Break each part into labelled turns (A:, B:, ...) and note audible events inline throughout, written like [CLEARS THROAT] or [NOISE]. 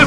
A: el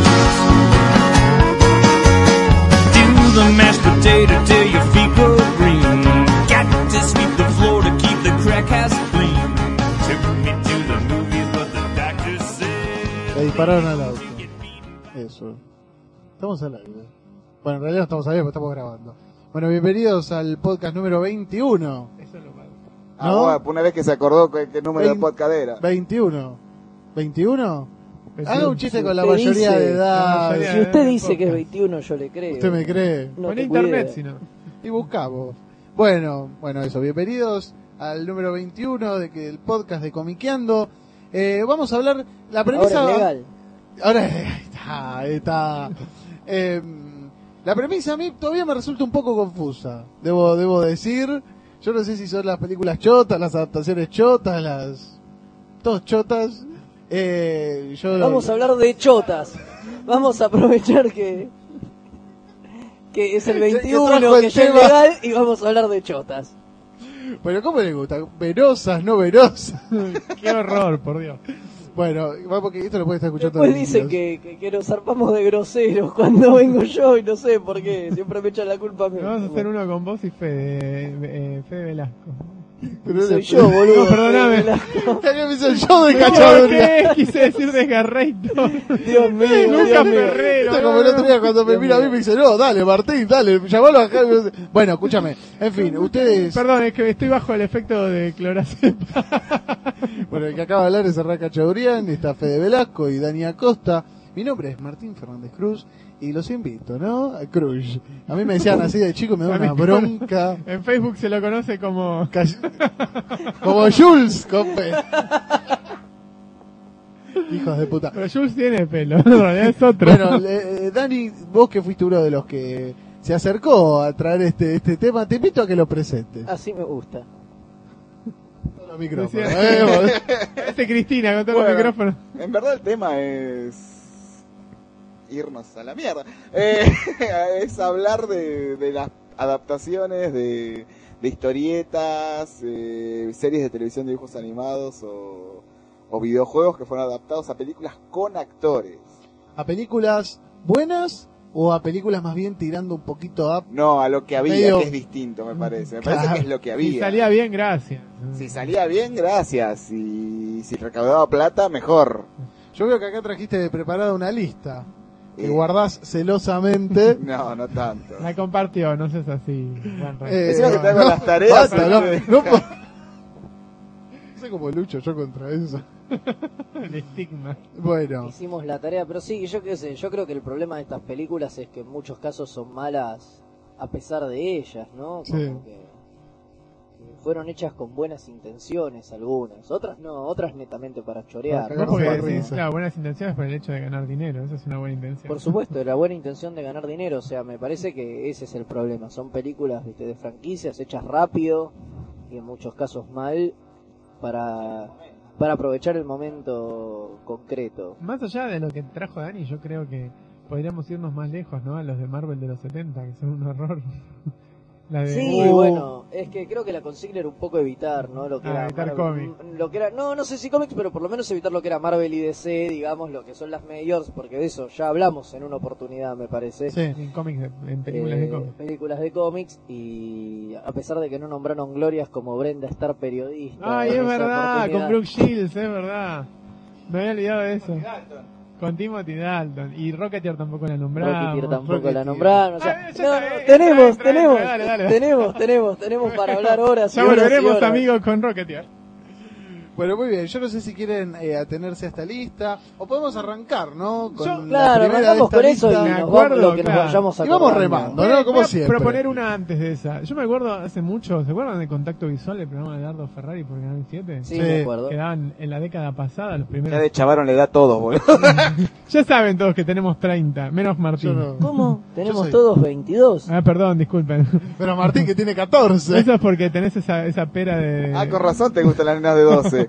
B: Do the mashed potato till your feet go green. Got to sweep the floor to keep the crack house clean. Took me to the movies, but the doctor said.
C: Le dispararon al auto. Eso. Estamos al aire. Bueno, en realidad no estamos al aire, pero estamos grabando. Bueno, bienvenidos al podcast número 21.
D: Ah,
C: ¿No?
D: bueno, una vez que se acordó que el número de
C: Vein-
D: podcast era.
C: 21. ¿21? Haga un chiste con la mayoría de edad.
E: Si usted dice que es 21, yo le creo.
C: ¿Usted me cree?
E: No
F: Pon
E: te
F: internet,
E: cuides.
F: si no.
C: Y buscamos. Bueno, bueno, eso. Bienvenidos al número 21 de que el podcast de Comiqueando. Eh, vamos a hablar. La premisa.
E: Ahora es legal.
C: Ahora [LAUGHS] ahí está, ahí está. Em, la premisa a mí todavía me resulta un poco confusa, debo, debo decir. Yo no sé si son las películas chotas, las adaptaciones chotas, las... Todos chotas. Eh, yo
E: Vamos a hablar de chotas. Vamos a aprovechar que
C: [LAUGHS]
E: que es el
C: Que- que
E: 21,
C: trajo el
E: que ya es
C: tema.
E: legal, y vamos a hablar de chotas.
C: Pero ¿cómo le gusta? ¿Venosas, no venosas?
F: Qué horror, por Dios.
C: bueno, va porque esto lo puede estar escuchando.
E: Después
C: los
E: dicen
C: niños.
E: que, que, que nos zarpamos de groseros cuando vengo yo y no sé por qué. Siempre me echan la culpa a mí.
F: Vamos a hacer uno con vos y Fede, eh, eh, Fede Velasco.
C: Pero
E: Soy
C: le-
E: yo, boludo.
F: No, perdóname.
C: [LAUGHS] También me hizo el show de
F: ¿Por
C: cachadura.
F: qué? Quise decir desgarreito.
E: Dios mío, Dios
F: Lucas
E: mío.
F: Ferrero.
C: Esto como el otro día cuando me mira a mí me dice, no, dale Martín, dale, llamalo a Javi. Bueno, escúchame. En fin, ustedes...
F: Perdón, es que estoy bajo el efecto de clorazepam.
C: Bueno, el que acaba de hablar es Arraca Chaurian, está Fede Velasco y Dani Acosta. Mi nombre es Martín Fernández Cruz y los invito, ¿no? A Cruz. A mí me decían así de chico, me da
F: A mí
C: una
F: igual.
C: bronca.
F: [LAUGHS] En Facebook se lo conoce como...
C: Call- Como Jules,
F: [LAUGHS]
C: compe. Hijos de puta.
F: Pero Jules tiene pelo, [LAUGHS] en realidad es otro.
C: Bueno,
F: [LAUGHS]
C: le- eh, Dani, vos que fuiste uno de los que se acercó a traer este, este tema, te invito a que lo presentes.
E: [LAUGHS] Así me gusta.
C: Con los micrófonos. [LAUGHS]
F: Decía- [LAUGHS]
C: Eh, vos-
F: Este Cristina con todos
D: Bueno,
F: los micrófonos.
D: En verdad el tema es irnos a la mierda. Eh, [LAUGHS] es hablar de, de las adaptaciones de, de historietas, eh, series de televisión de dibujos animados o, o videojuegos que fueron adaptados a películas con actores.
C: ¿A películas buenas o a películas más bien tirando un poquito a
D: No, a lo que había,
C: Medio-
D: que es distinto, me parece. Me
C: Claro.
D: parece que es lo que había.
F: Y salía bien, gracias.
D: Si salía bien, gracias. Y si recaudaba plata, mejor.
C: Yo veo que acá trajiste preparada una lista que
D: Eh.
C: guardás [LAUGHS] celosamente.
D: No, no tanto.
F: La compartió, no seas así. Ah, Juan Ramón.
C: Eh,
D: Encima que traigo las tareas,
C: basta, no,
D: ¿viste?
C: [LAUGHS] no po- No sé cómo lucho yo contra eso.
F: El estigma.
C: Bueno,
E: Hicimos la tarea, pero sí, yo qué sé, yo creo que el problema de estas películas es que en muchos casos son malas a pesar de ellas, ¿no? Como
C: Sí.
E: que que fueron hechas con buenas intenciones algunas, otras no, otras netamente para chorear.
C: Para
F: No
E: ¿no?
C: cagar
F: porque
C: se
F: decís,
C: barriga.
F: claro, buenas intenciones por el hecho de ganar dinero, esa es una buena intención.
E: Por supuesto, la buena intención de ganar dinero, o sea, me parece que ese es el problema. Son películas ¿viste? de franquicias hechas rápido y en muchos casos mal para, para aprovechar el momento concreto.
F: Más allá de lo que trajo Dani, yo creo que podríamos irnos más lejos, ¿no? A los de Marvel de los 70, que son un horror. [LAUGHS] La de...
E: Sí,
C: Uh.
E: bueno, es que creo que la consigna era un poco evitar, ¿no? Lo que era
F: Ah, evitar
E: Marvel- mm, Lo que era, no, no sé si cómics, pero por lo menos evitar lo que era Marvel y DC, digamos, lo que son las mayors, porque de eso ya hablamos en una oportunidad, me parece.
C: sí.
F: En cómics, de- en películas de
E: Eh,
F: cómics.
E: películas de cómics, y a pesar de que no nombraron glorias como Brenda Star periodista.
F: Ay,
E: en
F: es
E: esa
F: verdad,
E: oportunidad.
F: con Brooke Shields, es verdad. Me había olvidado de eso. Con Timothy Dalton. Y Rocketeer tampoco la
E: Rocky Tier
F: nombramos.
E: tampoco la
C: Rocketeer.
E: nombraron. o sea,
F: Ah, ya
E: no,
F: está,
E: no,
F: eh,
E: tenemos,
F: está bien,
E: tenemos,
F: dale, dale.
E: tenemos, tenemos, tenemos para hablar horas y
F: [LAUGHS] Ya
E: horas y
F: volveremos,
E: horas.
F: amigos, con Rocketeer.
C: Bueno, muy bien. Yo no sé si quieren eh, atenerse a esta lista o podemos arrancar, ¿no? Con la
E: Claro,
C: primera de
E: arrancamos
C: esta
E: con eso y
C: lista.
F: Me
E: nos vamos
F: acuerdo,
E: lo que
F: claro.
E: nos vayamos a
C: Y vamos remando. No, no,
F: Voy a-
C: como
F: voy a
C: siempre.
F: proponer una antes de esa. Yo me acuerdo hace mucho, ¿se acuerdan de Contacto Visual, el programa de Dardo Ferrari por Canal 7?
E: Sí,
C: Sí.
E: me acuerdo.
F: Que daban en la década pasada los
D: Ya
F: primeros.
D: de chavarón le da todo, boludo.
F: Ya saben todos que tenemos 30, menos
C: Yo
F: Martín.
C: no.
E: ¿Cómo? Tenemos
C: soy-
E: todos 22.
F: Ah,
C: [LAUGHS]
F: perdón, disculpen.
C: Pero Martín que tiene 14.
F: Eso es porque tenés esa, esa pera
D: [LAUGHS]
F: de...
D: Ah, con razón te gustan las nenas de [LAUGHS] 12.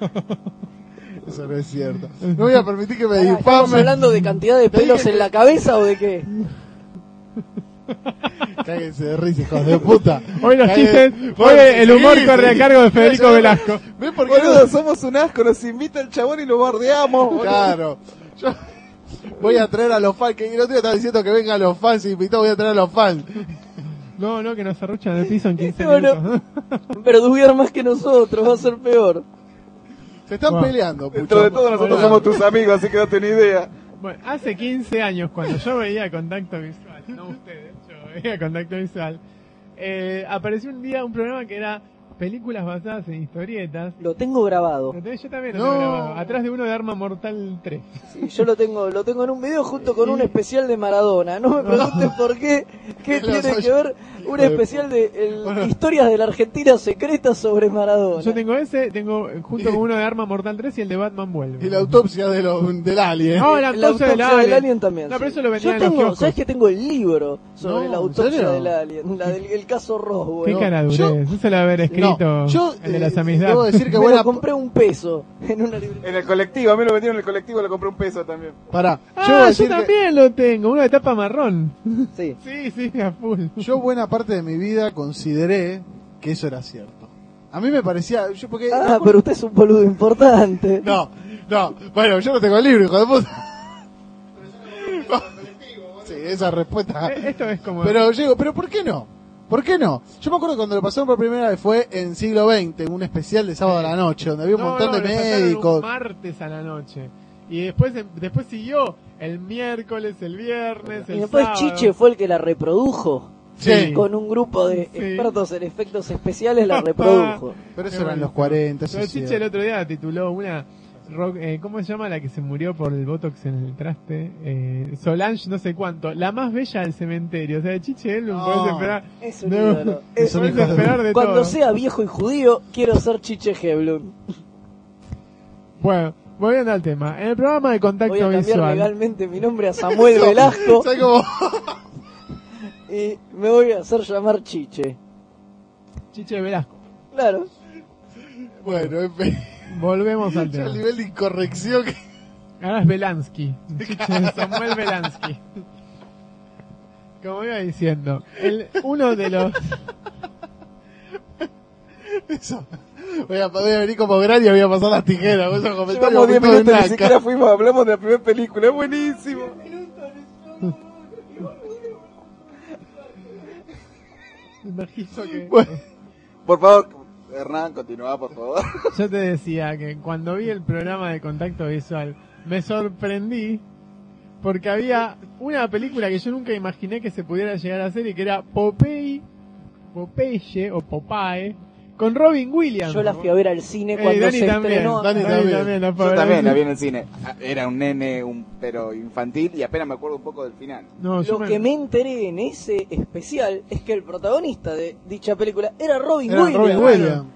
C: Eso no es cierto. No voy a permitir que me
E: Pará, ¿Estamos
C: difamen.
E: hablando de cantidad de pelos en la cabeza o de qué?
C: Cáguense de risa, hijos de puta.
F: Hoy los
C: Cállense.
F: chistes- hoy el humor corre a cargo de Federico
C: Yo-
F: Velasco.
C: ¿Ves por qué
D: Boludo, somos un asco, nos invita el chabón y lo bardeamos,
C: no?
D: boludo.
C: Claro. Yo voy a traer a los fans. Que el otro día estaba diciendo que vengan los fans. Invitó, voy a traer a los fans.
F: No, no, que nos arruchan
C: [LAUGHS]
F: el piso en 15
E: Bueno.
F: minutos.
E: Verduguear más que nosotros, va a ser peor.
C: Se están
F: Bueno.
C: peleando.
D: Dentro de
C: pucho.
D: todo nosotros
C: Hola.
D: somos tus amigos, así que no tenés idea.
F: [LAUGHS] Bueno, hace 15 años, cuando yo veía Contacto Visual,
C: [LAUGHS]
F: no ustedes, yo veía Contacto Visual, eh, apareció un día un programa que era películas basadas en historietas.
E: Lo tengo grabado.
F: Lo tenés- Yo también lo
C: No.
F: tengo grabado. Atrás de uno de Arma Mortal 3.
E: Sí, yo lo tengo, lo tengo en un video junto con un especial de Maradona. No me preguntes por qué, qué
C: Los
E: tiene
C: oye-
E: que ver un
C: Hijo de
E: especial de el-
C: Bueno.
E: historias de la Argentina secreta sobre Maradona.
F: Yo tengo ese, tengo eh, junto con uno de Arma Mortal 3 y el de Batman Vuelve.
C: Y la autopsia de los, del alien.
F: [LAUGHS] No, la
E: la
F: autopsia
E: autopsia
F: del
E: del
F: alien.
E: Alien también.
F: No,
E: sí.
F: pero eso lo
E: Yo
F: vendían en los
E: tengo,
F: kioscos.
E: sabes que tengo el libro sobre
C: No,
E: la
C: ¿en
E: autopsia
C: serio?
E: del Alien, la del, el caso Roswell.
F: Qué cara
C: yo-
F: durez. Eso lo haber escrito
C: No, yo
F: el de
C: eh,
F: las amistades.
C: debo decir
E: Me
C: que
E: lo
C: buena
E: compré un peso en una librería.
D: En el colectivo, a mí lo vendieron en el colectivo, le compré un peso también.
C: pará,
F: [LAUGHS] Ah,
C: yo, voy a
F: yo,
C: decir que-
F: también lo tengo, uno de tapa marrón. Eh,
E: Sí.
F: Sí, sí, a [LAUGHS] full.
C: yo buena parte de mi vida consideré que eso era cierto. A mí me parecía, yo porque
E: Ah, pero usted es un boludo importante.
C: no, no, bueno, yo no tengo el libro, hijo de
F: [LAUGHS]
C: puta. sí, esa respuesta.
F: Eh, Esto es como...
C: Pero yo digo, pero ¿por qué no? ¿Por qué no? Yo me acuerdo cuando lo pasaron por primera vez fue en siglo XX, en un especial de sábado a la noche, donde había un
F: No,
C: montón
F: no,
C: de
F: lo pasaron Un
C: médicos.
F: martes a la noche. Y después, después siguió el miércoles, el viernes, el
E: Y después
F: sábado.
E: Chiche fue el que la reprodujo.
C: Sí.
E: Con un grupo de
F: Sí. Ah,
E: expertos en efectos especiales
F: [LAUGHS]
E: la reprodujo.
C: Pero eso
F: Qué
C: eran
F: bueno.
C: los 40, eso
F: Pero
C: es
F: Chiche el
C: cierto.
F: otro día tituló una... rock- eh, ¿Cómo se llama la que se murió por el botox en el traste? Eh, Solange, no sé cuánto. La más bella del cementerio. O sea, Chiche, él no
C: No.
F: podés esperar.
E: Es un
F: no,
E: ídolo.
C: Es
E: Es
C: un
E: un
F: podés
C: hijo de-
F: esperar de
E: Cuando
F: todo.
E: sea viejo y judío, quiero ser Chiche Heblum.
F: Bueno, volviendo al tema. En el programa de contacto
E: Voy a cambiar
F: visual.
E: legalmente mi nombre a
F: [LAUGHS]
E: Samuel Velasco
C: ¿Sabes cómo?
E: [LAUGHS] y me voy a hacer llamar Chiche.
F: Chiche Velasco.
E: Claro.
C: Bueno, en fin.
F: Volvemos al
C: Ya
F: tema.
C: el nivel de incorrección que...
F: Ahora es Velansky.
C: [LAUGHS]
F: Samuel Velansky. Como iba diciendo, el, uno de los.
C: Eso. Voy a, voy a venir como gran y voy a pasar las tijeras. con esos comentarios
D: Llevamos 10
C: como
D: minutos,
C: naca.
D: ni siquiera fuimos, hablamos de la primera película, es buenísimo.
F: Imagino que-
C: [LAUGHS] Bueno,
D: Por favor, Hernán, continúa, por [LAUGHS] favor.
F: Yo te decía que cuando vi el programa de contacto visual, me sorprendí porque había una película que yo nunca imaginé que se pudiera llegar a hacer y que era Popeye, Popeye o Popeye con Robin Williams.
E: Yo la fui a ver al cine
F: Eh,
E: cuando
F: Dani
E: se
F: también,
E: estrenó. acá.
F: Dani
C: Dani también.
F: también la fue a
D: Yo
F: ver.
D: también la vi en el cine. Ah, Era un nene, un pero infantil, y apenas me acuerdo un poco del final.
F: No, yo
E: Lo que me enteré en ese especial es que el protagonista de dicha película era Robin
C: era
E: Williams.
C: Robin Williams.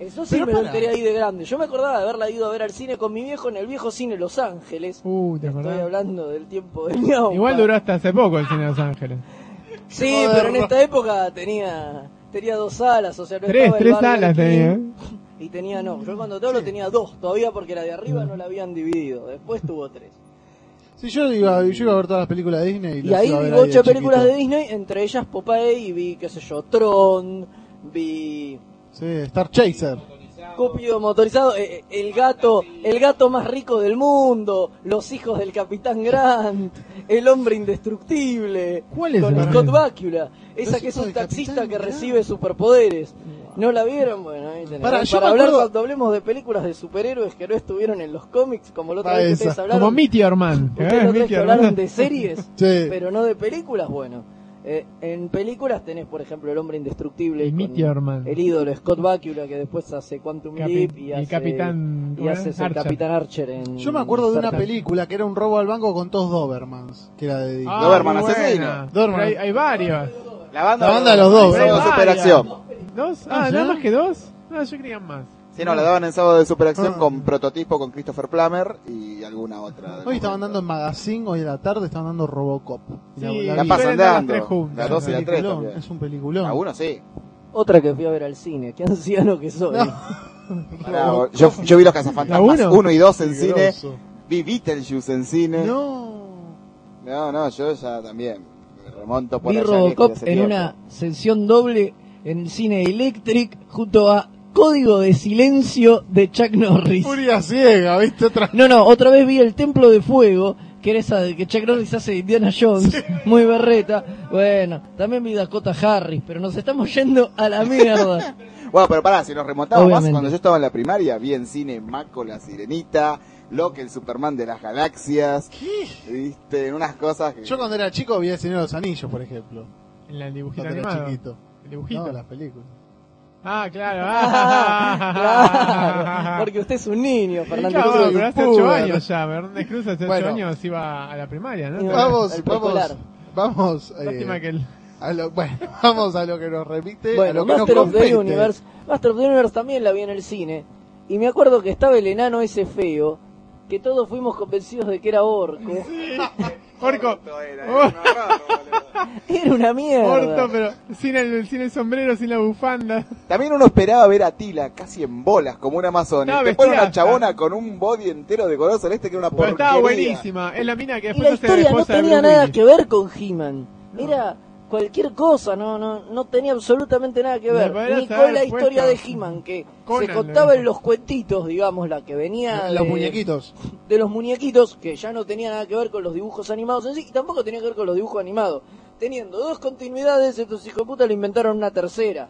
E: Eso sí
C: Pero
E: me lo
C: para.
E: enteré ahí de grande. Yo me acordaba de haberla ido a ver al cine con mi viejo en el viejo cine Los Ángeles.
F: Uh, ¿te
E: Estoy
F: acordás?
E: hablando del tiempo de ñaupa.
F: Igual duró hasta hace poco el cine de Los Ángeles.
E: Sí,
C: Joder,
E: pero en
C: Ro-
E: esta época tenía tenía dos salas, o sea, no
F: Tres,
E: estaba el
F: tres
E: Burger
F: alas
E: King
F: tenía. ¿eh?
E: Y tenía no, yo cuando te hablo tenía dos todavía porque la de arriba
F: Mm.
E: no la habían dividido. Después tuvo tres.
C: Sí, yo iba, yo iba a ver todas las películas de Disney.
E: Y
C: las
E: ahí
C: iba a
E: vi
C: ver de
E: ocho películas de
C: chiquito.
E: Disney, entre ellas Popeye y vi, qué sé yo, Tron, vi
C: Sí, Star Chaser.
E: Cúpido motorizado, eh, eh, el gato, el gato más rico del mundo, los hijos del Capitán Grant, el hombre indestructible,
F: ¿Cuál es
E: con
F: el-
E: Scott Bakula, esa
C: Los
E: que es
C: hijos
E: un
C: del
E: taxista
C: Capitán
E: que
C: Grant.
E: recibe superpoderes. ¿No la vieron? Bueno, ahí tenés. Eh,
C: Pará,
E: Para,
C: yo me
E: hablar
C: acuerdo-
E: cuando hablemos de películas de superhéroes que no estuvieron en los cómics, como la otra
C: Ah,
E: vez que
C: esa. Ah,
E: ustedes hablaron,
F: Como Meteor Man. ¿te
E: ustedes la
F: acordás
E: otra
F: de
E: vez
C: [LAUGHS]
E: que
F: Meteor Man?
E: hablaron de series,
C: Sí.
E: pero no de películas, bueno. Eh, en películas tenés, por ejemplo, El Hombre Indestructible.
F: Y
E: con
F: Meteor Man.
E: El ídolo Scott Bakula, que después hace Quantum
F: Capi-
E: Leap y
F: y
E: hace.
F: Capitán-
E: y hace el
F: Archer.
E: Capitán Archer en.
C: Yo me acuerdo de una
E: Star Trek.
C: película que era un robo al banco con dos Dobermans, que era de Disney.
F: Ah,
D: Doberman
F: muy buena.
D: asesino.
C: Doberman.
F: Pero Hay, hay varios.
D: La banda,
C: La banda de los dos.
D: Sábado de
F: Hay
D: Superacción.
F: ¿Dos? Ah,
C: Ah,
F: ¿nada
C: ¿sí?
F: más que dos? No, yo creía más.
D: Sí, no, la daban en sábado de Superacción
C: Ah.
D: con prototipo con Christopher Plummer y alguna otra. del
C: Hoy estaban dando
D: momento.
C: en Magazine, hoy a la tarde estaban dando Robocop.
F: Sí,
D: La
F: Y
C: vi.
F: suelen
D: pasan
F: dar las
D: dando.
F: tres juntas,
D: La 2 y la 3
C: Peliculón,
D: también.
C: Es un peliculón.
D: A uno sí.
E: Otra que fui a ver al cine. Qué anciano que [LAUGHS] soy.
D: Pará, yo, yo vi los Cazafantasmas
F: ¿La uno?
D: 1 y 2 en cine.
C: Peligroso.
D: Vi Beetlejuice en
E: Eh,
D: cine. No,
C: No.
D: no, yo ya también. Me remonto por
G: Vi
D: allá, viejo, de
G: Robocop
D: hace
G: en
D: tiempo.
G: una sesión doble en el cine Electric junto a Código de Silencio de Chuck Norris.
C: Furia ciega, ¿viste? Otra...
G: No, no, otra vez vi el Templo de Fuego, que era esa de que Chuck Norris hace de Indiana Jones, muy berreta. Bueno, también vi Dakota Harris, pero nos estamos yendo a la mierda.
D: Bueno, pero pará, si nos remontamos más,
G: Obviamente.
D: cuando yo estaba en la primaria, vi en cine Maco la Sirenita, Locke el Superman de las Galaxias. Viste, unas cosas que. [LAUGHS]
C: Yo cuando era chico vi El Señor de los Anillos, por ejemplo.
F: En la dibujita
C: Cuando era
F: animada.
C: chiquito.
F: El dibujito.
C: No, las películas.
F: Ah,
E: [LAUGHS]
F: claro. Ah.
E: Claro, porque usted es un niño, Fernando
F: Claro,
E: Cruz.
F: pero hace
C: Púa,
F: 8
C: ¿no?
F: años ya. Fernández Cruz hace 8
C: Bueno.
F: años iba a la primaria,
E: Y
F: ¿no?
E: bueno,
C: Vamos,
E: [LAUGHS] al
C: vamos,
E: preescolar.
C: vamos, eh,
F: Lástima que el... [LAUGHS]
C: a lo, [LAUGHS] bueno, vamos a lo que nos remite, a
E: Bueno,
C: lo que nos
E: Master of the
C: compete.
E: Universe. Master of the Universe también la vi en el cine. Y me acuerdo que estaba el enano ese feo, que todos fuimos convencidos de que era orco.
F: Orco.
D: Era,
F: Oh.
D: era un horror, boludo.
E: Era una
F: Orto,
E: mierda.
F: pero sin el, sin el sombrero, sin la bufanda.
D: También uno esperaba ver a Tila casi en bolas, como un Amazon.
F: Estaba
D: Y después
F: vestida
D: una chabona
F: hasta-
D: con un body entero de color celeste que era una
F: Pero
D: porquería.
F: estaba buenísima. Es la mina que
E: Y la
F: después hace de
E: historia no
F: esposa de
E: tenía
F: Bruce
E: nada
F: Willis.
E: que ver con He-Man. Era cualquier cosa, no, no, no tenía absolutamente nada que
F: Me
E: ver.
F: podrías
E: Ni con
F: haber
E: la historia de
F: puesto
E: He-Man, que
F: Conan,
E: se
F: le
E: contaba
F: dijo.
E: en los cuentitos, digamos, la que venía
C: Los
E: de-
C: muñequitos.
E: de los muñequitos, que ya no tenía nada que ver con los dibujos animados en sí, y tampoco tenía que ver con los dibujos animados. Teniendo dos continuidades, estos hijos de puta le inventaron una tercera.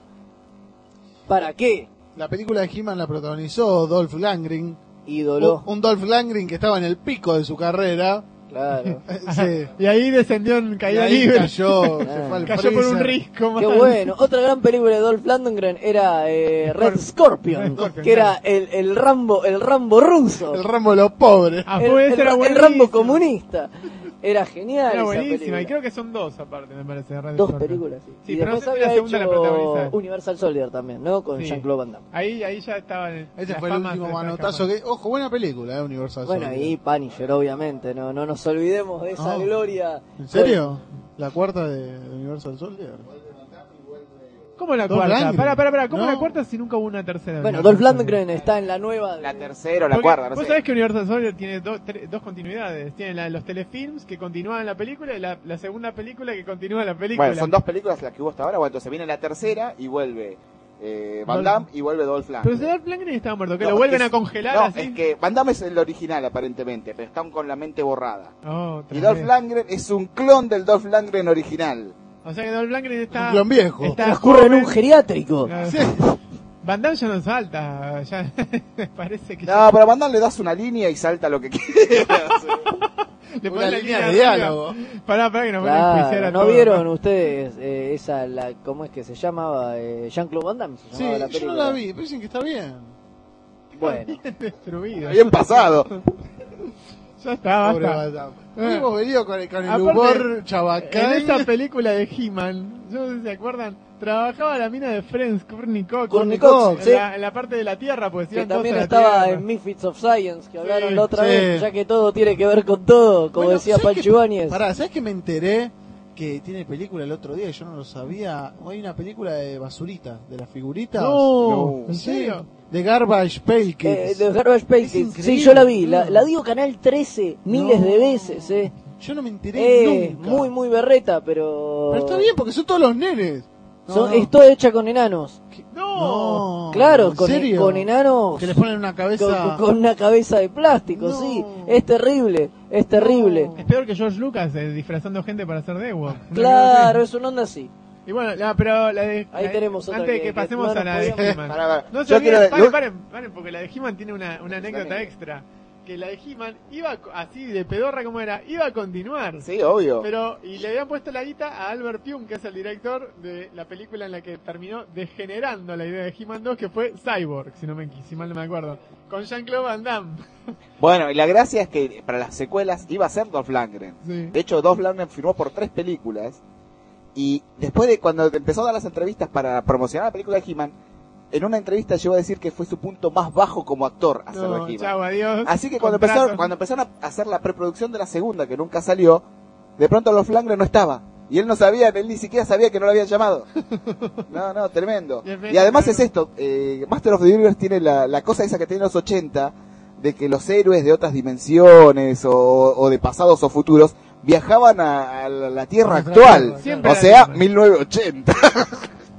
E: ¿Para qué?
C: La película de He-Man la protagonizó Dolph Langring. Un,
F: Oh,
E: Ídolo.
C: un Dolph Langring que estaba en el pico de su
F: [LAUGHS]
C: carrera.
E: Claro.
C: Eh, sí.
F: Y ahí descendió en
C: Y
F: caída
C: ahí
F: libre.
E: [LAUGHS]
C: cayó, se
E: Ah.
C: fue al
F: Cayó por un
C: freezer.
F: risco más.
E: Qué bueno. Otra gran película de Dolph Lundgren era eh, Red
F: Scorp- Red
E: Scorpion,
F: Scorpion,
E: que era el, el Rambo, el Rambo ruso.
C: El Rambo de los pobres.
F: Ah,
E: El,
F: fue,
E: el
F: ese era
E: Ra- el
F: buenísimo.
E: Rambo comunista. Era genial
F: Era
E: esa
F: buenísima. Y
E: película.
F: creo que son dos aparte, me parece. de Red
E: Dos
F: Scorpion.
E: películas, sí.
F: Sí,
E: y
F: pero no
E: después
F: sé si la
E: había
F: segunda la
E: hecho
F: protagoniza.
E: Universal Soldier también, ¿no? Con
F: Sí.
E: Jean-Claude Van Damme.
F: Ahí, ahí ya estaba en
C: Ese
F: las
C: fue el
F: famas
C: último
F: se estaban
C: manotazo
F: escapando.
C: que... Ojo, buena película, eh, Universal
E: Bueno,
C: Soldier.
E: y Punisher, obviamente, no, no nos olvidemos de esa
C: No.
E: gloria.
C: ¿En serio? ¿La cuarta de de Universal Soldier?
F: ¿Cómo la
C: Dolph
F: cuarta?
C: Lundgren.
F: Pará, pará, pará. ¿Cómo
C: No.
F: la cuarta si nunca hubo una tercera?
E: Bueno,
F: Universal
E: Dolph
F: Soldier?
E: Lundgren está en la nueva. de-
D: La tercera o la
F: Porque
D: cuarta, no
F: Vos
D: sé.
F: sabés que Universal Soldier tiene dos, tres- dos continuidades. Tiene la de los telefilms que continúan la película y la, la segunda película que continúa la película.
D: Bueno, son dos películas las que hubo hasta ahora. Bueno, entonces viene la tercera y vuelve eh, Van
F: Dolph-
D: Damme y vuelve Dolph Lundgren.
F: Pero si Dolph Lundgren estaba muerto, que
D: No,
F: lo vuelven
D: es-
F: a congelar
D: No,
F: así.
D: es que Van Damme es el original aparentemente, pero están con la mente borrada.
F: Otra
D: Y Dolph
F: vez.
D: Lundgren es un clon del Dolph Lundgren original.
F: O sea que Dolph Lundgren está...
C: Un clon viejo.
F: Está
E: Transcurre en
F: joven.
E: un geriátrico.
F: Claro.
C: Sí.
F: Van Damme ya no salta. Ya [LAUGHS] parece que...
D: No, pero a Van Damme le das una línea y salta lo que [LAUGHS] quieras.
F: le
C: Una
F: ponen la
C: línea de
F: arriba.
C: diálogo.
F: Pará, pará que nos van a
E: Claro,
F: enjuiciar a
E: ¿No
F: todos.
E: vieron ustedes eh, esa, la, cómo es que se llamaba? Eh, Jean-Claude Van Damme. se
C: Sí,
E: llamaba
C: yo
E: la
C: no
E: película.
C: la vi, pero dicen que está bien.
E: Bueno,
F: Destruido.
D: Bien pasado.
F: Ya está,
C: Pobre
F: basta.
C: Badam. Hemos venido con el, con el
F: Ah. Aparte,
C: humor
F: En
C: chabacán.
F: esa película de He-Man, yo no sé si se acuerdan, trabajaba la mina de Friends, Courtney Cox.
E: Courtney Cox,
F: En,
E: sí.
F: la, en la parte de la Tierra, pues
E: que
F: iban todos
E: también
F: a la
E: estaba
F: Tierra.
E: en Misfits of Science, que hablaron
F: Sí,
E: la otra
C: sí.
E: vez, ya que todo tiene que ver con todo, como
C: Bueno,
E: decía
C: ¿sabes
E: Pancho
C: qué?
E: Ibáñez.
C: Pará, ¿sabes que me enteré que tiene película el otro día y yo no lo sabía? Hay una película de basurita, de las figuritas.
F: No,
D: No.
F: ¿en
C: Sí,
F: serio?
C: De Garbage Pail
E: Eh,
C: Kids.
E: de Garbage
C: Es
E: Pace, sí,
C: increíble,
E: yo la vi, la,
C: boludo.
E: la dio Canal 13 miles
C: No.
E: de veces, eh.
C: Yo no me enteré
E: Eh,
C: nunca.
E: muy, muy berreta, pero...
C: Pero está bien porque son todos los nenes. No,
E: Son-
C: no.
E: Es toda hecha con enanos.
F: No.
C: No,
E: claro,
C: ¿en
E: con,
C: serio?
E: con enanos.
C: Que les ponen una
E: Con,
C: cabeza.
E: con- con una cabeza de plástico,
C: No.
E: sí. Es terrible, es terrible.
F: Es peor que George Lucas eh, disfrazando gente para hacer Dewa.
E: Claro, es una onda así.
F: Y bueno, la, pero la de.
E: Ahí
F: la de-
E: tenemos otra
F: Antes de
E: que-
F: que
E: que
F: pasemos
E: no
F: a la
E: nos
F: de
E: podíamos-
F: He-Man.
D: Pará, pará.
F: No se
D: Yo
F: olviden,
D: quiero-
F: paren,
D: Lu-
F: paren, paren, porque la de He-Man tiene una, una anécdota extra. que la de He-Man iba co- así de pedorra como era, iba a continuar.
D: Sí, obvio.
F: Pero, y le habían puesto la guita a Albert Pium, que es el director de la película en la que terminó degenerando la idea de He-Man 2, que fue Cyborg, si, no me, si mal no me acuerdo, con Jean-Claude Van Damme.
D: Bueno, y la gracia es que para las secuelas iba a ser Dolph Lundgren.
F: Sí.
D: De hecho, Dolph Lundgren firmó por tres películas. Y después de cuando empezó a dar las entrevistas para promocionar la película de He-Man, en una entrevista llegó a decir que fue su punto más bajo como actor hacer
F: No,
D: de He-Man.
F: chau, adiós.
D: Así que cuando
F: Contrato.
D: empezaron, cuando empezaron a hacer la preproducción de la segunda, que nunca salió, de pronto los Lundgren no estaba. Y él no sabía, él ni siquiera sabía que no lo habían
F: [LAUGHS]
D: llamado. No, no, tremendo.
F: Tremendo,
D: Y además es
F: claro.
D: esto, eh, Master of the Universe tiene la, la cosa esa que tiene los 80, de que los héroes de otras dimensiones o, o de pasados o futuros viajaban a, a la, la Tierra
G: Nuestra
D: actual.
G: Tierra,
F: Siempre
D: O
F: la
D: sea,
F: misma.
D: 1980.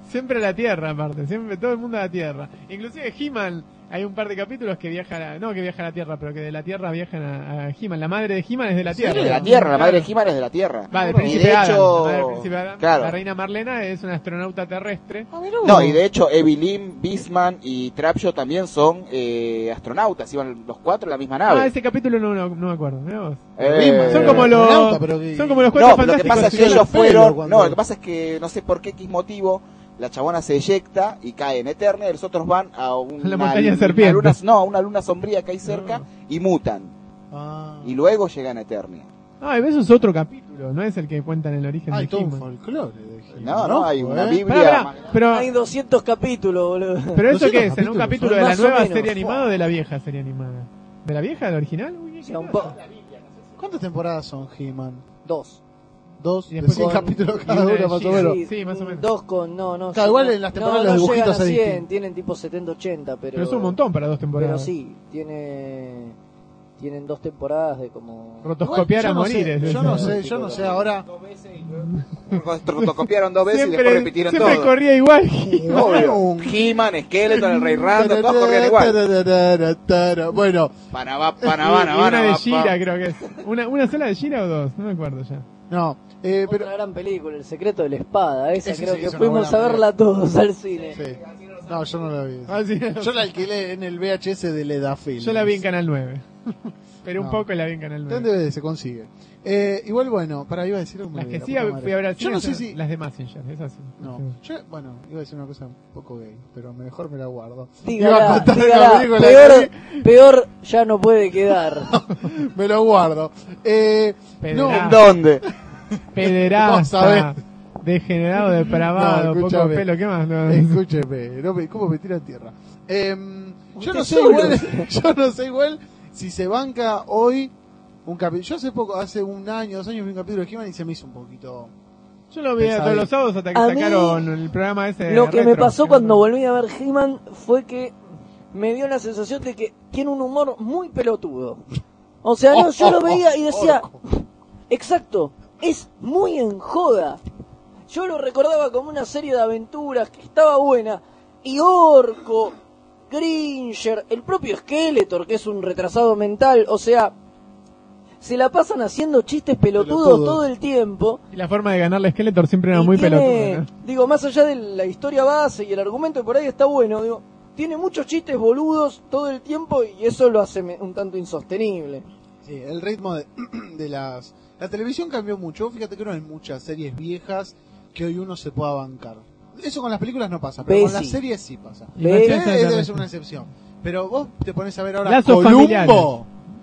F: Siempre a la Tierra, aparte. Siempre todo el mundo a la Tierra. Inclusive He-Man, hay un par de capítulos que viajan a... No que viajan a la Tierra, pero que de la Tierra viajan a, a He-Man. La madre de He-Man es de la
D: Sí,
F: Tierra.
D: de la Tierra, la madre de
F: Claro.
D: He-Man es de la Tierra.
F: Va, del
D: Y de
F: príncipe Adam,
D: hecho-
F: la madre del príncipe Adam.
D: claro.
F: La reina Marlena es una astronauta terrestre.
C: Ah,
D: No, y de hecho Evelyn, Bisman y Trapshaw también son eh, astronautas, iban los cuatro en la misma nave.
F: Ah, ese capítulo no, no, no me acuerdo. mirá vos.
D: Eh,
F: Son como los,
C: astronauta, pero que-
F: son como los cuatro
D: No, lo que
F: fantásticos.
D: pasa es que
F: señor.
D: ellos
C: pelo
D: fueron...
C: cuando-
D: No, lo que pasa es que no sé por qué, X motivo, la chabona se eyecta y cae en Eterna y los otros van a un-
F: A la
D: una,
F: montaña
D: una
F: serpiente.
D: luna, No, a una luna sombría que hay cerca
F: No.
D: y mutan.
C: Ah,
D: Y luego llegan a Eternia.
F: Ah, y eso es otro capítulo, no es el que cuentan el origen
C: hay
F: de
C: todo un
F: He-Man.
C: folclore de He-Man,
D: No, no, hay una
C: ¿eh?
D: Biblia...
F: Pará, pará,
D: más grande.
F: pero,
E: Hay 200 capítulos, boludo.
F: pero eso
C: doscientos
F: qué es, en
C: capítulos,
F: un capítulo
E: son
F: de la
E: más o
F: nueva
E: menos.
F: serie animada o de la vieja serie animada. ¿De la vieja, de la original? Uy, qué
E: O sea, un
F: cosa.
E: po-
C: ¿Cuántas temporadas son He-Man?
E: dos.
C: Dos, de
F: Y después
C: cien
E: con-
C: capítulos
F: y
C: cada
F: una
C: una,
F: de
C: más o
F: She-Hulk.
C: menos.
F: Sí, más o menos.
E: Dos con, no, no.
C: Claro,
E: sí,
C: igual
E: no-
C: en las
E: no,
C: temporadas
E: no
C: los dibujitos
E: llegan a
C: se
E: 100,
C: distinguen.
E: tienen tipo 70, 80, pero.
F: Pero es un montón para dos
E: Pero
F: temporadas.
E: sí, tiene. Tienen dos temporadas de como.
F: Rotoscopiar a
C: Igual,
F: morir.
C: Yo no
F: es
C: sé, yo
F: eso.
C: no sé, yo no sé ahora.
D: Fotocopiaron dos veces y después repitieron
F: siempre
D: todo.
C: [LAUGHS]
F: corría igual.
D: Obvio. He-Man, Skeleton, el Rey Random, todos corrían igual.
C: [LAUGHS] igual. Bueno,
D: Panabá,
F: Y-
D: panabá,
F: y una de
D: panabá,
F: Gira, creo que es. Una, ¿Una sola de Gira o dos? No me acuerdo ya.
C: no, eh,
E: Otra
C: pero.
E: gran película, El secreto de la espada. Esa
C: Ese
E: creo
C: sí,
E: que
C: es una
E: fuimos
C: buena
E: a verla todos al cine.
C: sí. No, yo no la vi.
F: Ah, sí, no
C: Yo la alquilé en el VHS de Ledafilm.
F: Yo la vi en Canal 9. [LAUGHS] Pero un
C: No.
F: poco la vi en Canal 9.
C: ¿Dónde se consigue? Eh, igual, bueno, para iba a decir algo, me
F: Las que
C: olvidé,
F: sí
C: la puta madre.
F: fui a ver al
C: Yo
F: cine
C: no sé
F: son
C: si.
F: las de Messenger, esas sí.
C: No, yo, bueno, iba a decir una cosa un poco gay, pero mejor me la guardo. Iba a
E: Dígala,
C: contar una
E: dígala.
C: película
E: Peor, peor ya no puede quedar.
C: que vi, Me lo guardo. Eh,
F: Pederasta.
C: no,
D: ¿Dónde?
C: Vos sabés.
F: Pederasta. Degenerado,
C: [LAUGHS]
F: depravado,
C: No,
F: poco
C: escúchame.
F: de pelo, ¿qué más? No.
C: escúcheme, no me- ¿cómo me tiran tierra? Em, yo
E: Usted
C: no sé
E: solo.
C: igual, [LAUGHS] yo no sé igual si se banca hoy un capítulo. Yo hace poco, hace un año, dos años vi un capítulo de He-Man y se me hizo un poquito.
F: Yo lo veía todos los sábados hasta que
E: A mí,
F: sacaron el programa ese.
E: Lo que me
F: retro,
E: pasó
F: ¿no?
E: cuando volví a ver He-Man fue que me dio la sensación de que tiene un humor muy pelotudo. O sea, no, yo lo veía y decía, exacto, es muy en joda. Yo lo recordaba como una serie de aventuras que estaba buena. Y Orco, Gringer, el propio Skeletor, que es un retrasado mental, o sea, se la pasan haciendo chistes pelotudos
C: Pelotudos.
E: todo el tiempo.
F: Y la forma de ganarle a Skeletor siempre era
E: Y
F: muy
E: tiene-
F: pelotuda. ¿no?
E: Digo, más allá de la historia base y el argumento que por ahí está bueno, digo, tiene muchos chistes boludos todo el tiempo y eso lo hace me- un tanto insostenible.
C: Sí, el ritmo de, [CLEARS THROAT] de las... La televisión cambió mucho. Fíjate que no hay muchas series viejas que hoy uno se pueda bancar. Eso con las películas no pasa, pero con
E: Bessie.
C: las series sí pasa.
F: Y
E: Ve-
F: me
C: Eh,
F: hacía esa
C: debe ser
F: referencia.
C: una excepción. Pero vos te pones a ver ahora
F: Lazos
C: Columbo.
F: familiares.
C: Está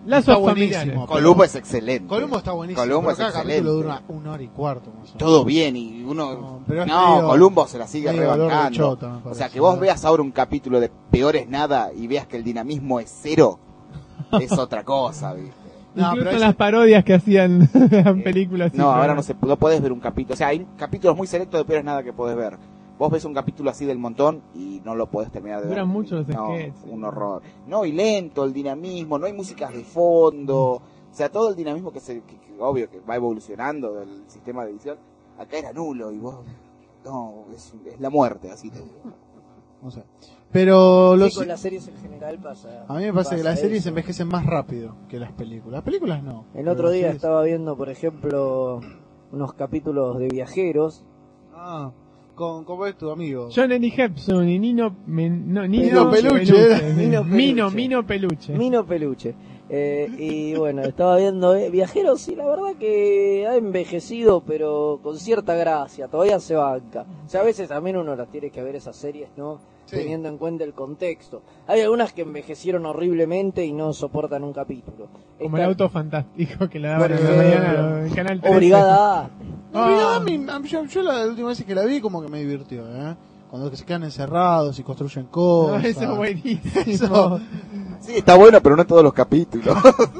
F: Lazos familiares.
C: buenísimo.
D: Columbo es excelente.
C: Columbo está buenísimo.
D: Columbo
C: pero
D: es
C: cada
D: excelente.
C: capítulo dura una hora y cuarto. más o menos.
D: Todo bien y uno...
C: No, pero es
D: No,
C: medio-
D: Columbo se la sigue
C: medio dolor de
D: rebancando.
C: chota, me
D: o
C: parece,
D: sea, que vos
C: ¿no?
D: veas ahora un capítulo de Peores Nada y veas que el dinamismo es
C: [LAUGHS]
D: cero, es otra cosa, ¿viste?
C: No, pero
F: Incluso
C: ese-
F: las parodias que hacían [LAUGHS] en películas.
D: No,
F: sí,
D: ahora no, se, no podés ver un capítulo. O sea, hay capítulos muy selectos de Peores Nada que podés ver. Vos ves un capítulo así del montón y no lo podés terminar de ver.
F: Duran mucho los
D: No,
F: sketches.
D: un horror. No, y lento, el dinamismo, no hay músicas de fondo. O sea, todo el dinamismo que, se, que- que obvio que va evolucionando del sistema de edición, acá era nulo y vos... No, es, es la muerte, así te digo.
C: no sé. Pero los...
E: Sí, con las series en general pasa.
C: A mí me parece que las
E: eso.
C: series envejecen más rápido que las películas. Las películas no.
E: El
C: pero
E: otro
C: las
E: día
C: series-
E: estaba viendo, por ejemplo, unos capítulos de viajeros.
C: Ah, con, ¿cómo es tu amigo?
F: John Eddie Hepson y Nino, Men- no, Nino,
C: Nino Peluche, era.
E: Nino
F: Mino,
E: Peluche.
F: Mino Peluche.
E: Mino Peluche. Eh, y bueno, estaba viendo eh, Viajeros y la verdad que ha envejecido, pero con cierta gracia, todavía se banca. O sea, a veces también uno las tiene que ver esas series, ¿no?
C: Sí.
E: Teniendo en cuenta el contexto. Hay algunas que envejecieron horriblemente y no soportan un capítulo.
F: Como
E: Esta-
F: el auto fantástico que la daban en la
C: Bueno,
F: mañana en Canal 13.
E: Obligada A.
C: No, mirá,
F: Ah.
C: mi- a mí- yo, yo la última vez que la vi como que me divirtió, ¿eh? Cuando se quedan encerrados y construyen
F: [LAUGHS] No,
C: cosas.
F: eso es buenísimo.
C: Eso.
D: Sí, está bueno, pero no en todos los
F: [LAUGHS]
D: capítulos.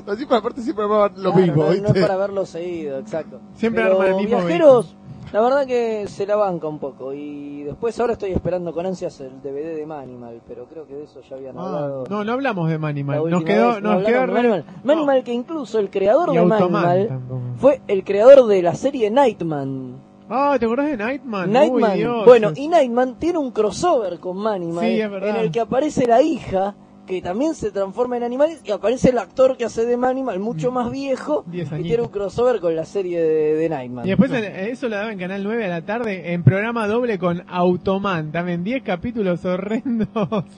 C: Así para aparte siempre armaban lo
E: Claro,
C: mismo,
E: no, no
C: ¿viste?
E: es para verlo seguido, exacto.
F: Siempre
E: Pero
F: arman el mismo
E: Viajeros, la verdad que se la banca un poco. Y después ahora estoy esperando con ansias el DVD de Manimal, pero creo que de eso ya habían hablado.
F: Ah, No, no hablamos de
E: la
F: Manimal.
E: última
F: Nos quedó,
E: vez, no
F: nos quedó
E: hablaron de
F: re-
E: Manimal. Manimal que incluso el creador
F: Y
E: de
F: Automan
E: Manimal
F: tampoco.
E: fue el creador de la serie Nightman.
F: Ah, ¿te acordás de Nightman?
E: Nightman,
F: Uy, Dios.
E: bueno, y Nightman tiene un crossover con Manimal
F: Sí, es
E: en
F: verdad.
E: el que aparece la hija que también se transforma en animal y aparece el actor que hace de Manimal mucho más viejo y
F: Diez añitos.
E: tiene un crossover con la serie de, de Nightman.
F: Y después en- eso la daba en Canal 9 a la tarde en programa doble con Automan. También 10 capítulos horrendos.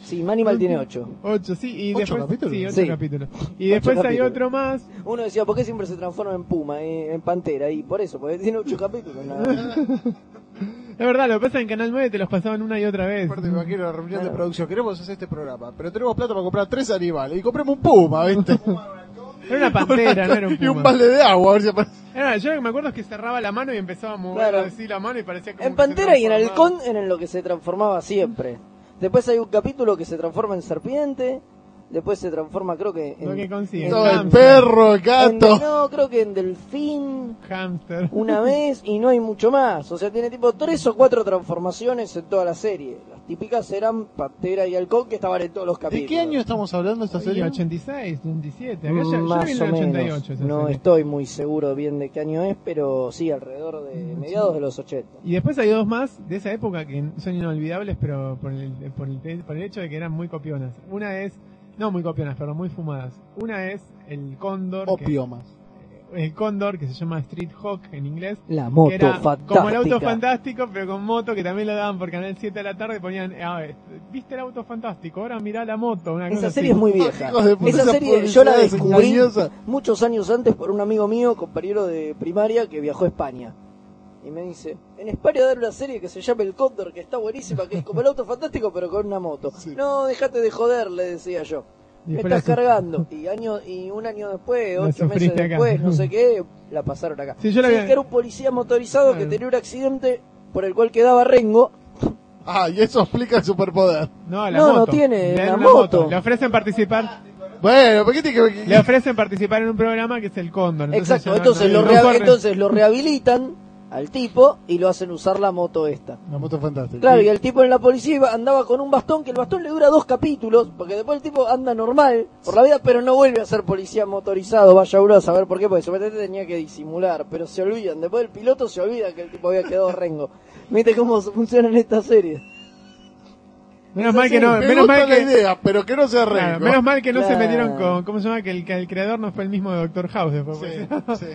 E: Sí, Manimal tiene ocho.
F: 8, sí. Y
C: ¿Ocho
F: después,
C: capítulos?
F: Sí, 8
E: Sí.
F: capítulos. Y
E: Ocho
F: después hay
E: capítulos.
F: otro más.
E: Uno decía, ¿por qué siempre se transforma en puma, eh, en pantera? Y por eso, porque tiene ocho capítulos. nada más.
F: Es verdad, lo que pasa en Canal 9 te los pasaban una y otra vez.
C: Aparte, me
F: [LAUGHS]
C: imagino la reunión de
E: Claro.
C: producción. Queremos hacer este programa, pero tenemos plata para comprar tres animales. Y compremos un puma, ¿viste?
F: Era una pantera, no [LAUGHS] era un
C: [LAUGHS] y un
F: puma.
C: balde de agua, a ver si aparece.
F: Era- yo lo que me acuerdo es que cerraba la mano y empezaba a mover
E: Claro.
F: así la mano y parecía como
E: En
F: que se
E: pantera y en
F: transformaba.
E: halcón eran lo que se transformaba siempre. Después hay un capítulo que se transforma en serpiente. Después se transforma, creo que en.
F: Lo que consigue.
E: en-
C: Todo el
F: hamster.
C: perro, el
E: en-
C: gato.
E: no, creo que en delfín.
F: Hamster. [LAUGHS]
E: Una vez y no hay mucho más. O sea, tiene tipo tres o cuatro transformaciones en toda la serie. Las típicas eran pantera y halcón que estaban en todos los
C: ¿De
E: capítulos. Mm,
C: qué año estamos hablando esta
F: Y
C: serie?
F: 86, 87. Acá ya- yo la vi
E: Más
F: en
E: o
F: el 88.
E: menos.
F: esa
E: No
F: serie.
E: estoy muy seguro bien de qué año es, pero sí, alrededor de
F: Mm,
E: mediados de los 80.
F: Y después hay dos más de esa época que son inolvidables, pero por el, por el, te- por el hecho de que eran muy copionas. Una es, no muy copionas, pero muy fumadas. Una es el cóndor. que-
C: Opio más.
F: el cóndor eh, que se llama Street Hawk en inglés.
E: La
F: que
E: moto
F: era
E: fantástica.
F: como el auto fantástico, pero con moto, que también lo daban por Canal 7 de la tarde. Ponían, ah, viste el auto fantástico, ahora mirá la moto. Una cosa
E: Esa
F: así.
E: serie es muy vieja.
C: Hijos de puta,
E: Esa
C: esas
E: serie yo la
C: publicidades
E: descubrí
C: engañosas.
E: muchos años antes por un amigo mío, compañero de primaria, que viajó a España. Y me dice, en España dar una serie que se llama El Cóndor, que está buenísima, que es como el auto fantástico, pero con una moto.
C: Sí.
E: No, déjate de joder, le decía yo.
F: Y
E: Me
F: después
E: estás
F: la-
E: cargando. Y, año, y un año después,
F: La
E: ocho meses
F: sufriste acá.
E: después, no sé qué, la pasaron acá.
F: Sí, yo la vi-
E: que era un policía motorizado
F: Claro.
E: que tenía un accidente por el cual quedaba Rengo.
C: Ah, y eso explica el superpoder.
F: [LAUGHS] No, la
E: No, no
F: moto.
E: tiene,
F: Le dan
E: la
F: una moto.
E: moto.
F: Le ofrecen participar.
C: Bueno, ¿por qué tiene que.?
F: Le ofrecen participar en un programa que es el Cóndor.
E: Exacto,
F: ya no-
E: entonces,
F: no-
E: lo
F: no
E: reha-
F: corre.
E: entonces lo rehabilitan al tipo y lo hacen usar la moto esta.
C: [LAUGHS] La moto fantástica.
E: Claro, y el tipo en la policía iba- andaba con un bastón, que el bastón le dura dos capítulos, porque después el tipo anda normal por la vida, pero no vuelve a ser policía motorizado, vaya uno a saber por qué, porque supuestamente tenía que disimular, pero se olvidan, después el piloto se olvida que el tipo había quedado
F: [LAUGHS]
E: rengo. Viste cómo funcionan estas series.
F: Menos mal que
E: sí,
F: no,
C: Me
F: menos
C: gusta
F: mal
C: la
F: que,
C: idea, pero que no sea rengo.
F: claro, menos mal que no se
E: Claro.
F: metieron con, ¿cómo se llama? Que el, que el creador no fue el mismo de Doctor House. después,
C: Sí,
F: porque-
C: sí.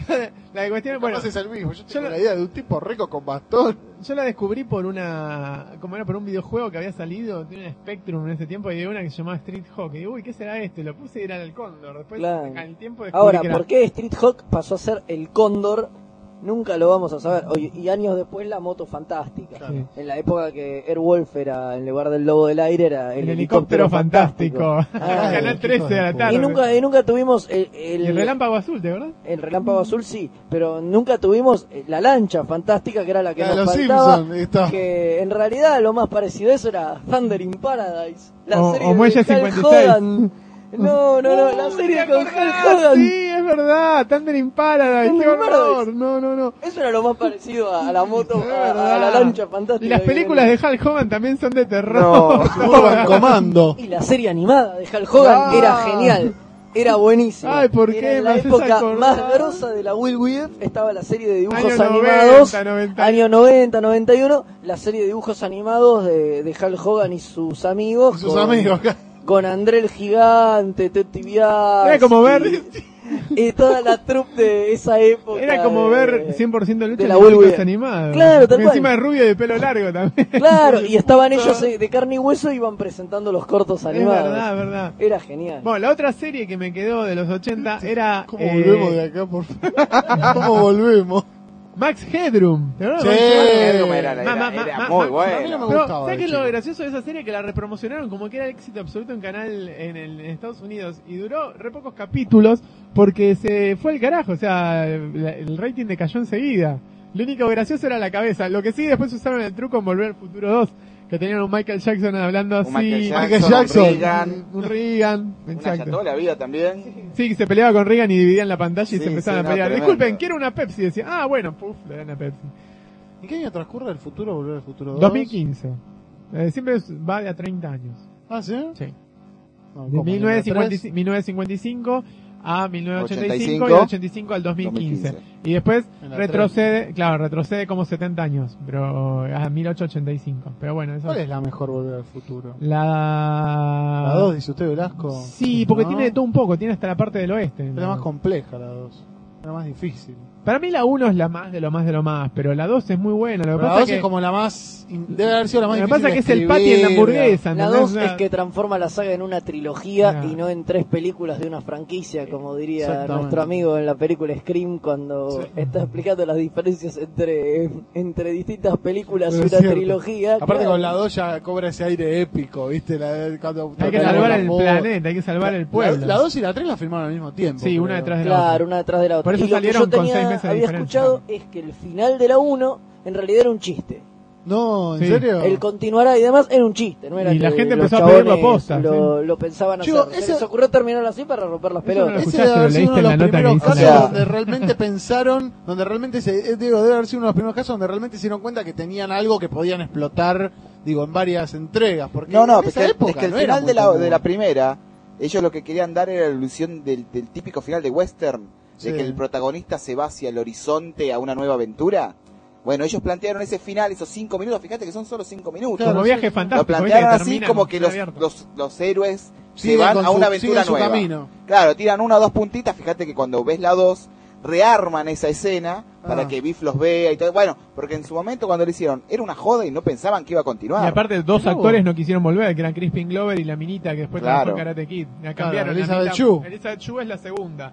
F: [LAUGHS] la cuestión, bueno,
C: Capaz es el mismo. Yo tengo
F: lo-
C: la idea de un tipo rico con
F: [LAUGHS]
C: bastón.
F: yo la descubrí por una, como era por un videojuego que había salido, tiene un Spectrum en ese tiempo, y de una que se llamaba Street Hawk. Y digo, uy, ¿qué será esto? Y Lo puse y era el cóndor. Después,
E: Claro.
F: al tiempo descubrí
E: Ahora,
F: que era-
E: ¿por qué Street Hawk pasó a ser el cóndor? Nunca lo vamos a saber. Oye, y años después la moto fantástica.
F: Sí.
E: En la época que Airwolf era, en lugar del lobo del aire, era el,
F: El helicóptero fantástico.
E: Ah,
F: [LAUGHS] Canal 13 a la tarde.
E: Y nunca, y nunca tuvimos el, el-
F: Y el relámpago azul, ¿de verdad?
E: el relámpago azul, sí, pero nunca tuvimos la lancha fantástica, que era la que
C: La de
E: nos
C: los
E: faltaba.
C: Simpsons, está.
E: Que en realidad lo más parecido a eso era Thunder in Paradise. La
F: O-
E: serie
F: o Muelle
E: de Hal
F: 56.
E: Hogan. No, no, no,
F: [LAUGHS]
E: la
F: Uy,
E: serie
F: ¿te
E: con
F: acordás?
E: Hal Hogan.
F: Sí, es verdad, Thunder in Paradise,
E: Thunder
F: qué
E: in Paradise.
F: horror. No, no, no.
E: Eso era lo más parecido a la moto,
F: Es
E: a, a la
F: verdad.
E: lancha
F: Y
E: fantástica.
F: las
E: que
F: películas
E: tenía.
F: de Hal Hogan también son de terror.
D: [LAUGHS] No.
F: [LAUGHS]
C: [LAUGHS] Suburban Comando.
E: Y la serie animada de Hal Hogan
F: Ah.
E: era genial. Era buenísima.
F: Ay, ¿por
E: Era en
F: qué? Me
E: la
F: haces
E: época
F: acordar.
E: más grosa de la Will Weird estaba la serie de dibujos
F: Año 90,
E: animados.
F: 90.
E: Año 90, 91. La serie de dibujos animados de, de Hal Hogan y sus amigos.
C: Sus amigos.
E: Con André el Gigante, Teti Bias.
F: Era como ver-
E: [LAUGHS] Y, eh, toda la troupe de esa época.
F: Era como
E: de-
F: ver 100% lucha
E: de la
F: en dibujitos
E: Bulbia.
F: animados.
E: Claro, tal
F: Y
E: cual.
F: Encima de rubio y de pelo largo también.
E: Claro, y
F: [LAUGHS]
E: estaban ellos eh, de carne y hueso y iban presentando los cortos
F: es
E: animados.
F: verdad, verdad.
E: Era genial.
F: Bueno, la otra serie que me quedó de los 80 era
C: ¿Cómo
F: eh,
C: volvemos de acá, por favor? [LAUGHS] ¿Cómo volvemos?
F: Max Headroom. ¿Te acuerdas?
C: Sí.
D: Era, era-
F: Ma, ma, ma,
D: era
F: ma,
D: muy
F: ma,
C: a mí no
D: bueno.
C: me
F: Pero,
C: gustaba
F: ¿sabes
C: de
F: qué es lo
C: chico.
F: gracioso de esa serie? Que la repromocionaron como que era el éxito absoluto en canal en, el- en Estados Unidos y duró re pocos capítulos porque se fue al carajo, o sea, la- el rating decayó enseguida. Lo único gracioso era la cabeza. Lo que sí, después usaron el truco en Volver al Futuro 2, que tenían un Michael Jackson hablando así.
D: Un Michael
C: Michael
D: Jackson,
C: Jackson.
D: un Reagan,
F: Un Reagan,
D: una
F: exacto.
D: Yatola había también.
F: Sí, que se peleaba con Reagan y dividían la pantalla y
D: Sí,
F: se
D: sí,
F: empezaban a
D: no,
F: pelear.
D: tremendo.
F: Disculpen, quiero una Pepsi. Decía, ah, bueno, puf, le dan a Pepsi.
C: ¿En qué año transcurre el futuro volver al futuro 2?
F: 2015. Eh, siempre es- va de a 30 años.
C: Ah, ¿sí?
F: Sí.
C: No,
F: De
C: ¿cómo? ¿En la
F: 1955
C: tres?
F: 1955 a 1985
D: 85,
F: y del 85 al 2015. Y después
C: En la
F: retrocede, claro, retrocede como 70 años, pero a 1885. Pero bueno, eso
C: ¿Cuál es la mejor volver al futuro?
F: la
C: La 2, dice usted, Velasco.
F: Sí, porque
C: ¿No?
F: tiene de todo un poco, tiene hasta la parte del oeste.
C: Era más compleja la 2. Era más difícil.
F: Para mí la 1 es la más de lo más de lo más, pero la 2 es muy buena. Lo que
C: La
F: pasa
C: 2
F: que
C: es como la más. in- Debe haber sido la
F: lo
C: más
F: que
C: difícil.
F: pasa
C: de
F: que es el
C: escribir,
F: patty en la hamburguesa,
E: La
F: ¿entendés?
E: 2
F: O sea,
E: es que transforma la saga en una trilogía
F: Claro.
E: y no en tres películas de una franquicia,
F: Eh,
E: como diría
C: Exactamente.
E: nuestro amigo en la película Scream cuando
C: Sí.
E: está explicando las diferencias entre, entre distintas películas
C: Pero
E: y
C: es
E: una
C: cierto.
E: trilogía.
C: Aparte
E: claro.
C: con la 2 ya cobra ese aire épico, ¿viste? La, cuando
F: Hay que
C: tocan
F: salvar
C: la
F: el
C: moda.
F: planeta, hay que salvar el pueblo.
C: La 2 y la 3 la firmaron al mismo tiempo.
F: Sí, una
C: creo.
F: detrás de la otra.
E: Claro, una detrás de la otra.
F: Por eso
E: y lo
F: salieron
E: que yo
F: con
E: tenía,
F: seis meses de
E: había
F: diferencia.
E: escuchado es que el final de la 1 en realidad era un chiste.
C: No, ¿en
F: Sí.
C: serio?
E: El continuará y demás era un chiste, no era
F: Y la
E: que
F: gente
E: los
F: empezó a pedirlo
E: chabones
F: posta,
E: Lo, lo pensaban
C: Chico,
E: hacer.
C: ese-
E: Se les ocurrió terminarlo así para romper las
F: Eso no
E: pelotas.
F: lo
C: Ese
F: escuchaste,
C: debe haber
F: lo
C: sido uno de los
F: leíste en la nota que
C: primeros
F: hizo
C: casos
E: la-
C: donde realmente pensaron, donde realmente se, eh, digo, debe haber sido uno de los primeros casos donde realmente se dieron cuenta que tenían algo que podían explotar, digo, en varias entregas. Porque
D: No, no,
C: en
D: es
C: esa
D: que,
C: época
D: es que el
C: no era
D: final
C: muy
D: de la,
C: común.
D: de la primera, ellos lo que querían dar era la ilusión del, del típico final de western,
C: Sí.
D: de que el protagonista se va hacia el horizonte a una nueva aventura. Bueno, ellos plantearon ese final, esos cinco minutos, fíjate que son solo cinco minutos.
F: Como
C: Claro,
F: viaje
C: sí.
D: lo
F: fantástico. ¿viste?
D: plantearon así
F: termina
D: como
F: en
D: que
F: cielo
D: los,
F: abierto.
D: los, los héroes se
C: Siguen
D: van
C: con
D: a una
C: su-
D: aventura
C: siguen su
D: nueva.
C: camino.
D: Claro, tiran una o dos puntitas, fíjate que cuando ves la dos, rearman esa escena para
C: Ah.
D: que Biff los vea y todo. Bueno, porque en su momento cuando lo hicieron, era una joda y no pensaban que iba a continuar.
F: Y aparte, dos
C: Mirá vos.
F: actores no quisieron volver, que eran Crispin Glover y la minita que después
D: Claro.
F: trabajó en Karate Kid. La cambiaron. la
C: Elizabeth
F: minita-
C: Shue.
F: Elizabeth Shue es la segunda.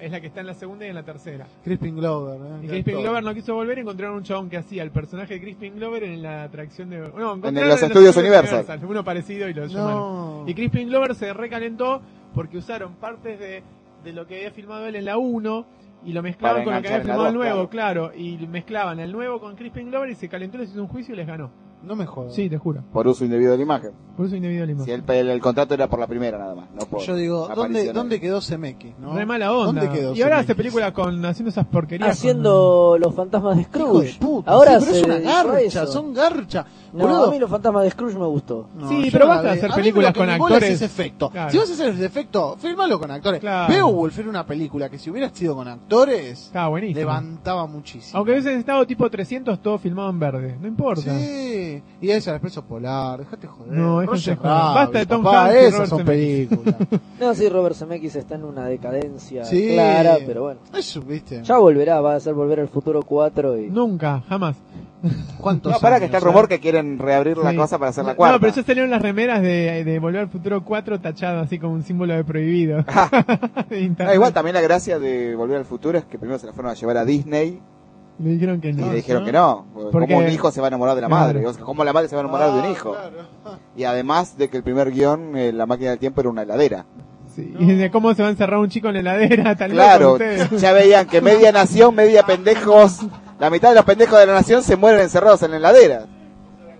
F: Es la que está en la segunda y en la tercera.
C: Crispin Glover. eh,
F: Y
C: el
F: Crispin
C: actor.
F: Glover no quiso volver y encontraron un chabón que hacía el personaje de Crispin Glover en la atracción de... No, encontraron
D: los estudios Universal.
F: Uno parecido y lo llamaron.
C: No.
F: Y Crispin Glover se recalentó porque usaron partes de, de lo que había filmado él en la 1 y lo mezclaban
D: Para
F: con lo que
D: enganchar
F: había
D: en la
F: filmado el
D: dos,
F: nuevo, claro. Y mezclaban el nuevo con Crispin Glover y se calentó, les hizo un juicio y les ganó.
C: No me jodas.
F: Sí, te juro.
D: Por uso indebido de la imagen.
F: Por eso indebido la
D: Si
F: imagen.
D: el, el- el contrato era por la primera nada más, no por
C: Yo digo,
D: la
C: ¿dónde,
D: aparición
C: ¿dónde
D: en-
C: quedó Semeki? ¿no?
F: Re mala onda.
C: ¿Dónde quedó
F: y ahora
C: Zemeckis?
F: hace películas con haciendo esas porquerías. con-
E: haciendo los fantasmas de
C: Hijo de
E: Scrooge.
C: puta,
E: Ahora
C: sí, pero es
E: se
C: una
E: dedicó a
C: garcha,
E: eso.
C: son garcha.
E: No,
C: Boludo,
E: a mí los fantasmas de Scrooge me gustó.
C: No,
F: Sí,
C: yo
F: pero
C: no la
F: basta de
C: veo.
F: hacer
C: A mí
F: películas
C: lo que
F: con
C: me mola es
F: actores.
C: ese efecto.
F: Claro.
C: Si vas a hacer ese efecto, filmalo con actores.
F: Claro.
C: Beowulf era una película que si hubiera sido con actores,
F: Estaba buenísimo.
C: levantaba muchísimo.
F: Aunque hubiesen estado tipo 300, todo filmado en verde. No importa.
C: Sí, y esa, el expreso polar, dejate joder.
F: No, déjate
C: Roger
F: joder.
C: Rabbit,
F: Basta de Tom
C: papá,
F: Hanks y
C: Esas
F: Robert
C: son
F: Zemeckis. [LAUGHS]
C: películas.
E: No, sí, Robert Zemeckis está en una decadencia
C: Sí.
E: clara, pero bueno.
C: Eso, viste.
E: Ya volverá, va a ser volver al futuro 4 y...
F: Nunca, jamás.
C: ¿Cuántos
D: No, para que
C: años,
D: está el
C: eh?
D: rumor que quieren reabrir la
F: Sí.
D: cosa para hacer la
F: No,
D: cuarta.
F: No, pero ya salieron las remeras de, de Volver al Futuro 4 tachado así con un símbolo de prohibido. [LAUGHS] De internet.
D: No, Ah. igual también la gracia de Volver al Futuro es que primero se la fueron a llevar a Disney
F: Le dijeron que
D: y
F: no.
D: le dijeron que no.
F: Porque-
D: ¿Cómo un hijo se va a enamorar de la madre?
F: Claro.
D: O sea, ¿Cómo la madre se va a enamorar de un
C: Ah,
D: hijo?
C: claro.
D: Y además de que el primer guión, eh, La máquina del tiempo, era una heladera.
F: Sí. Y de cómo se va a encerrar un chico en la heladera, tal
D: Claro, ya veían que
F: [LAUGHS]
D: media nación, media pendejos, la mitad de los pendejos de la nación se mueren encerrados en la heladera.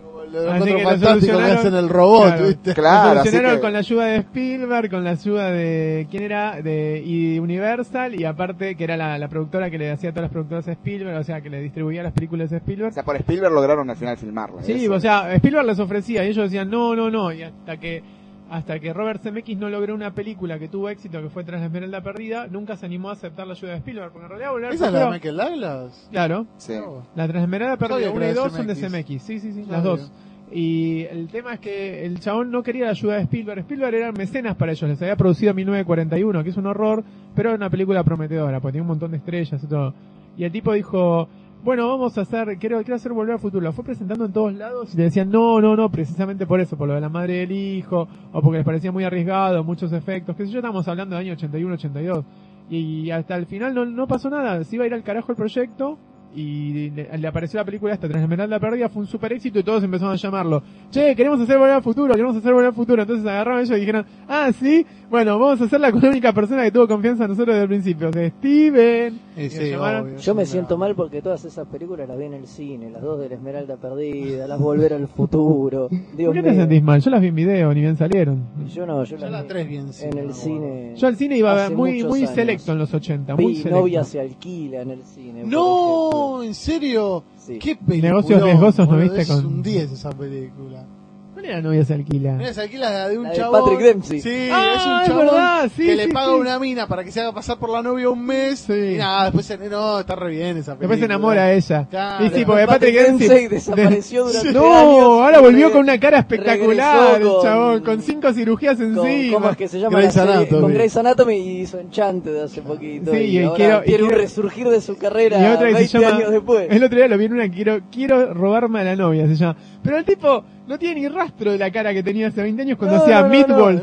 C: Como Lo de los
F: Así
C: cuatro
F: que lo
C: fantásticos que
F: solucionaron-
C: hacen el robot,
F: Claro.
C: viste.
D: Claro, así
F: Funcionaron
D: que...
F: con la ayuda de Spielberg, con la ayuda de quién era de y Universal y aparte que era la, la productora que le hacía todas las productoras a Spielberg, o sea que le distribuía las películas a
D: O
F: Spielberg.
D: sea, por Spielberg lograron al final filmarla.
F: Sí,
D: eso.
F: o sea, Spielberg les ofrecía y ellos decían no, no, no y hasta que hasta que Robert Zemeckis no logró una película que tuvo éxito que fue Tras la Esmeralda Perdida, nunca se animó a aceptar la ayuda de Spielberg porque en realidad volver al
C: ¿Esa es la de
F: futuro-
C: Michael Douglas?
F: claro,
D: Sí.
F: la Tras la Esmeralda Perdida
C: Sabía que
F: 1 y
C: era de
F: 2 son de
C: Zemeckis.
F: Zemeckis, sí, sí, sí,
C: Sabía.
F: las dos. Y el tema es que el chabón no quería la ayuda de Spielberg. Spielberg eran mecenas para ellos, les había producido 1941, que es un horror, pero era una película prometedora, porque tenía un montón de estrellas y todo. Y el tipo dijo, bueno, vamos a hacer, quiero, quiero hacer volver al futuro. La fue presentando en todos lados y le decían, no, no, no, precisamente por eso, por lo de la madre del hijo, o porque les parecía muy arriesgado, muchos efectos, qué sé yo, estamos hablando del año 81, 82. Y hasta el final no, no pasó nada, se iba a ir al carajo el proyecto, y le, le apareció la película esta, Tras la Esmeralda Perdida, fue un super éxito y todos empezaron a llamarlo. Che, queremos hacer volver al futuro, queremos hacer volver al futuro. Entonces agarraron ellos y dijeron, ah, sí, bueno, vamos a ser la única persona que tuvo confianza en nosotros desde el principio, o sea, Steven.
C: Y
F: Y
C: sí,
F: lo llamaron.
C: obvio.
E: Yo me siento mal porque todas esas películas las vi en el cine, las dos de la Esmeralda Perdida, las Volver al Futuro.
C: [LAUGHS]
E: Dios
F: ¿Por qué te
E: mío.
F: sentís mal? Yo las vi en video, ni bien salieron.
E: Yo no, yo,
C: Yo
E: las
C: las
E: vi
C: tres bien
E: en el cine.
F: Yo al cine iba
E: Hace
F: muy,
E: muchos
F: muy
E: años.
F: selecto en los 80, muy
E: Vi
F: selecto.
E: novia se alquila en el cine. por ejemplo.
C: No, en serio.
E: Sí.
C: Qué película.
F: Negocios riesgosos, ¿no viste?
C: Es
F: Con- Eh.
C: un 10 esa película.
F: ¿Cuál era novia se alquila?
C: Mira, se alquila la de un
E: La de
C: chabón.
E: Patrick Dempsey.
C: Sí,
F: Ah,
C: es un
F: es
C: chabón
F: verdad, sí,
C: que
F: sí,
C: le paga
F: sí.
C: una mina para que se haga pasar por la novia un mes.
F: Sí.
C: Y nada, después se, no, está re bien esa película.
F: Después se enamora a ella.
C: Claro.
F: Y sí, porque Patrick
E: Patrick
F: Dempsey
E: Dempsey desapareció durante
F: No,
E: años.
F: ahora volvió
E: Reg-
F: con una cara espectacular, el
E: regresó con-
F: chabón, con cinco cirugías
E: Con, ¿Cómo
F: encima.
E: es que se llama?
C: Grey's
E: la serie?
C: Anatomy.
E: Con Grey's Anatomy y hizo Enchante de hace poquito.
F: Sí,
E: y,
F: y
E: ahora
F: quiero- y
E: tiene un
F: quiero-
E: resurgir de su carrera
F: Y otra que
E: 20
F: se llama,
E: años después.
F: el otro día lo vi en una, quiero, quiero robarme a la novia, se llama. Pero el tipo no tiene ni rastro de la cara que tenía hace 20 años cuando
E: No,
F: hacía
E: no, no,
F: Meatballs,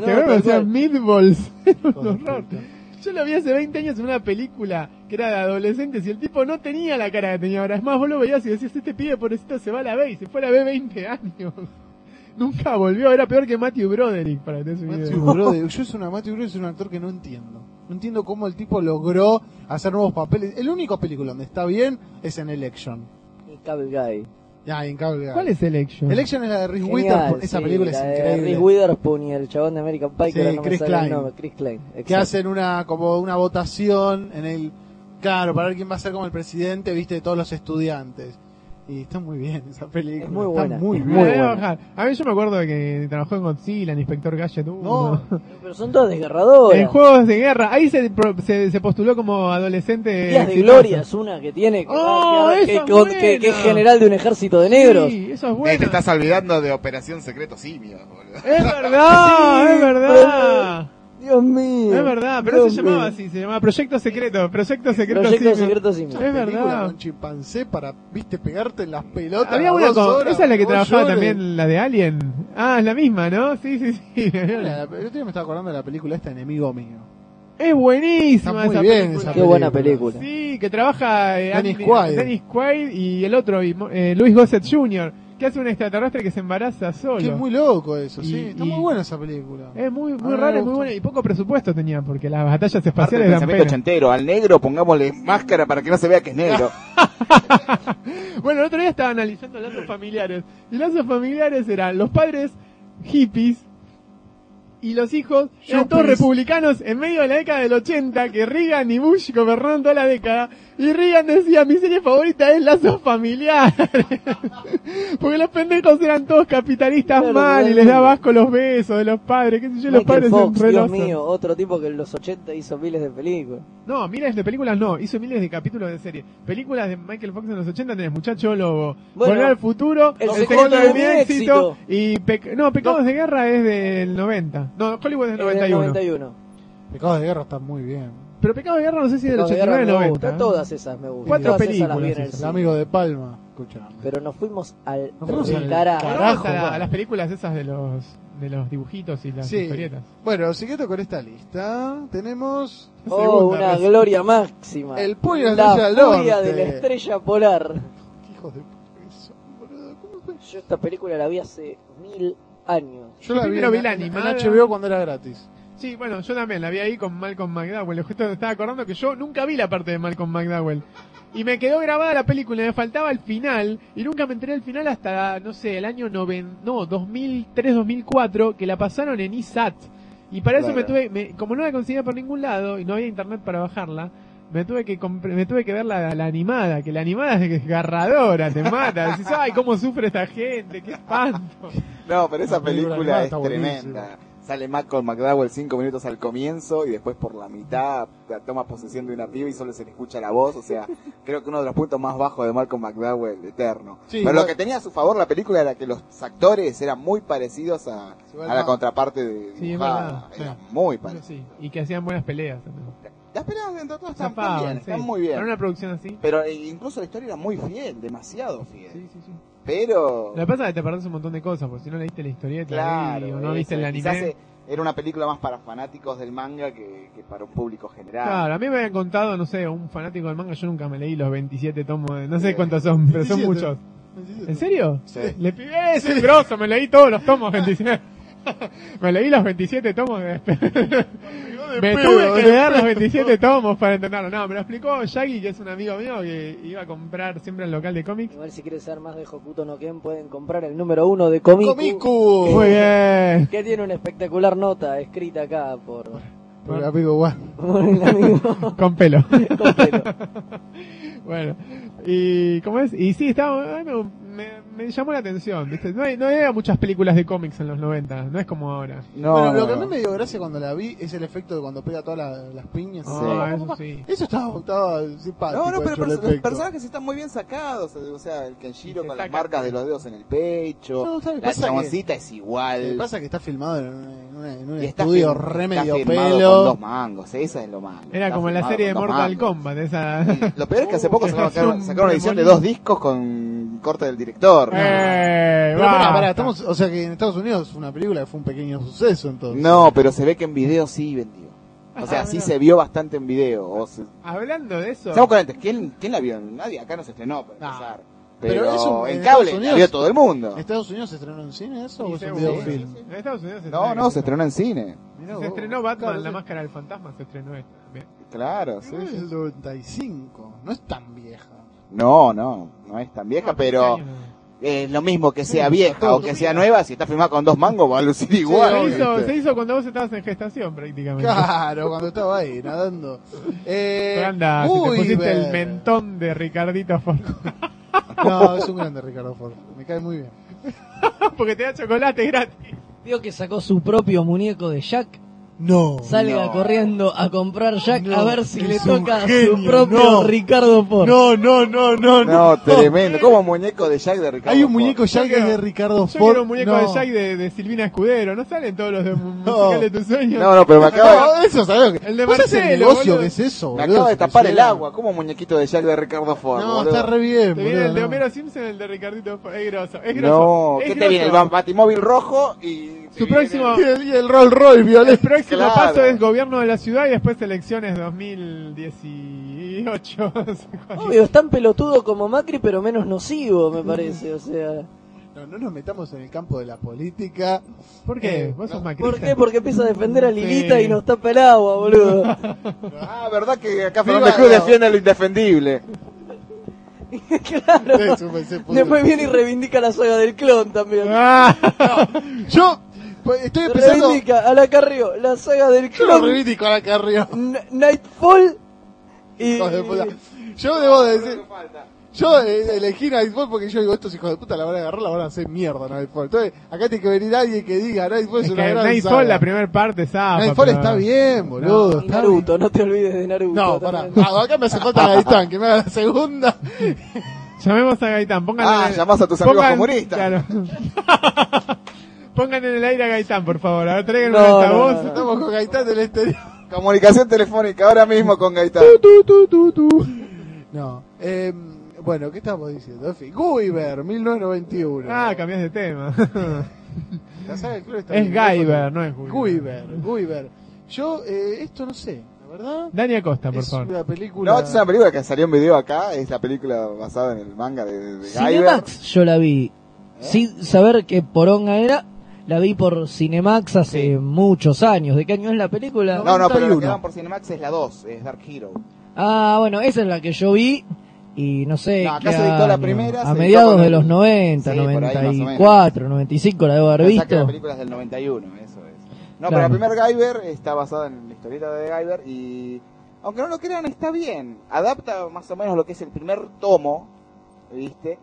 E: no,
F: ¿te
E: no,
F: acuerdas?
E: tal
F: Hacía
E: cual.
F: Meatballs. [LAUGHS] Era un
C: Joder,
F: horror.
C: puta.
F: Yo lo vi hace 20 años en una película que era de adolescentes y el tipo no tenía la cara que tenía ahora. Es más, vos lo veías y decías, este pibe pobrecito se va a la B y se fue a la B 20 años. [LAUGHS] Nunca volvió, era peor que Matthew Broderick para tener su
C: Matthew
F: video.
C: Broderick. Yo es, una, Matthew Broderick es un actor que no entiendo. No entiendo cómo el tipo logró hacer nuevos papeles. El único película donde está bien es en Election.
E: El Cable Guy.
C: Ah, en Cable Guy.
F: ¿Cuál es Election?
C: Election es la de Reese
E: Genial,
C: Witherspoon. Esa
E: sí,
C: película
E: la
C: es
E: de
C: increíble.
E: Reese Witherspoon y el chabón de American Pie,
C: Sí,
E: que ahora no me
C: Chris
E: sale el
C: Klein.
E: nombre, Chris Klein.
C: que
E: exacto.
C: hacen una como una votación en el claro para ver quién va a ser como el presidente viste de todos los estudiantes y está muy bien esa película
E: Es muy
C: está
E: buena,
C: muy
E: es
C: bien
E: muy
F: Ah,
E: buena.
F: debe bajar. A mí yo me acuerdo de que trabajó en Godzilla, en Inspector Gadget uno.
E: Pero son todas desgarradoras.
F: En Juegos de Guerra. Ahí se, pro- se, se postuló como adolescente.
E: Días de
F: exitoso.
E: Gloria es una que tiene que,
F: ¡Oh,
E: que-
F: esa
E: que-
F: es
E: que- que es
F: buena!
E: general de un ejército de negros.
F: Sí, eso es
D: Eh,
F: bueno.
D: te estás olvidando de Operación Secreto Simio,
C: [LAUGHS]
D: boludo.
F: Es verdad, es verdad.
E: Dios mío.
F: Es verdad, pero no se
E: Dios
F: llamaba
E: mío.
F: así, se llamaba Proyecto Secreto, Proyecto Secreto
E: Proyecto
F: Simio.
E: Secreto Simio.
F: Es
C: película
F: verdad.
C: con chimpancé para viste pegarte en las pelotas
F: Había
C: las
F: una
C: dos
F: con,
C: horas,
F: esa es la que
C: vos
F: trabajaba
C: llores.
F: también, la de Alien. Ah, es la misma, ¿no? Sí, sí, sí.
C: Mira, el otro día me estaba acordando de la película esta enemigo mío
F: Es
C: está
F: buenísima
C: muy
F: esa
C: bien
F: película.
C: esa
E: Qué buena película.
F: Sí, que trabaja eh,
C: Dennis
F: Andy-
C: Quaid.
F: Dennis Quaid y el otro, y Mo- eh, Luis Gossett Jr., que hace un extraterrestre que se embaraza solo.
C: que es muy loco eso sí
F: Y-
C: está
F: y- Eh.
C: muy buena esa película
F: Es muy, muy
C: Ah,
F: rara,
C: me
F: es muy
C: gusta.
F: buena y poco presupuesto tenía porque las batallas
D: Parte
F: espaciales
D: del
F: eran
D: pensamiento
F: pena.
D: ochentero. Al negro pongámosle máscara para que no se vea que es negro.
F: Bueno, el otro día estaba analizando lazos familiares y lazos familiares eran los padres hippies y los hijos eran todos
C: Yuppies.
F: republicanos en medio de la década del 80 que Reagan y Bush gobernaron toda la década y Reagan decía mi serie favorita es lazos familiares [LAUGHS] porque los pendejos eran todos capitalistas
E: Claro,
F: mal y
E: bueno.
F: les daba asco los besos de los padres qué sé yo los
E: Michael
F: padres
E: Fox,
F: son
E: Dios
F: relosos.
E: mío, otro tipo que en los 80 hizo miles de películas.
F: No, miles de películas no, hizo miles de capítulos de serie. Películas de Michael Fox en los 80 tenés Muchacho Lobo,
E: Bueno,
F: Volver al Futuro,
E: El secreto de mi éxito.
F: y Pec- no, Pecados de Guerra es del 90. No, Hollywood es del
E: En el
F: 91.
E: 91.
C: Pecados de guerra está muy bien
F: Pero Pecados de Guerra no sé si es del
E: Cuando
F: 89 o del
E: agarran me gustan,
F: 90.
E: Todas esas me gustan.
F: Cuatro
E: Todas esas las vi en
F: películas
E: el
C: el
E: cine.
C: amigo de Palma escuchame
E: Pero nos fuimos al
C: Nos fuimos al
E: carajo.
F: Volvamos a, la- a las películas esas de los de los dibujitos y las
C: Sí.
F: historietas.
C: Bueno, siguiendo con esta lista, tenemos
E: Oh, una
C: res-
E: gloria máxima.
C: El puño de la
E: la
C: estrella del
E: furia
C: norte.
E: de la estrella polar.
C: Hijos de puta que son, boludo. ¿Cómo fue?
E: Yo esta película la vi hace mil años.
C: Yo la vi,
F: Primero
C: en,
F: vi la
C: en- en
F: animada.
C: HBO cuando era gratis.
F: Sí, bueno, yo también la vi ahí con Malcolm McDowell. Justo me estaba acordando que yo nunca vi la parte de Malcolm McDowell. Y me quedó grabada la película, me faltaba el final. Y nunca me enteré del final hasta, no sé, el año noven... no, 2003, 2004, que la pasaron en E ISAT. Y para eso me
D: Claro.
F: tuve, me- como no la conseguía por ningún lado y no había internet para bajarla, me tuve que compre- me tuve que ver la, la animada, que la animada es desgarradora, te mata. Decís, ay, cómo sufre esta gente, qué espanto.
D: No, pero esa
C: La película
D: película
C: animada
D: es
C: está
D: tremenda. Sale Malcolm McDowell cinco minutos al comienzo y después por la mitad toma posesión de una piba y solo se le escucha la voz. O sea, creo que uno de los puntos más bajos de Malcolm McDowell, eterno.
C: Sí,
D: Pero
C: igual-
D: lo que tenía a su favor la película era que los actores eran muy parecidos a,
C: Igual
D: a la
C: no.
D: contraparte de
F: Sí, es
D: dibujada.
F: verdad,
D: Eran
F: sí.
D: muy
F: Pero
D: parecidos.
F: sí, y que hacían buenas peleas también.
D: Las peleas dentro de todo están, están
F: Zafaban,
D: bien,
F: sí.
D: están muy bien.
F: Para una producción así.
D: Pero eh, incluso la historia era muy fiel, demasiado fiel.
F: Sí, sí, sí.
D: Pero...
F: Lo que pasa es que te perdés un montón de cosas, porque si no leíste la historieta ahí, o
D: Claro,
F: no viste
D: eso,
F: el
D: quizás,
F: anime.
D: eh, era una película más para fanáticos del manga que, que para un público general.
F: Claro, a mí me habían contado, no sé, un fanático del manga, yo nunca me leí los 27 tomos, de- no sé cuántos son, pero son
C: 27.
F: muchos. ¿En serio?
D: Sí.
F: Le pidió, es un grosso, me leí todos los tomos 27. [LAUGHS] me leí los 27 tomos de... [LAUGHS] me tuve que leer los 27 tomos para entenderlo. No, me lo explicó Shaggy, que es un amigo mío que iba a comprar siempre al local de cómics.
E: Igual si quieren saber más de Hokuto no Ken pueden comprar el número uno de Comiku,
C: Comiku.
F: Muy bien.
E: que tiene una espectacular nota escrita acá por,
C: Por el amigo Juan.
E: por el amigo [LAUGHS]
F: Con pelo.
E: Copelo.
F: Bueno, y ¿cómo es? Y sí, estaba, ay, me, me- me llamó la atención, ¿viste? No, hay- no había muchas películas de cómics en los 90, no es como ahora.
D: No,
C: bueno, lo
D: no,
C: que a
D: no.
C: mí me dio gracia cuando la vi es el efecto de cuando pega todas la- las piñas.
D: Sí.
F: Ah, eso sí.
C: Eso estaba, estaba simpático.
D: No, no, pero
C: hecho el
D: perso- los
C: efecto.
D: personajes están muy bien sacados. O sea, el Kenshiro
F: Y se
D: con las
F: saca.
D: marcas de los dedos en el pecho.
C: No, ¿sabes?
D: la
C: Pasa que-
D: chaboncita es
C: Lo que
D: igual.
C: pasa es que está filmado en, un- en una- en un
D: Y está
C: estudio
D: fir-
C: re
D: está
C: medio
D: firmado con
C: pelo.
D: dos mangos. Esa es lo malo.
F: Era
D: Está
F: como la
D: firmado
F: serie de
D: con dos
F: Mortal
D: mangos.
F: Kombat, esa...
D: [LAUGHS]
F: [LAUGHS]
D: Lo peor es
C: [LAUGHS]
D: que hace poco
F: Uh,
D: sacaron,
F: es un
D: sacaron una edición de
F: remolino.
D: dos discos con corte del director.
F: Eh,
C: Pero pará,
F: basta.
C: pará, estamos, o sea que en Estados Unidos fue una película que fue un pequeño suceso entonces.
D: No, pero se ve que en video sí vendió. O sea,
F: Ah,
D: sí
F: mirá.
D: se vio bastante en video. O se-
F: Ah, Hablando de eso,
D: Seamos coherentes, ¿quién, ¿quién la vio? Nadie, acá no se estrenó para
C: No.
D: empezar. Pero,
C: Pero eso en
D: en cable
C: Estados
D: la
C: Unidos-
D: vio todo el mundo.
C: ¿En Estados Unidos se estrenó en cine eso o
F: sí,
C: es un
F: seguro.
C: videofilm?
F: en Estados Unidos se
D: No,
F: estrena-
D: no, se estrenó en cine.
C: Mirá vos.
F: Se estrenó Batman,
C: Claro,
F: la
C: sí.
F: máscara del fantasma, se estrenó esta también.
D: Claro, sí.
C: Pero es del 95, no es tan vieja.
D: No, no, no es tan vieja,
F: No,
D: pero
F: este año
D: es lo mismo que sea
C: Ah, Sí,
D: vieja o
C: todos
D: que
C: los
D: sea
C: días.
D: nueva, si está filmada con dos mangos va a lucir igual.
F: no. se, hizo,
D: ¿viste?
F: se hizo cuando vos estabas en gestación prácticamente.
C: Claro, cuando estaba ahí nadando. Eh,
F: Pero anda, si te
C: muy
F: pusiste el
C: bien.
F: mentón de Ricardito Ford.
C: No, es un grande Ricardo Ford. Me cae muy bien.
F: Porque te da chocolate gratis.
G: Vio que sacó su propio muñeco de Jack.
C: No.
G: Salga
D: No.
G: corriendo a comprar Jack
C: No,
G: a ver si le
C: es un
G: toca a su
C: genio,
G: propio
C: no.
G: Ricardo Ford.
C: No, no, no, no,
D: No, tremendo. Como muñeco de Jack de Ricardo.
C: Hay un
D: Ford.
C: muñeco ya
F: Yo
C: que es de
F: quiero-
C: Ricardo
F: Yo
C: Ford.
F: quiero un muñeco
C: no.
F: de Jack de, de Silvina Escudero. No salen todos los de mu- musical de tus sueños.
D: No, no,
C: [LAUGHS]
D: pero me acaba,
C: No, eso, ¿sabes lo que?
F: El de
C: ¿Vos sabés el
F: Marcelo,
C: negocio
F: boludo.
C: que es eso,
D: me
C: boludo?
D: acaba de
C: Si te
D: tapar el
C: hicieran-
D: agua. Como muñequito de Jack de Ricardo Ford.
C: No,
D: boludo?
C: está re bien,
F: Te viene
C: boludo,
F: el de
C: no.
F: Homero Simpson, el de Ricardito Ford. Es grosso. Es grosso.
D: No,
F: es
D: ¿qué te
F: grosso.
D: viene? El batimóvil rojo y. te
F: Su
D: viene-
F: próximo-
C: Y el, [LAUGHS] y el Rolls Royce
F: [LAUGHS] El
C: violet.
F: próximo
D: Claro.
F: paso es gobierno de la ciudad y después elecciones [LAUGHS] 2018.
E: Obvio, es tan pelotudo como Macri, pero menos nocivo,
C: Mm.
E: me parece.
C: [LAUGHS]
E: O sea,
C: No, no nos metamos en el campo de la política.
F: ¿Por qué?
C: Eh,
F: Vos sos macrista.
E: ¿por qué?
F: [LAUGHS]
E: Porque empieza a defender a Lilita
F: Sí.
E: y nos tapa el agua,
C: [LAUGHS]
E: boludo. [LAUGHS]
D: Ah, verdad que acá Fernando
C: Viva-
D: Cruz defiende lo indefendible.
E: claro.
C: Eso me- se puso-
E: Después viene y reivindica la saga del clon también.
F: Ah,
C: Yo pues, estoy empezando.
E: Reivindica a la Carrió, la saga del
C: Yo lo
E: clon,
C: reivindico ahora que arriba.
E: N- Nightfall y...
C: hijos de puta. Yo debo decir. Yo eh, elegí Nightfall porque yo digo, estos hijos de puta la van a agarrar, la van a hacer mierda Nightfall. Entonces, acá tiene que venir alguien que diga Nightfall es,
F: es
C: una
F: que
C: gran
F: Eh, Nightfall,
C: saga.
F: la primera parte, zapa,
C: Nightfall
F: pero-
C: está bien, boludo.
E: y
C: está bien.
E: Naruto, no te olvides de Naruto.
C: No, pará.
E: también.
C: Ah, acá me hace falta la Gaitán, que me haga la segunda.
F: Llamemos a Gaitán, pongan
D: Ah,
F: en el-
D: llamás a tus amigos
F: pongan-
D: comunistas.
F: claro. [LAUGHS] pongan en el aire a Gaitán, por favor. A ver, traigan
E: No,
F: un
E: no,
F: altavoz.
E: no, no.
C: Estamos con Gaitán del exterior.
D: Comunicación telefónica ahora mismo con Gaitán.
C: Tu, tu, tu, tu. No. Eh, bueno, ¿qué estamos diciendo? En fin, Guyver, 1991.
F: Ah, cambias de
D: [LAUGHS]
F: tema.
C: La saga del clon está
F: [LAUGHS] es
C: bien.
F: Guyver, no es Guyver.
C: Guyver, Guyver. Yo, eh, esto no sé, la verdad.
F: Dani Acosta, por
C: es
F: favor.
C: una película.
D: No, esta es una película que salió en video acá, es la película basada en el manga de, de Guyver.
G: Cinemax yo la vi. Sin saber qué poronga era, la vi por Cinemax hace
D: Sí.
G: muchos años. ¿De qué año es la película?
D: No, no, pero la que
C: 91.
D: dan por Cinemax es la 2, es Dark Hero.
G: Ah, bueno, esa es la que yo vi. Y no sé.
D: No, acá
G: qué
D: se dictó la
G: año.
D: primera, se
G: A
D: dictó
G: mediados
D: con
G: de
D: el-
G: los 90,
D: Sí, por ahí más o menos.
G: 94, 95, la debo haber
D: Pensá que la
G: visto.
D: película es del 91, eso es. No,
G: Claro.
D: pero la primera Guyver está basada en la historieta de Guyver y, aunque no lo crean, está bien. Adapta más o menos lo que es el primer tomo, ¿viste?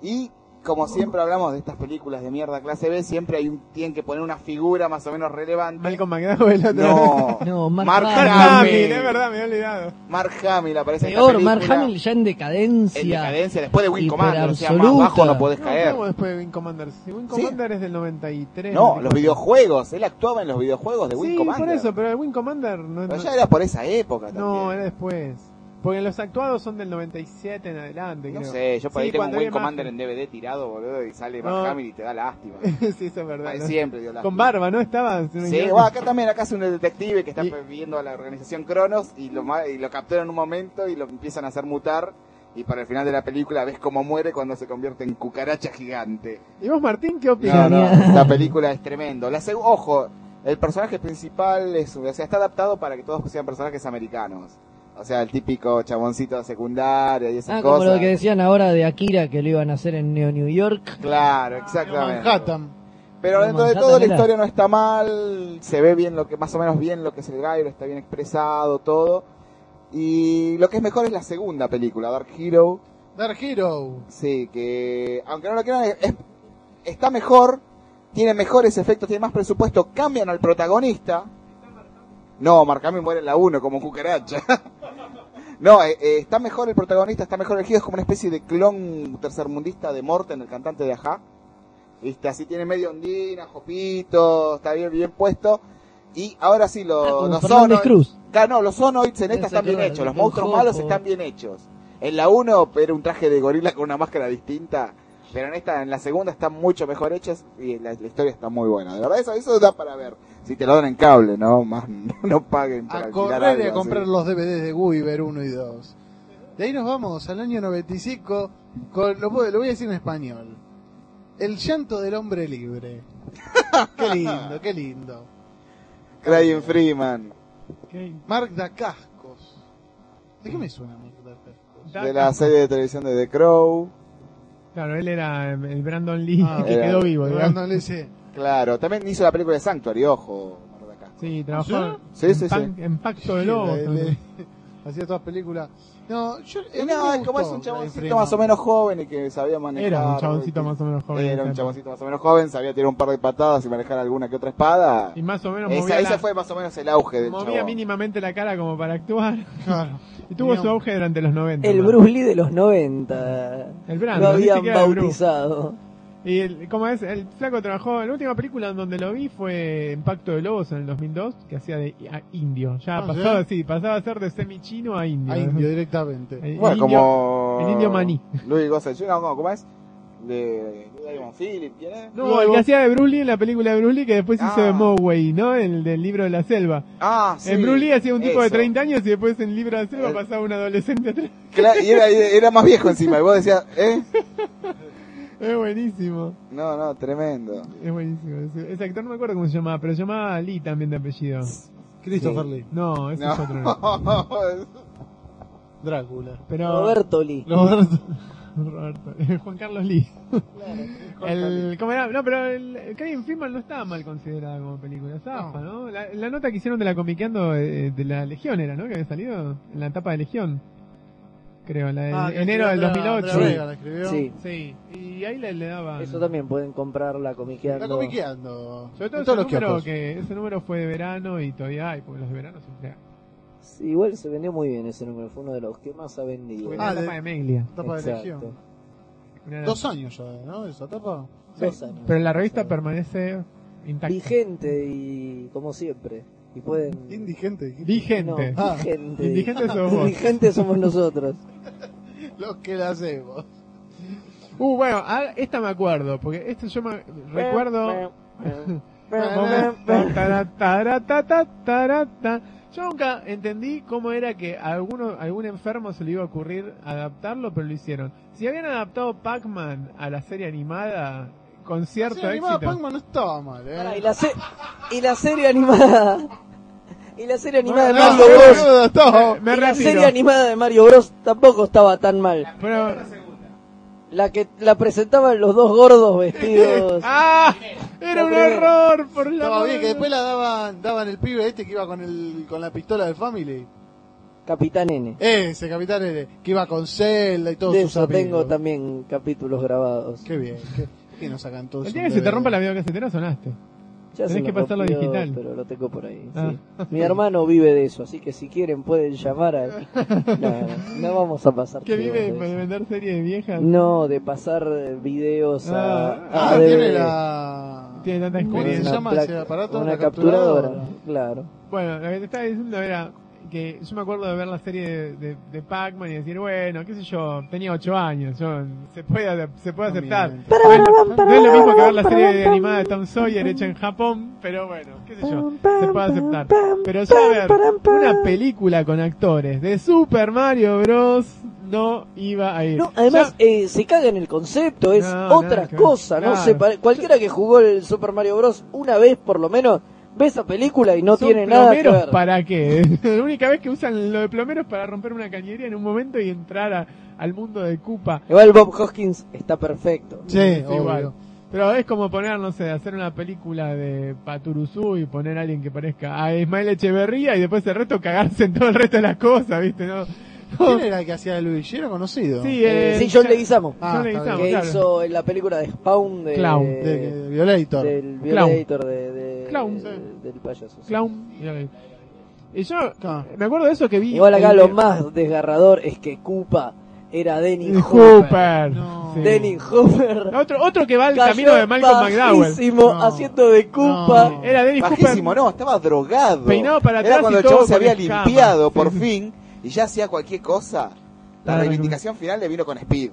D: Y como siempre hablamos de estas películas de mierda clase B, siempre hay un, tienen que poner una figura más o menos relevante.
F: Malcolm McDowell. otra vez.
D: No,
G: [LAUGHS] No, Mark
D: Mark
G: Hamill.
F: Ah,
D: Hamill.
F: mira, es verdad, me he olvidado.
D: Mark Hamill aparece
G: Peor,
D: en esta película.
G: Mark Hamill ya en decadencia.
D: En decadencia, después de Win
G: Hiper
D: Commander, o sea, más
G: absoluta.
D: bajo no podés
F: No,
D: caer.
F: ¿cómo después de Win Commander? Si Win
D: Sí.
F: Commander es del 93.
D: No, los
F: 94.
D: videojuegos, él actuaba en los videojuegos de Win
F: Sí,
D: Commander.
F: por eso, pero el Win Commander no,
D: Pero
F: no-
D: ya era por esa época también.
F: no, era después. Porque los actuados son del 97 en adelante,
D: No
F: creo.
D: sé, yo por ahí
F: Sí,
D: tengo un
F: cuando
D: Win
F: había
D: Commander en DVD tirado, boludo, y sale Mark
F: No.
D: Hamill y te da
F: [LAUGHS]
D: lástima.
F: [LAUGHS] sí, eso es verdad.
D: Ay,
F: ¿no?
D: Siempre dio lástima.
F: Con barba, ¿no? Estaba. si no me
D: Sí,
F: equivoco.
D: bueno, acá también, acá es un detective que está
F: Y-
D: viendo a la organización Cronos y lo, ma- y lo capturan en un momento y lo empiezan a hacer mutar y para el final de la película ves cómo muere cuando se convierte en cucaracha gigante.
F: ¿Y vos, Martín, qué
D: No,
F: opinas?
D: no,
G: Genial.
D: la película es tremendo. La seg- ojo, el personaje principal es, o sea, está adaptado para que todos sean personajes americanos. O sea, el típico chaboncito de secundaria y esas
G: Ah, como
D: cosas.
G: lo que decían ahora de Akira que lo iban a hacer en Neo New York.
D: Claro, exactamente.
C: Manhattan.
D: Pero
G: Pero
D: dentro de
G: Manhattan
D: todo la
G: era-
D: historia no está mal, se ve bien lo que, más o menos bien lo que es el Gairo, está bien expresado, todo. Y lo que es mejor es la segunda película, Dark Hero,
C: Dark Hero.
D: sí, que aunque no lo crean, es- está mejor, tiene mejores efectos, tiene más presupuesto, cambian al protagonista. No, Mark Hamill muere en la 1 como cucaracha. [LAUGHS] No, eh, eh, está mejor el protagonista, está mejor elegido, es como una especie de clon tercermundista de Morten, el cantante de Ajá. Viste, así tiene medio ondina, jopito, está bien, bien puesto. Y ahora sí,
G: Ah,
D: los,
G: como
D: los
G: Fernández
D: Zonoid-
G: Cruz.
D: Claro, no, los Zonoids en esta
G: Esa,
D: están bien
G: claro,
D: hechos, los
G: el
D: monstruos
G: jopo.
D: malos están bien hechos. En la 1 era un traje de gorila con una máscara distinta, pero en esta, en la segunda están mucho mejor hechas y la, la historia está muy buena. De verdad, eso, eso da para ver. Si te lo dan en cable, no, más [LAUGHS] no paguen para
C: A
D: alquilar
C: correr y
D: algo
C: a comprar
D: así.
C: los DVDs de Gulliver 1 y 2. De ahí nos vamos al año 95. Con, lo, puedo- lo voy a decir en español. El llanto del hombre
D: [LAUGHS]
C: libre. qué lindo, qué lindo.
D: Crying Freeman,
F: Ok.
C: Mark da Cascos. ¿De qué me suena Mark da Cascos?
F: Da-
D: de la serie de televisión de The Crow.
F: Claro, él era eh, el Brandon Lee
C: Ah,
F: [LAUGHS] que
D: era-
F: quedó vivo, digamos.
C: Brandon Lee,
D: Claro, también hizo la película de Sanctuary, ojo. Mordecai.
F: Sí, trabajó
D: Sí, sí,
F: en,
D: sí.
F: Pan- en Pacto de Lobos.
C: Sí, le- le- Hacía todas películas. No, yo. a
D: Y
C: mí
D: nada,
C: me
D: como es
C: gustó
D: un chaboncito
C: Brian
D: más o
C: Freeman.
D: menos joven y que sabía manejar.
F: Era un chaboncito
D: ¿viste?
F: más o menos joven.
D: Era un chaboncito más o menos joven, sabía tirar un par de patadas y manejar alguna que otra espada.
F: Y más o menos
D: Esa,
F: movía,
D: ese
F: la-
D: fue más o menos el auge del
F: movía
D: chabón.
F: mínimamente la cara como para actuar.
C: Claro.
F: Y tuvo
C: Tenía
F: su
C: un-
F: auge durante los 90.
E: El
F: ¿no?
E: Bruce Lee de los 90.
F: El
E: lo
F: Brandon, ni
E: habían
F: siquiera el Bruce.
E: bautizado.
F: Y el, ¿cómo es? El flaco trabajó, la última película en donde lo vi fue en Pacto de Lobos en el 2002, que hacía de a- indio. Ya
C: Ah,
F: pasaba, sí, pasaba a ser de semi-chino a indio.
C: A Indio directamente.
F: El-
D: Bueno,
F: el indio-
D: como.
F: el indio maní.
D: [LAUGHS] Luis Gossett Jr., no, ¿cómo es? De. Diamond Philip, ¿quién es?
F: No, el que hacía de Bruce Lee en la película de Bruce Lee, que después hizo
D: Ah.
F: de Moway, ¿no? El del libro de la selva.
D: Ah, sí.
F: en Bruce Lee Eh, hacía un tipo de
D: eso. Eh.
F: 30 años y después en el libro de la selva
D: El-
F: pasaba un adolescente atrás. [LAUGHS]
D: Claro, y era, era más viejo encima, y vos decías, ¿eh?
F: Es buenísimo,
D: No, no,
F: [LAUGHS]
D: tremendo. [LAUGHS]
F: es buenísimo. Ese- Ese actor no me acuerdo cómo se llamaba, pero se llamaba Lee también de apellido.
C: Christopher
D: Sí.
C: Lee.
F: No, ese es
D: [LAUGHS]
F: otro. no.
D: No.
C: Drácula.
F: Pero
E: Roberto Lee.
C: Roberto.
F: [LAUGHS] Roberto. [LAUGHS] Juan Carlos Lee. El, ¿cómo era? No, pero el Kevin Freeman no estaba mal considerada como película. Zafa, ¿no? La, la nota que hicieron de la Comiqueando eh, de la Legión era, ¿no? Que había salido en la etapa de Legión. Creo, la de
C: Ah, que
F: enero del
C: escribió
F: 2008.
C: Andrea Vega, la escribió.
E: Sí.
F: Sí, y ahí le, le daban.
E: Eso también pueden comprar la
C: Está
E: comiqueando.
C: comiqueando.
F: Sobre todo
C: En
F: ese
C: todos los
F: número,
C: kioscos.
F: que ese número fue de verano y todavía hay, porque los de verano siempre
C: Ah,
F: hay.
E: Sí, Igual se vendió muy bien ese número, fue uno de los que más ha vendido.
F: Porque
C: Ah,
F: era la
C: de-
F: etapa de Meglia.
C: Tapa de
E: Exacto.
C: legión.
F: Una de las-
C: Dos años ya, ¿no? Esa tapa.
E: Dos años.
F: Pero la revista permanece intacta.
E: Vigente y como siempre. Y pueden...
C: Indigente.
F: Vigente.
E: No,
C: Ah,
E: vigente.
F: indigente sos vos.
E: [LAUGHS] Indigente somos nosotros.
C: Los que la hacemos.
F: Uh, bueno, ah, esta me acuerdo, porque esto yo me recuerdo.
E: Momento.
F: Tara, tara, tara, tara, ta. Yo nunca entendí cómo era que a alguno, algún enfermo se le iba a ocurrir adaptarlo, pero lo hicieron. Si habían adaptado Pac-Man a la serie animada, con cierto
C: Sí, animada
F: éxito.
C: Pac-Man no estaba mal, ¿eh?
E: Pará, y, la se- y la serie animada. Y la serie animada de
C: No,
E: Mario
C: no,
E: Bros.
C: no, no, estaba-
F: Me
E: Y la
F: retiro.
E: serie animada de Mario Bros tampoco estaba tan mal.
F: Pero-
E: La que la presentaban los dos gordos vestidos.
F: [LAUGHS] ¡Ah! Era un
E: Pobre.
F: error, por la
C: Estaba bien,
F: madre.
C: que después la daban, daban el pibe este que iba con el con la pistola de Family.
E: Capitán N.
C: Ese Capitán N, que iba con Zelda y todos
E: De
C: sus
E: eso
C: amigos.
E: tengo también capítulos grabados.
C: Qué bien, qué, que nos sacan todos. Ah,
F: El
C: sus
F: día que se te
C: deberes.
F: rompa la videocasetera sonaste.
E: Ya
F: Tenés
E: se me
F: que pasarlo
E: rompió,
F: digital.
E: Pero lo tengo por ahí.
F: Ah.
E: sí. Mi hermano vive de eso, así que si quieren pueden llamar a.
F: [LAUGHS]
E: No, no, no vamos a pasar.
F: Que
E: tiempo
F: vive
E: de
F: de
E: eso.
F: vender series viejas.
E: No, de pasar eh, videos a.
F: Ah,
C: Ah,
E: a
C: tiene
E: DVD.
C: la...
F: Tiene tanta
C: ¿Cómo
E: Con
C: se
F: experiencia.
C: llama
E: placa-
C: ese aparato?
E: Una
C: ¿La
E: capturadora,
C: capturadora?
E: claro.
F: Bueno, lo que te estaba diciendo era que yo me acuerdo de ver la serie de, de, de Pac-Man y decir, bueno, qué sé yo, tenía 8 años, yo- se puede, se puede aceptar.
C: Obviamente.
F: No es lo- no es lo mismo que ver la serie animada de Tom Sawyer hecha en Japón, pero bueno, qué sé yo, se puede aceptar. Pero ya ver una película con actores de Super Mario Bros. no iba a ir.
E: No, además
F: Ya-
E: eh, se caga en el concepto, es
F: No,
E: otra
F: nada que ver.
E: cosa, no
F: Claro.
E: se pare- cualquiera que jugó el Super Mario Bros una vez por lo menos ve esa película y no
F: son
E: tiene nada que
F: plomeros
E: ver.
F: para qué? [LAUGHS] la única vez que usan lo de plomeros para romper una cañería en un momento y entrar a- al mundo de Koopa.
E: Igual Bob Hoskins está perfecto.
C: Sí,
F: Es
C: obvio.
F: igual. Pero es como poner, no sé, hacer una película de Paturuzú y poner a alguien que parezca a Ismael Echeverría y después el resto cagarse en todo el resto de las cosas, ¿viste? No.
C: ¿Quién era el que hacía de Luigi? ¿Era conocido?
F: Sí,
E: Eh,
F: eh,
E: sí, John
F: ya-
E: Leguizamo,
C: Ah,
F: John
C: está
F: Leguizamo,
E: que
F: claro.
E: hizo en la película de Spawn de,
F: Clown.
C: De, de Violator.
E: del
F: Clown.
E: Violator de, de-
F: Clown,
E: de-
F: sí.
E: del payaso. sí.
F: Clown. Y yo
C: Ah.
F: me acuerdo de eso que vi.
E: Igual acá
F: el-
E: lo más desgarrador es que Koopa era Denny
F: el
E: Hooper.
F: Hooper.
C: No.
F: Sí.
E: Denny Hooper.
F: Otro, otro que va al
E: cayó
F: camino de Malcolm McDowell.
E: bajísimo,
C: No.
E: haciendo de Koopa.
C: No.
F: Era Dennis Hooper.
D: Bajísimo, no, estaba drogado.
F: Peinado para
D: Era
F: atrás
D: cuando
F: y
D: el
F: todo
D: chabón se
F: con
D: había
F: escamas.
D: limpiado
F: [LAUGHS]
D: por
F: Sí.
D: fin y ya hacía cualquier cosa. La
F: Claro.
D: reivindicación final le vino con Speed.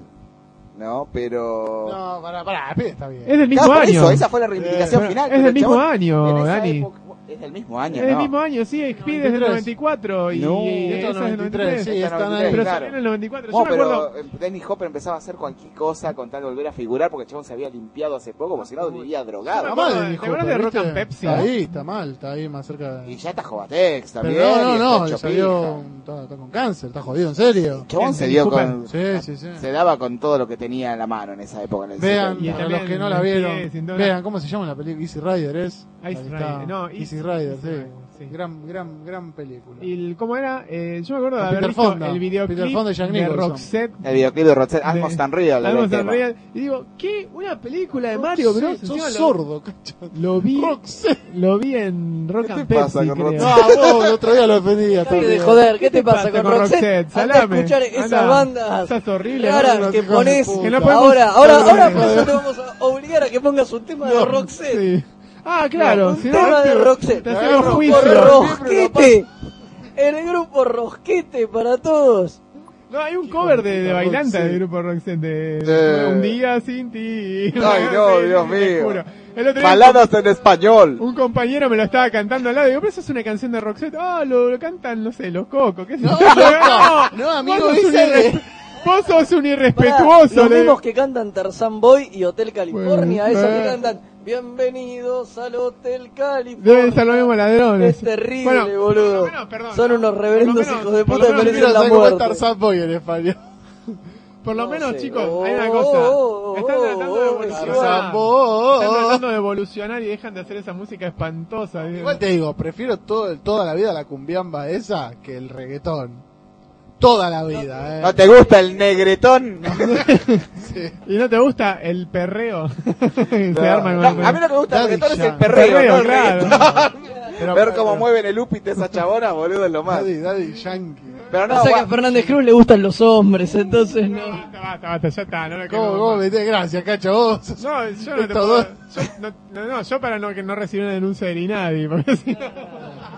D: ¿no? Pero.
C: No, pará, pará, el pibe está bien.
F: Es del mismo
D: Claro, por
F: año.
D: eso, esa fue la reivindicación
F: Eh,
D: final.
F: es
D: pero
F: del
D: el
F: mismo
D: chabón,
F: año,
D: en esa
F: Dani.
D: época- es del mismo año,
F: Es del
D: ¿no?
F: mismo año, sí, Speed es del 94 y,
D: No.
F: y esa es del 93.
C: Sí,
D: Esa
C: están
D: 93,
C: ahí.
F: Pero
D: claro.
F: salió en el
D: No,
F: 94. yo me acuerdo.
D: pero eh, Dennis Hopper empezaba a hacer cualquier cosa con tal de volver a figurar porque el chabón se había limpiado hace poco, porque si no vivía
C: Está
D: drogado.
F: Vamos,
C: mal,
F: ¿te
C: dijo.
F: acordás de
C: pero,
F: Rock and
C: ¿viste?
F: Pepsi?
C: Está ahí, está mal, está ahí más cerca.
D: Y
C: De...
D: ya está Jovatex también.
C: Pero
D: y
C: no,
D: está
C: no, no, le
D: Chopija.
C: salió. un- Está, está con cáncer, está jodido, en serio.
D: El chabón
F: Sí,
D: se
F: sí,
D: dio
F: Hopper.
D: con.
C: Sí, sí, sí.
D: Se daba con todo lo que tenía en la mano en esa época. En el
C: Vean,
D: 70.
C: para
F: también
C: los que no la
F: en
C: vieron,
F: pie, sin dólar.
C: vean cómo se llama la película. Easy Rider es. Ahí
F: Ice
C: está.
F: Rider, no,
C: Easy,
F: Easy-
C: Rider,
F: Easy
C: sí.
F: Rider, sí.
C: Gran, gran, gran película.
F: Y el- ¿Cómo era? Eh, yo me acuerdo de
C: Con
F: haber
C: Peter
F: visto
C: Fonda.
F: el videoclip
C: Peter Fonda y Jack
F: de
C: Nicholson.
F: Roxette.
D: El videoclip de Roxette, Almost
F: de-
D: Unreal. era el
F: Almost
D: tema.
F: Unreal. Y digo, ¿qué? ¿Una película de Mario Bros?
C: Sos
F: Encima lo,
C: sordo, cacho.
F: lo vi, [LAUGHS]
C: Roxette.
F: lo vi en Rock
D: ¿Qué
F: and
D: te pasa
F: Pepsi,
D: con
F: creo.
D: Roxette?
C: No, vos el otro día lo defendías
E: Dale de
C: también.
E: joder, ¿qué te pasa con
F: Roxette?
E: Roxette? Anda a
F: Salame.
E: escuchar
F: Anda.
E: esas bandas
F: Esas horribles
E: raras
C: bandas,
E: que
C: los hijos de
E: pones.
C: puta. Que
F: no podemos-
E: ahora, ahora,
F: no
E: ahora
F: podemos-
E: por eso te vamos a obligar a que pongas un tema de Roxette.
F: Sí. Ah, claro.
E: Un
F: si no,
E: tema
F: te-
E: de Roxette.
F: te
E: El
F: hacía un
E: grupo
F: juicio.
E: Rosquete. El grupo Rosquete para todos.
F: No, hay un cover de, de bailanta del grupo Roxette. De,
D: Sí.
F: Un día sin ti.
D: Ay, no,
F: [LAUGHS] Sí,
D: Dios
F: te
D: mío.
F: juro. El otro día-
D: Baladas en español.
F: Un compañero me lo estaba cantando al lado. Digo, pero eso es una canción de Roxette. Ah, lo, lo cantan, no sé, los cocos. ¿qué sé
C: No,
F: yo.
C: loco. No, amigo,
F: vos sos un
C: ese de-
F: irrespe- Vos sos un
E: Pará,
F: irrespetuoso.
E: los
F: le-
E: mismos que cantan Tarzan Boy y Hotel California,
F: Bueno,
E: esos
F: eh.
E: que cantan Bienvenidos al Hotel California.
F: Deben ser los mismos ladrones.
E: Es terrible,
F: Bueno,
E: boludo.
F: por lo menos, perdón,
E: Son
F: no,
E: unos
F: por lo
E: reverendos
F: menos-
E: hijos de
F: por
E: puta
F: lo
E: que
F: menos-
E: merecen
C: Mira,
E: la
C: ¿sabes cómo es
E: muerte.
C: Tarzan Boy en español?
F: Por lo
E: No
F: menos,
E: sé.
F: chicos,
E: Oh,
F: hay una cosa.
E: oh,
F: están
E: oh,
F: tratando de
E: oh,
F: evolucionar.
C: Tarzan Boy.
D: Oh.
F: Están tratando de evolucionar y dejan de hacer esa música espantosa. digo.
C: Igual te digo, prefiero todo, toda la vida la cumbiamba esa que el reggaetón. Toda la vida, eh.
D: ¿No te gusta el negretón? [LAUGHS]
C: Sí.
F: ¿Y no te gusta el perreo? [LAUGHS] Se arma con
D: No,
F: el perreo.
D: a mí lo que me gusta del
C: Daddy
D: reggaetón es el
C: Yankee.
D: perreo,
F: Perreo,
D: no el
F: claro.
D: [LAUGHS] reggaetón.
C: Pero- eh,
D: Ver cómo mueven el upite esa chabona, boludo, es lo más.
C: Daddy, Daddy Yankee.
D: Pero no,
G: Pasa que
D: gua-
G: a Fernández Cruz le gustan los hombres, entonces
F: No,
G: no.
F: basta, basta, basta, ya está. No, le
C: ¿Cómo,
F: quemo
C: cómo
F: más.
C: metés? Gracias, cacho, vos.
F: No, yo no te
C: Estos
F: puedo.
C: dos.
F: Yo, no, no, no, yo para no, que no recibir una denuncia de nadie. Porque si no...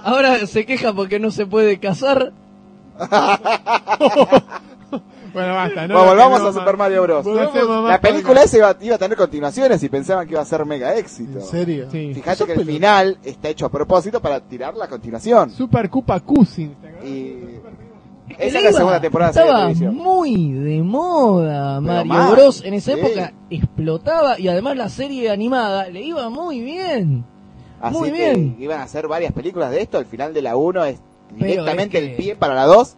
G: Ahora se queja porque no se puede casar.
F: Bueno, basta, ¿no?
D: Bueno, volvamos
F: No,
D: a Super Mario Bros.
F: Volvamos-
D: La película esa iba, iba a tener continuaciones y pensaban que iba a ser mega éxito.
C: ¿En serio?
F: Sí.
D: Fíjate que el final está hecho a propósito para tirar la continuación.
F: Super Koopa Cousin. ¿te acordás?
D: Y
G: Le
D: esa es la
G: iba-
D: segunda temporada de la
G: Estaba
D: televisión.
G: muy de moda Mario
D: mal,
G: Bros. En esa
D: sí.
G: época explotaba y además la serie animada le iba muy bien.
D: Así
G: muy
D: que
G: bien.
D: iban a hacer varias películas de esto. El final de la 1 es
G: Pero
D: directamente
G: es que-
D: el pie para la 2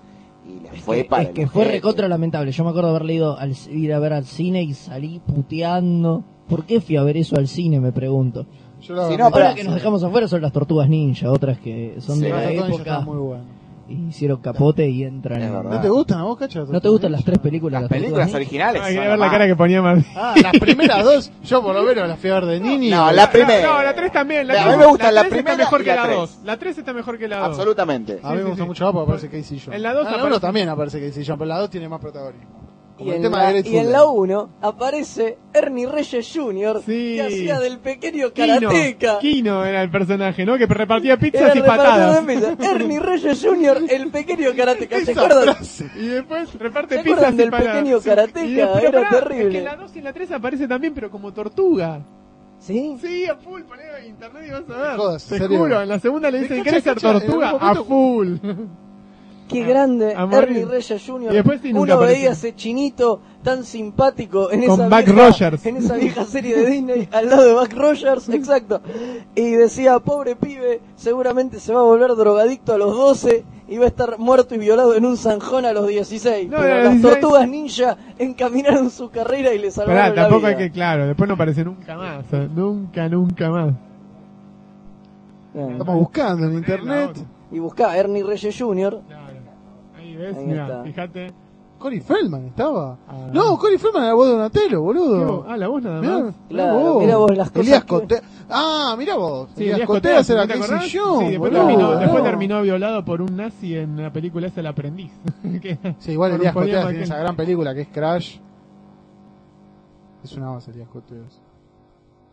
D: y la fue
G: Es que-
D: para
G: es
D: el
G: que fue
D: ojete.
G: recontra lamentable. Yo me acuerdo haber leído al, ir a ver al cine y salí puteando. ¿Por qué fui a ver eso al cine? Me pregunto.
C: Yo la
D: Si
C: verdad-
D: no,
G: Ahora
D: pará.
G: que nos dejamos afuera son las tortugas ninja, otras que son
D: Sí,
G: de
C: la
G: la
C: Tortuga Ninja estaba
G: época.
C: muy bueno. Ah.
G: y hicieron capote y entran.
D: Es
G: en-
D: verdad.
C: ¿No te gustan a vos, Cacho?
G: ¿No te gustan las tres películas?
D: Las
G: de
D: películas
G: tortugas
D: originales. son
F: Hay que
D: la
F: ver la
D: más.
F: cara que ponía más.
C: Ah, las primeras dos. Yo por lo menos la fiebre de Nini.
D: No, la primera.
F: No, la 3 también. La
D: A mí
F: tres-
D: me gusta la
F: tres
D: primera
F: Está mejor
D: y
F: que
D: la
F: la
D: tres.
F: 2. La 3 está mejor que la 2.
D: Absolutamente.
C: A mí
F: Sí,
C: me
F: sí,
C: gusta
F: sí.
C: mucho más porque aparece Casey Jones.
F: En la dos
C: Ah, en la
F: aparece-
C: uno también aparece Casey Jones, pero la 2 tiene más protagonismo. Como
E: Y
C: el
E: en,
C: tema
E: la,
C: de
E: y en la 1 aparece Ernie Reyes Jr.
F: Sí.
E: que hacía del pequeño
F: Kino,
E: karateca.
F: Kino era el personaje, ¿no? Que repartía
E: Era
F: pizzas y
E: repartidor
F: patadas.
E: de pizza. Ernie Reyes Jr., el pequeño karateca. ¿Se acuerdan?
F: Y después reparte
E: ¿Se
F: pizzas
E: acuerdan
F: y
E: del
F: patadas.
E: pequeño
F: Sí.
E: karateca?
F: Y después,
E: Era
F: pará, Es
E: terrible.
F: que en la 2 y en la 3 aparece también, pero como tortuga.
E: ¿Sí?
F: Sí, a full, poné en internet y vas a ver.
C: Me jodas,
F: Te
C: ¿en serio?
F: juro, en la segunda le
C: Me
F: dicen,
C: cacha,
F: ¿querés ser
C: cacha, en
F: tortuga?
C: algún
F: A
C: momento-
E: [LAUGHS]
F: full.
E: Qué grande,
F: Ah, a morir.
E: Ernie Reyes Jr.
F: Y después sí, nunca
E: Uno
F: apareció.
E: veía ese chinito tan simpático en,
F: Con
E: esa
F: Buck
E: vieja,
F: Rogers.
E: en esa vieja serie de Disney, [LAUGHS] al lado de Buck Rogers, exacto. Y decía, pobre pibe, seguramente se va a volver drogadicto a los 12 y va a estar muerto y violado en un zanjón a los 16.
F: No,
E: Pero
F: no,
E: las
F: 16.
E: tortugas ninja encaminaron su carrera y le salvaron
F: Pará, tampoco
E: la
F: hay
E: vida.
F: que, claro, después no aparece nunca más. ¿eh? Nunca, nunca más.
C: [LAUGHS]
E: Bueno,
C: Estamos buscando en internet.
E: Y buscá Ernie Reyes Jr.
F: Claro. Ahí ves,
E: Ahí
F: mira,
E: está.
F: fíjate.
C: Cory Feldman estaba.
F: Ah.
C: No, Cory Feldman era la voz de Donatello, boludo.
F: Ah, la voz nada
C: Mirá,
F: más.
C: mirá
E: Claro, mirá vos las cosas
C: Elías
E: que-
C: Cote- Ah, mirá vos.
F: Sí,
C: Elías
F: Elías
C: Coteras era
F: ¿te acordás?
C: Casey Jones,
F: Sí, después,
C: boludo.
F: terminó,
C: Claro.
F: después terminó violado por un nazi en la película esa El Aprendiz. [LAUGHS] Que-
C: Sí, igual
F: por un
C: Elías
F: poema
C: Coteras tiene
F: que-
C: esa gran película que es Crash. Es una base Elías Coteras.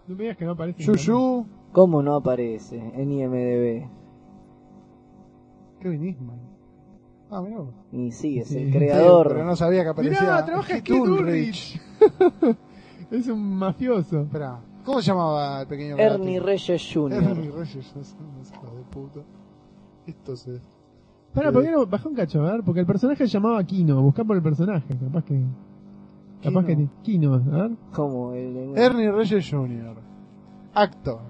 F: No me digas que no aparece.
C: Yuyu.
E: ¿Cómo no aparece en IMDB?
C: Kevin Eastman. Ah, mirá vos.
E: Y sí, es el
F: Sí,
E: creador.
C: Pero no sabía que aparecía.
F: Mirá, trabaja
C: Keith
F: Keith
C: Ulrich.
F: Es un mafioso.
C: Esperá, ¿Cómo se llamaba el pequeño
E: Ernie
C: gato?
E: Reyes
C: Ernie
E: Jr.
C: Reyes. no sé, no sé, hijo de puta. Esto se...
F: Para, ¿por qué no bajá un cacho? A ver, porque el personaje se llamaba Kino. Buscá por el personaje. Capaz que. Capaz que.
C: Kino.
F: Kino, a ver.
E: Como el
C: Ernie Reyes Jr. Actor.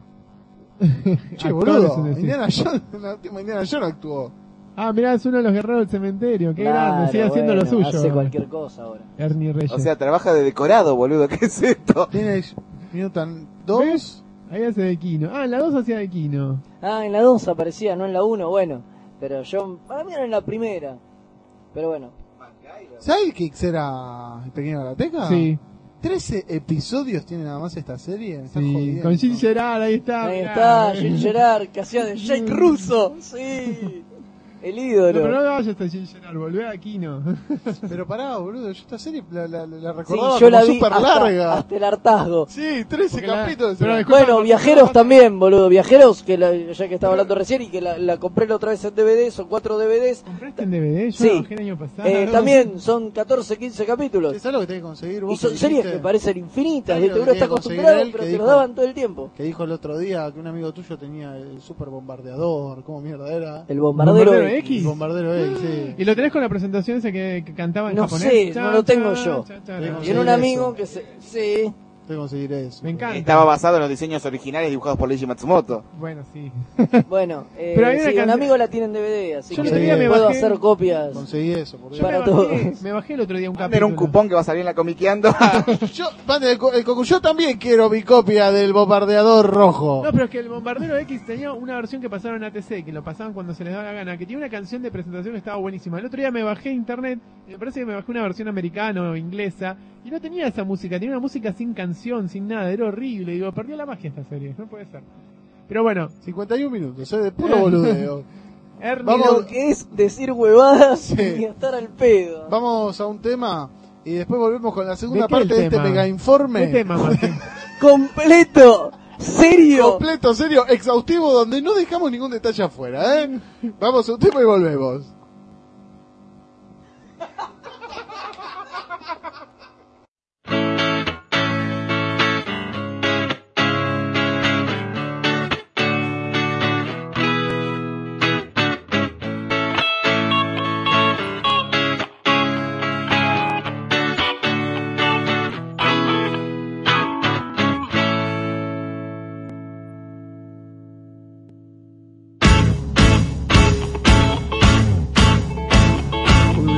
C: Che,
F: Actores,
C: boludo.
F: es decir.
C: Indiana Jones, [LAUGHS] en la última Indiana Jones actuó.
F: Ah, mirá, es uno de los guerreros del cementerio. Qué grande, sigue haciendo lo
E: bueno,
F: suyo.
E: Hace cualquier cosa ahora.
F: Ernie Reyes.
D: O sea, trabaja de decorado, boludo. [LAUGHS] ¿Qué es esto?
C: Teenage Mutant 2.
F: Ahí hace de Kino. Ah, en la dos hacía de Kino.
E: Ah, en la 2 aparecía, no en la 1, bueno. Pero yo, para mí era en la primera. Pero bueno,
C: ¿Sidekicks era el pequeño Galateca?
F: Sí.
C: 13 episodios tiene nada más esta serie. Me están
F: sí.
C: jodiendo.
F: Con Gil Gerard, ahí
C: Ah,
F: está.
E: ahí
F: mirá.
E: está, Gil Gerard, que hacía de Jake
C: Mm.
E: Russo. Sí, el
F: No, pero no
E: ídolo.
F: vayas a Gil Gerard, volvé a
E: [LAUGHS]
F: Kino.
C: Pero pará, boludo. Yo esta serie la, la, la
E: Sí,
C: recordaba
E: yo
C: como
E: la vi
C: super
E: hasta,
C: larga.
E: hasta el hartazgo.
C: Sí, 13
F: Porque la-
C: capítulos.
F: pero
C: era.
F: después- Disculpa,
E: Bueno,
F: no-
E: viajeros también, boludo. Viajeros, que la- ya que estaba hablando recién y que la, la compré la otra vez en DVD, son 4 DVDs.
F: ¿Compraste en DVD? Yo
E: Sí.
F: la bajé el año
C: Ah,
F: pasado.
E: Eh, también son 14, 15 capítulos.
C: Che, ¿Sabes lo que tenés que conseguir vos?
E: Y son
C: que
E: series
C: dijiste?
E: que parecen infinitas,
C: Claro,
E: ¿viste?
C: que
E: Uno
C: tiene
E: está
C: que conseguir
E: acostumbrado,
C: él,
E: pero
C: que
E: te lo
C: dijo-
E: daban todo el tiempo.
C: Que dijo el otro día que un amigo tuyo tenía el super bombardeador. ¿Cómo mierda era?
E: El bombardero.
F: ¿Bombardero
E: X.
F: X?
C: El bombardero él, sí.
F: ¿Y lo tenés con la presentación esa que, que cantaba en
E: No
F: japonés?
E: sé, no lo tengo yo.
F: cha.
E: Y en un
C: Sí,
E: amigo
C: eso.
E: que se.
H: [LAUGHS]
E: Sí.
C: Tengo que conseguir eso.
F: Me encanta.
D: Estaba basado en los diseños originales dibujados por Leiji Matsumoto.
F: Bueno, sí.
E: Bueno, eh,
F: Pero hay una
E: sí, un
F: cantidad-
E: amigo la tiene en DVD, así
F: Yo
E: que
C: el otro día me
E: puedo
F: bajé-
E: hacer copias.
C: Conseguí eso. Por
F: Yo
C: Dios.
F: me
E: Para
F: bajé,
E: todos.
F: me bajé el otro día un capítulo. Ah,
D: Era un cupón que va a salir en la comiqueando. [LAUGHS]
C: Yo, Bande, el, co- el Cocuyó también quiero mi copia del bombardeador rojo.
F: No, pero es que el Bombardero X tenía una versión que pasaron en ATC, que lo pasaban cuando se les daba la gana, que tiene una canción de presentación que estaba buenísima. El otro día me bajé a internet, y me parece que me bajé una versión americana o inglesa, y no tenía esa música, tenía una música sin canción, sin nada, era horrible. Digo, perdió la magia esta serie, no puede ser. Pero bueno,
C: 51 minutos, eh, de [LAUGHS] puro boludeo.
F: Ernie
C: Vamos.
E: Lo que es decir huevadas
C: Sí.
E: y estar al pedo.
C: Vamos a un tema y después volvemos con la segunda
F: ¿De qué el
C: parte de este
F: tema?
C: mega informe.
F: ¿Qué
C: [LAUGHS]
F: tema, Martín?
E: Completo. Serio.
C: Completo, serio, exhaustivo, donde no dejamos ningún detalle afuera,
F: [LAUGHS]
C: ¿eh? Vamos a un tema y volvemos.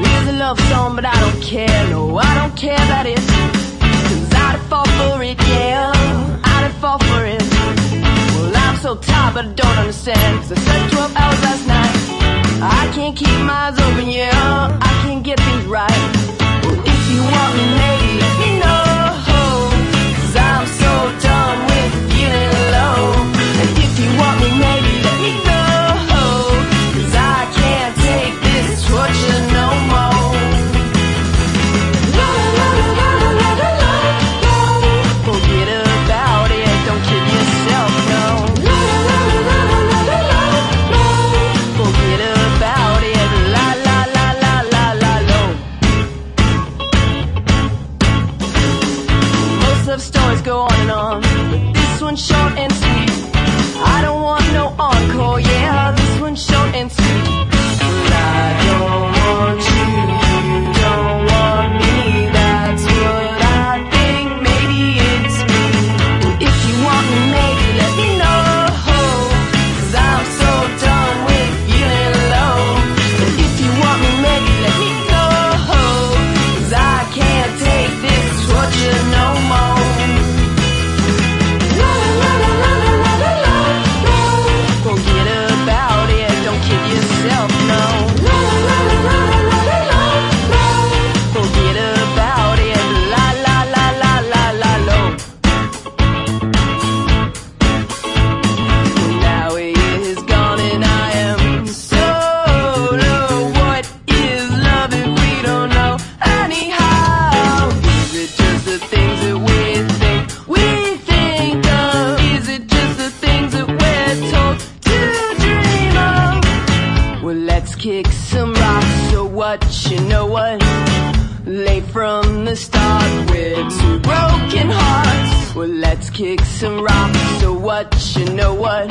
H: It's a love song, but I don't care. No, I don't care that it's. Cause I'd fall for it, yeah. I'd fall for it. Well, I'm so tired, but I don't understand. Cause I slept 12 hours last night. I can't keep my eyes open, yeah. I can't get things right. If you want me, maybe let me know. Cause I'm so done with getting low. And if you want me, maybe let me know. Cause I can't take this torture no more. La la la la la la la la la. Forget about it, don't kid yourself, no. La la la la la la la la la. Forget about it, la la la la la la la. Most love stories go on and on, but this one's short and sweet. I don't want no encore, Oh, yeah, this one's short and sweet. Well, I don't want you, you don't want me, that's what I think, maybe it's me. Well, if you want me, maybe let me know, cause I'm so done with feeling low. And if you want me, maybe let me go, cause I can't take this torture no more. La la la la la la la la la. Forget about it. Don't kid yourself, no. La la la la la la la la la. Forget about it. La la la la la la la. Now he is gone and I am solo. What is love if we don't know anyhow? Is it just the things that we think we think of? Is it just the things that we're told to dream of? Well, let's kick some rocks. So what? You know what? Late from the start, we're two broken hearts. Well, let's kick some rocks. So what? You know what?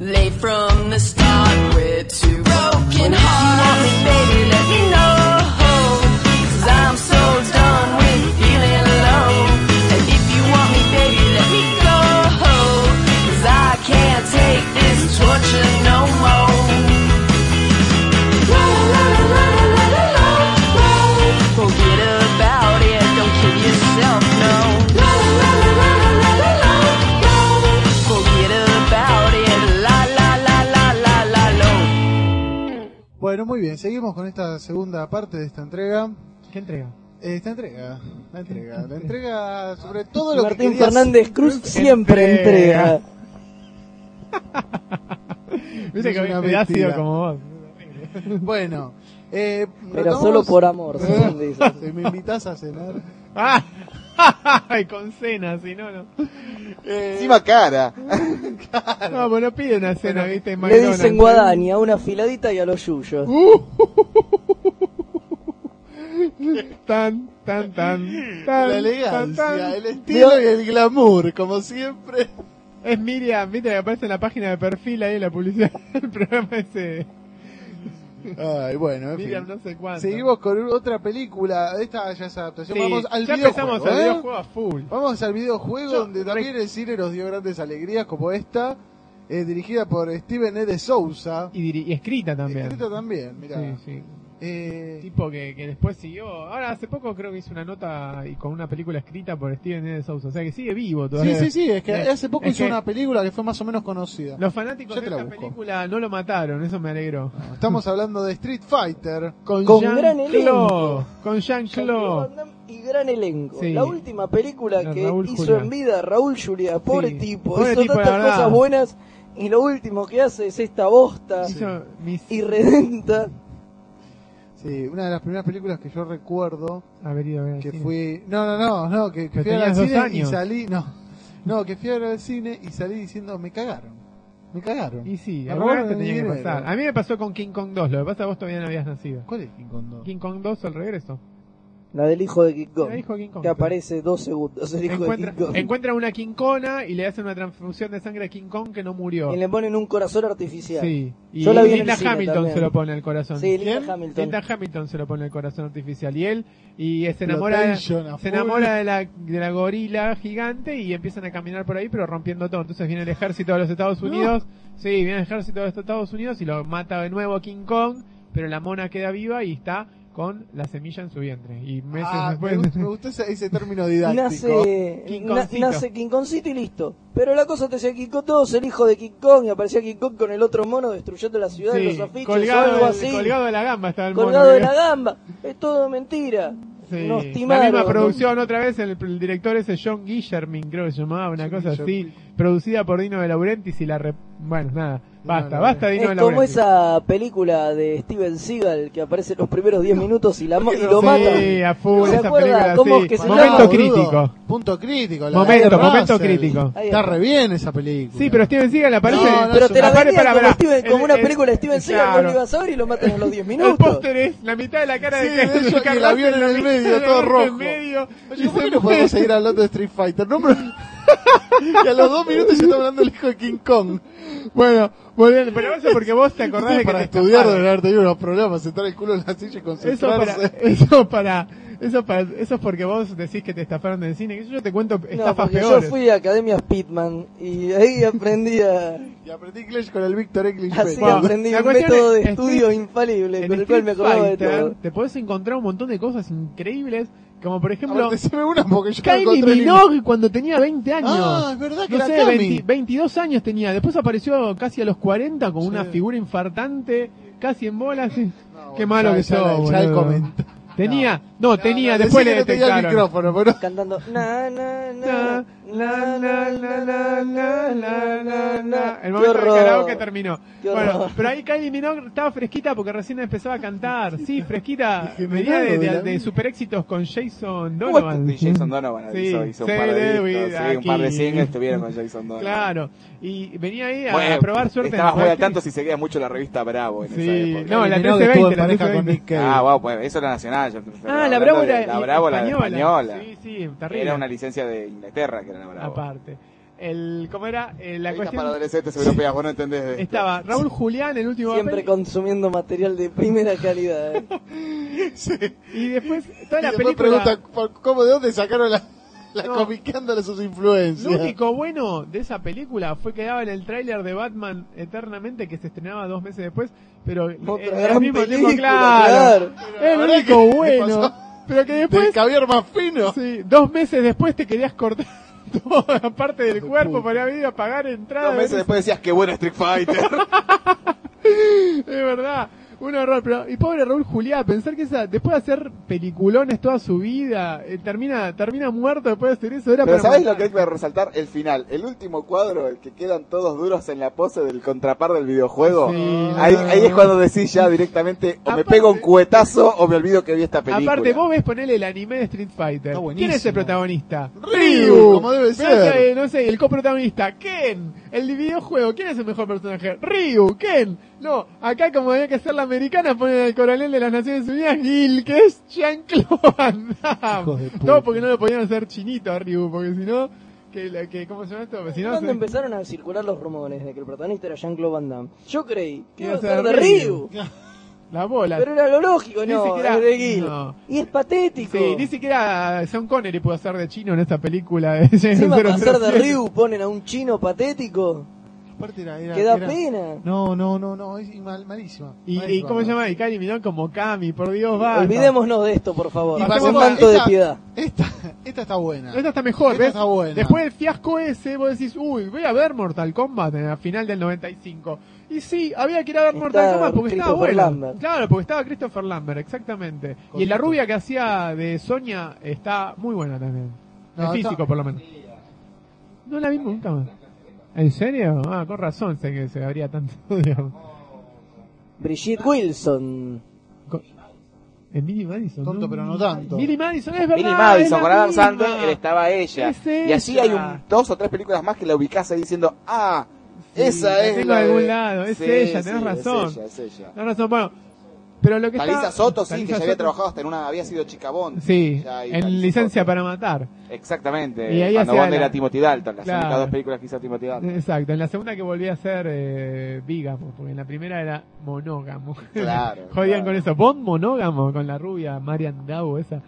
H: Late from the start, we're two broken hearts. Baby, let me know. Cause I'm so done with feeling low. And if you want me, baby, let me go. Cause I can't take this torture no more. La la la la la la la la. Forget about it. Don't kid yourself, no. La la la la la la la la. Forget about it. La la la la la la la.
C: Bueno, muy bien, seguimos con esta segunda parte de esta entrega.
F: ¿Qué entrega?
C: Eh, Esta entrega, la entrega, la entrega sobre todo lo que
E: Martín
C: querías-
E: Fernández Cruz siempre
F: Entrega.
E: entrega.
F: Viste
C: Es
F: que
C: una
F: había ácido
C: mentira.
F: como vos.
C: [LAUGHS]
F: [LAUGHS]
C: Bueno, eh,
E: Pero
C: retomamos-
E: solo
C: [LAUGHS]
E: por [LAUGHS] amor, según dices.
C: Si me invitas a cenar.
F: ¡Ah! Y con cena, si no, no.
C: Eh,
D: Encima cara.
F: No, pues no piden una cena,
C: Pero
F: viste, en
E: Le
F: McDonald's. Uh.
E: dicen guadaña, a una filadita y a los yuyos.
F: [LAUGHS] Tan, tan, tan,
C: la
F: tan, tan, tan.
C: elegancia, el estilo y el glamour, como siempre.
F: Es Miriam, viste que aparece en la página de perfil ahí en la publicidad [LAUGHS] del programa ese.
C: Ay, bueno, en fin.
F: Miriam no sé cuánto.
C: Seguimos con otra película. Esta ya es adaptación.
F: Sí,
C: Vamos al
F: ya
C: videojuego.
F: empezamos al
C: ¿eh?
F: videojuego a full.
C: Vamos al videojuego
F: Yo-
C: donde también el cine nos dio grandes alegrías, como esta, eh, dirigida por Steven E. de Souza.
F: Y, diri- y escrita también.
C: Escrito también, mirá.
F: Sí, sí.
C: Eh,
F: Tipo que, que después siguió. Ahora hace poco creo que hizo una nota y con una película escrita por Steven E. de Sousa. O sea que sigue vivo
C: sí,
F: todavía.
C: sí, sí, es que
F: Eh,
C: hace poco
F: es
C: hizo
F: que-
C: una película que fue más o menos conocida.
F: Los fanáticos
C: Yo
F: de
C: te la
F: esta
C: busco.
F: película no lo mataron, eso me alegró.
C: Estamos hablando de Street Fighter.
E: Con
F: Jean
E: gran elenco.
F: Claw, Con Jean Claw.
E: Van Damme Y gran elenco.
F: Sí.
E: La última película
F: No,
E: que
F: Raúl
E: hizo
F: Juliá.
E: en vida Raúl Julia, pobre
F: Sí.
E: tipo,
F: Pobre
E: hizo
F: tipo, la
E: tantas
F: verdad.
E: cosas buenas y lo último que hace es esta bosta
F: Hizo mis...
E: y redenta.
C: Sí, una de las primeras películas que yo recuerdo
F: A ver, ido a ver al
C: que
F: cine.
C: fui. No, no, no, no, que, que
F: Pero
C: fui a ver al
F: tenías dos
C: cine y
F: años.
C: salí. No, no, que fui a ver al cine y salí diciendo, me cagaron. Me cagaron.
F: Y sí,
C: Me
F: alguna vez
C: robaron
F: te
C: el
F: tenía que
C: dinero.
F: pasar. A mí me pasó con King Kong 2, lo que pasa es que vos todavía no habías nacido.
C: ¿Cuál es King Kong dos?
F: King Kong 2 al regreso.
E: La del hijo de King Kong.
F: El hijo de King Kong.
E: Que aparece dos segundos, el hijo
F: Encuentra,
E: de King Kong.
F: encuentra una King Kona y le hacen una transfusión de sangre a King Kong que no murió.
E: Y le ponen un corazón artificial.
F: Sí. Y
E: Yo la vi en el
F: Linda
E: cine
F: Hamilton
E: también.
F: se lo pone al corazón.
E: Sí, Linda
F: ¿Quién?
E: Hamilton.
F: Linda Hamilton se lo pone al corazón artificial. Y él y se enamora, se
C: Exploitation a full.
F: enamora de, la, de la gorila gigante y empiezan a caminar por ahí pero rompiendo todo. Entonces viene el ejército de los Estados Unidos. Sí, viene el ejército de los Estados Unidos y lo mata de nuevo a King Kong. Pero la mona queda viva y está con la semilla en su vientre. Y meses
C: Ah, me,
F: después. [LAUGHS]
C: gust- me gustó ese, ese término didáctico.
E: Nace
F: King
E: na-
F: Kongcito.
E: nace King Kongcito y listo. Pero la cosa te decía King Kong 2, el hijo de King Kong, y aparecía King Kong con el otro mono destruyendo la ciudad
F: Sí,
E: de los afiches o
F: colgado,
E: algo
F: del-
E: así.
F: colgado de la gamba estaba el
E: colgado
F: mono, eh.
E: de
F: ¿no?
E: la gamba. Es todo mentira.
F: Sí,
E: Nos
F: La
E: timaron.
F: misma producción, otra vez, el, el director ese John Guillermin, creo que se llamaba, una
C: John
F: cosa así,
C: Guillermin.
F: producida por Dino de Laurentiis y la... re- Bueno, nada, basta,
C: no,
F: basta Dino de
E: Es como
F: Laurentiis.
E: esa película de Steven Seagal que aparece en los primeros 10 minutos y, la mo- y lo
F: sí,
E: mata.
F: a full,
E: ¿Se
F: esa
E: acuerda?
F: película,
E: ¿Cómo
F: sí.
E: es que se
F: Momento
E: llama,
F: crítico.
C: Punto crítico. la
F: Momento,
C: de
F: momento
C: Russell.
F: crítico.
E: Ahí
C: Está
E: está.
C: re bien esa película.
F: Sí, pero Steven Seagal aparece...
C: No, no,
E: pero te la
C: Apare-
E: vendían
F: pará,
E: como,
F: pará.
E: Steven- como
F: El-
E: una
F: el-
E: película de Steven Seagal
F: claro.
E: con Oliva Saur y lo matan a los 10
F: [LAUGHS] El
E: minutos.
F: póster es la mitad de la cara
C: Sí,
F: de
C: de ellos y
F: Carl
C: el avión en
F: Russell,
C: el
F: la mitad
C: medio,
F: del
C: todo
F: avión
C: rojo.
F: en medio,
C: Oye,
F: y
C: ¿por
F: se
C: qué no
F: mueve.
C: podemos seguir hablando de Street Fighter? No, pero-
F: [LAUGHS]
C: y a los dos minutos ya está hablando el hijo de King Kong.
F: Bueno, volviendo, [LAUGHS] pero eso porque vos te acordás de
C: Eso
F: que
C: para
F: te
C: estudiar
F: escaparon.
C: deben haber tenido unos problemas, sentar el culo en la silla y
F: Eso para,
C: concentrarse.
F: [LAUGHS] eso para, eso para, eso es porque vos decís que te estafaron del cine. que Yo te cuento
E: No,
F: estafas
E: porque
F: peores.
E: yo fui a Academia Pitman y ahí aprendí a...
C: Y aprendí inglés con el Víctor English
E: Así
C: Beta.
F: Bueno,
E: aprendí
F: la
E: un
F: cuestión
E: método de
F: es-
E: estudio
F: Street-
E: infalible
F: En
E: con el cual me
F: Street
E: acordaba de
F: Fighter
E: todo.
F: te podés encontrar un montón de cosas increíbles, como por
C: Ahora,
F: ejemplo
C: decime una porque yo no
F: Kylie
C: encontré ninguna.
F: Minogue cuando tenía 20 años.
C: Ah, es verdad que
F: no
C: era
F: sé,
C: Cami.
F: 20 22 años tenía. Después apareció casi a los 40 con una figura infartante, casi en bolas. y- Qué
C: bueno,
F: malo
C: ya-
F: que
C: ya-
F: sos,
C: ya el
F: boludo.
C: comenta-
F: Tenía, no, tenía,
C: No, no,
F: después
C: decí
F: le
C: que no tenía el
F: detectaron.
C: micrófono, pero...
E: Cantando... Na, na,
F: La,
E: na,
F: la, la, la, la, la, la, la, la.
E: Qué
F: El momento del
E: horror.
F: karaoke terminó.
E: Qué
F: Bueno,
E: horror.
F: pero ahí Kylie Minogue estaba fresquita porque recién empezaba a cantar. Sí, fresquita.
C: Dije, mirá,
F: Venía de,
C: de la
F: de, de
C: vida.
F: super éxitos con
D: ¿Cómo
F: Jason
D: es
F: [LAUGHS] Donovan.
D: que Jason Donovan
F: Sí,
D: hizo, hizo un
F: Say
D: par de
F: the
D: discos,
F: Wheel
D: sí, un par de
F: aquí.
D: singles estuvieron con Jason Donovan.
F: Claro. Y venía ahí a,
D: Bueno,
F: a probar suerte.
D: Estabas
F: en
D: muy al
F: cualquier-
D: tanto si seguías mucho la revista Bravo en esa
F: Sí,
D: época.
F: no, la
C: Kylie Minogue estuvo
F: 1320.
C: en
F: La
C: pareja con
F: 1320.
C: Nick Cave.
D: Ah, wow, pues eso era nacional. yo-
F: Ah, la
D: hablando
F: Bravo
D: de-
F: era
D: la Bravo, la española.
F: Sí, sí, terrible.
D: Era una licencia de Inglaterra que era la Bravo.
F: Aparte. El, ¿Cómo era? Eh, la
D: Revistas
F: cuestión...
D: para adolescentes europeas, vos no entendés. de esto.
F: Estaba Raúl Julián, el último
E: Siempre
F: papel,
E: consumiendo material de primera
F: [LAUGHS]
E: calidad. eh.
F: y después toda
C: Y
F: la
C: después
F: película...
C: pregunta, ¿por- ¿cómo de dónde sacaron la, la
F: No.
C: comicándole sus
F: Lo
C: influencias?
F: único bueno de esa película fue que daba en el tráiler de Batman Eternamente que se estrenaba dos meses después, pero
E: Otra
F: eh, al
E: gran
F: mismo tiempo,
E: película,
F: claro,
C: claro.
F: es
C: La
F: lo
C: verdad
F: único
C: que me
F: bueno,
C: pasó.
F: pero que
C: Del
F: después,
C: caviar más fino.
F: sí, dos meses después te querías cortar [LAUGHS] toda la parte del cuerpo
C: puta.
F: para ir a pagar entrada.
D: Dos meses
F: ver-
D: después decías, qué bueno Street Fighter.
F: [LAUGHS] Es verdad, un horror. Pero, y pobre Raúl Juliá, pensar que esa, después de hacer peliculones toda su vida, eh, termina, termina muerto después de hacer eso. Era
D: Pero
F: para
D: ¿sabés lo
F: matar.
D: que hay que resaltar? El final, el último cuadro, el que quedan todos duros en la pose del contrapar del videojuego.
F: Sí,
D: ahí,
F: no, no,
D: ahí es
F: no.
D: cuando decís ya directamente, o me
F: Aparte-
D: pego un cuetazo o me olvido que vi esta película.
F: Aparte, vos ves ponerle el anime de Street Fighter.
C: Está buenísimo.
F: ¿Quién es el protagonista?
C: Ryu, como debe
F: Pero
C: ser.
F: que, no sé, el coprotagonista, Ken. El de videojuego, ¿quién es el mejor personaje? Ryu, Ken. No, acá como había que hacer la americana, ponen al coronel de las Naciones Unidas, Gil, que es Jean-Claude Van Damme.
C: Hijos de puta.
F: No, porque no lo podían hacer chinito a Ryu, porque si no, que, la- que, ¿cómo se llama esto? Si no,
E: Cuando
F: se-
E: empezaron a circular los rumores de que el protagonista era Jean-Claude Van Damme, yo creí que
F: Iba
E: iba a
F: a ser
E: ser de
F: Ryu.
E: Ryu.
F: la bola.
E: Pero era lo lógico,
F: Ni
E: no,
F: siquiera-
E: es de Gil.
F: no.
E: Y es patético.
F: Sí, ni siquiera Sean Connery pudo hacer de chino en esta película de
E: Encima
F: [LAUGHS]
E: para ser de
F: 007.
E: Ryu ponen a un chino patético.
C: Aparte era- era-
E: Que da
C: era-
E: pena.
C: No, no, no, no, es mal- malísima.
F: Y, y
C: Malísima,
F: cómo se
C: no.
F: llama, y Kylie Minogue como Cami, por Dios, va.
E: Olvidémonos de esto, por favor.
C: Y
E: Hacemos un
C: pasemos a-
E: manto de
C: esta-
E: piedad.
C: Esta, esta está buena.
F: Esta está mejor,
C: Esta
F: ¿ves?
C: está buena.
F: Después del fiasco ese, vos decís, uy, voy a ver Mortal Kombat en la final del 95. Y sí, había que ir a ver Mortal
E: Estaba
F: Kombat porque estaba
E: Christopher
F: buena.
E: Lambert.
F: Claro, porque estaba Christopher Lambert, exactamente. Y la rubia que hacía de Sonia está muy buena también.
C: No,
F: De
C: está-
F: físico, por lo menos. No la vi nunca más. ¿En serio? Ah, con razón sé que se habría tanto, [LAUGHS] digamos.
E: Brigitte Wilson.
F: Con- En Billy Madison.
C: Tonto, pero no tanto.
F: Billy Madison, es verdad.
D: Billy
F: es la
D: Madison con Adam
F: misma.
D: Sandler, él estaba ella.
F: Es
D: Y así
F: ella.
D: hay un, dos o tres películas más que la ubicás ahí diciendo, ah,
F: Sí,
D: esa
F: la
D: es.
F: tengo
D: la
F: de algún
D: de-
F: lado, es
D: Sí,
F: ella,
D: sí,
F: tenés razón.
D: Es ella, es ella.
F: Tenés razón, bueno. Pero lo que
D: Talisa
F: está-
D: Soto, sí,
F: Talisa
D: que ya había
F: Soto.
D: trabajado hasta en una, había sido chica Bond.
F: Sí,
D: Ya ahí,
F: en
D: Talisa
F: licencia
D: Soto.
F: para matar.
D: Exactamente.
F: Y
D: Y
F: ahí
D: ahí
F: hacía
D: Cuando Bond
F: la-
D: era Timothy Dalton, las
F: Claro.
D: únicas dos películas que hizo Timothy Dalton.
F: Exacto, en la segunda que volví a ser eh, bigamo, porque en la primera era monógamo.
D: Claro.
F: [LAUGHS]
D: claro.
F: Jodían con eso. Bond monógamo, con la rubia Marian Dabo esa,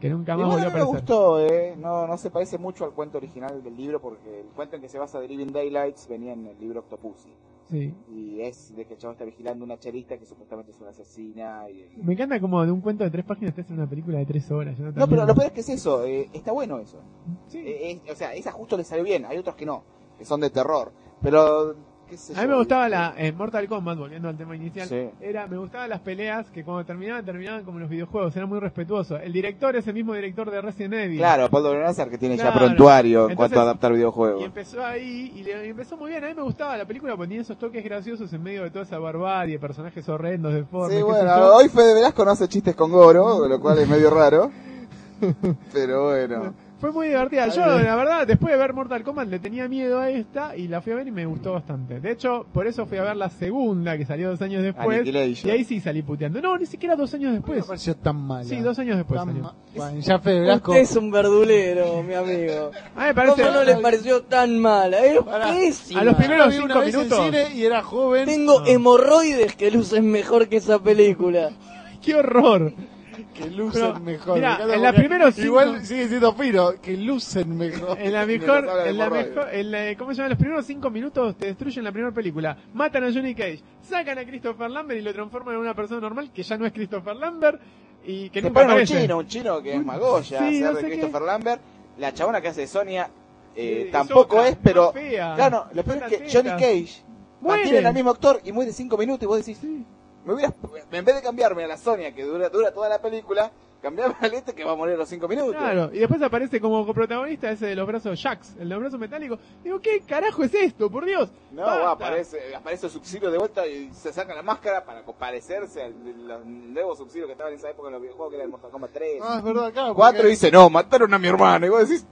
F: que nunca más
D: Igual
F: volvió a
D: a mí me
F: aparecer.
D: gustó, eh. No, no se parece mucho al cuento original del libro porque el cuento en que se basa The Living Daylights venía en el libro Octopussy. O
F: Sí.
D: Y es de que el chabón está vigilando una charista que supuestamente es una asesina. Y el-
F: Me encanta como de un cuento de tres páginas te hacen una película de tres horas. Yo
D: No, pero lo peor es que es eso. eh, está bueno eso.
F: Sí.
D: Eh, es- o sea, esa justo le salió bien. Hay otros que no, que son de terror. Pero, qué sé
F: A mí
D: yo,
F: me gustaba
D: viste.
F: la en Mortal Kombat, volviendo al tema inicial,
D: Sí.
F: era me gustaban las peleas que cuando terminaban terminaban como los videojuegos, era muy respetuoso. El director es el mismo director de Resident Evil.
D: Claro, Paul W. Nazar que tiene ya
F: Claro.
D: prontuario en
F: Entonces-
D: cuanto a adaptar
F: Y
D: videojuegos.
F: empezó ahí y, le- y empezó muy bien. A mí me gustaba la película porque tenía esos toques graciosos en medio de toda esa barbarie, personajes horrendos, deformes.
D: Sí,
F: qué sé
D: bueno,
F: yo.
D: hoy Fede Velasco no hace chistes con Goro, lo cual es medio
F: [LAUGHS]
D: raro. Pero bueno.
F: Fue muy divertida. Yo, la verdad, después de ver Mortal Kombat le tenía miedo a esta y la fui a ver y me gustó bastante. De hecho, por eso fui a ver la segunda que salió dos años después.
D: Aniquilation.
F: Y ahí sí salí puteando. No, ni siquiera dos años
C: Me
F: después.
G: pues,
C: pareció tan mal.
F: Sí, dos años después
C: Tan
F: salió.
C: ma- Bueno, ya Fede Blasco.
G: Usted es un verdulero, mi amigo.
F: A mí me
G: ¿Cómo
F: parece.
G: no le pareció tan mala?
E: ¿Eh?
G: Es
C: Pará.
G: pésima.
F: A los
C: Yo la
F: primeros
C: vi una
F: cinco
C: vez en
F: minutos.
C: cine y era joven. Ah.
G: Tengo hemorroides que lucen mejor que esa película.
F: [LAUGHS] ¡Qué horror!
C: Que lucen
F: Pero,
C: mejor.
F: mirá,
C: Me encanta
F: en la
C: porque
F: primeros cinco-
C: Igual sigue siendo fino. Que lucen
F: [LAUGHS]
C: mejor.
D: [LAUGHS]
F: En la
D: Mientras
F: mejor,
D: habla de
F: en la
D: hemorroides.
F: mejor, en la- ¿cómo se llama? Los primeros cinco minutos te destruyen la primera película. Matan a Johnny Cage, sacan a Christopher Lambert y lo transforman en una persona normal que ya no es Christopher Lambert y que
D: Te
F: nunca
D: ponen un
F: aparece.
D: chino, un chino que es Magoya,
F: Sí,
D: hacer
F: no
D: de
F: sé qué.
D: Christopher Lambert. La chabona que hace de Sonia eh,
F: Sí,
D: tampoco
F: otra,
D: es, pero.
F: más fea.
D: Claro, lo peor es que
F: Tantas
D: Johnny
F: tetas.
D: Cage mantiene
F: Muere.
D: al mismo actor y muere 5 minutos y vos decís. Me hubieras, en vez de cambiarme a la Sonia que dura, dura toda la película, cambiame al este que va a morir a los 5 minutos.
F: Claro, y después aparece como coprotagonista ese de los brazos Jax, el de los brazos metálicos. Digo, ¿qué carajo es esto? Por Dios.
D: No,
F: Basta.
D: va, aparece, aparece el subsidio de vuelta y se saca la máscara para parecerse al los nuevos subsidios que estaban en esa época en los videojuegos que era el Mortal Kombat 3.
C: Ah, es verdad, claro.
D: 4 y
C: porque-
D: dice, no, mataron a mi hermano. Y vos decís,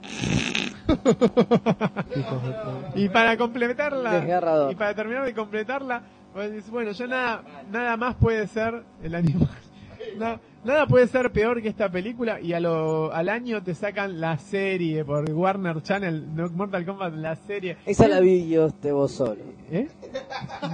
F: Y para completarla,
E: Desgarrador.
F: y para terminar de completarla, vos decís, bueno, ya nada, nada más puede ser el animal. [LAUGHS] Na- nada puede ser peor que esta película y a lo, al año te sacan la serie por Warner Channel, no, Mortal Kombat, la serie.
E: Esa la vi yo este, vos solo.
F: ¿Eh?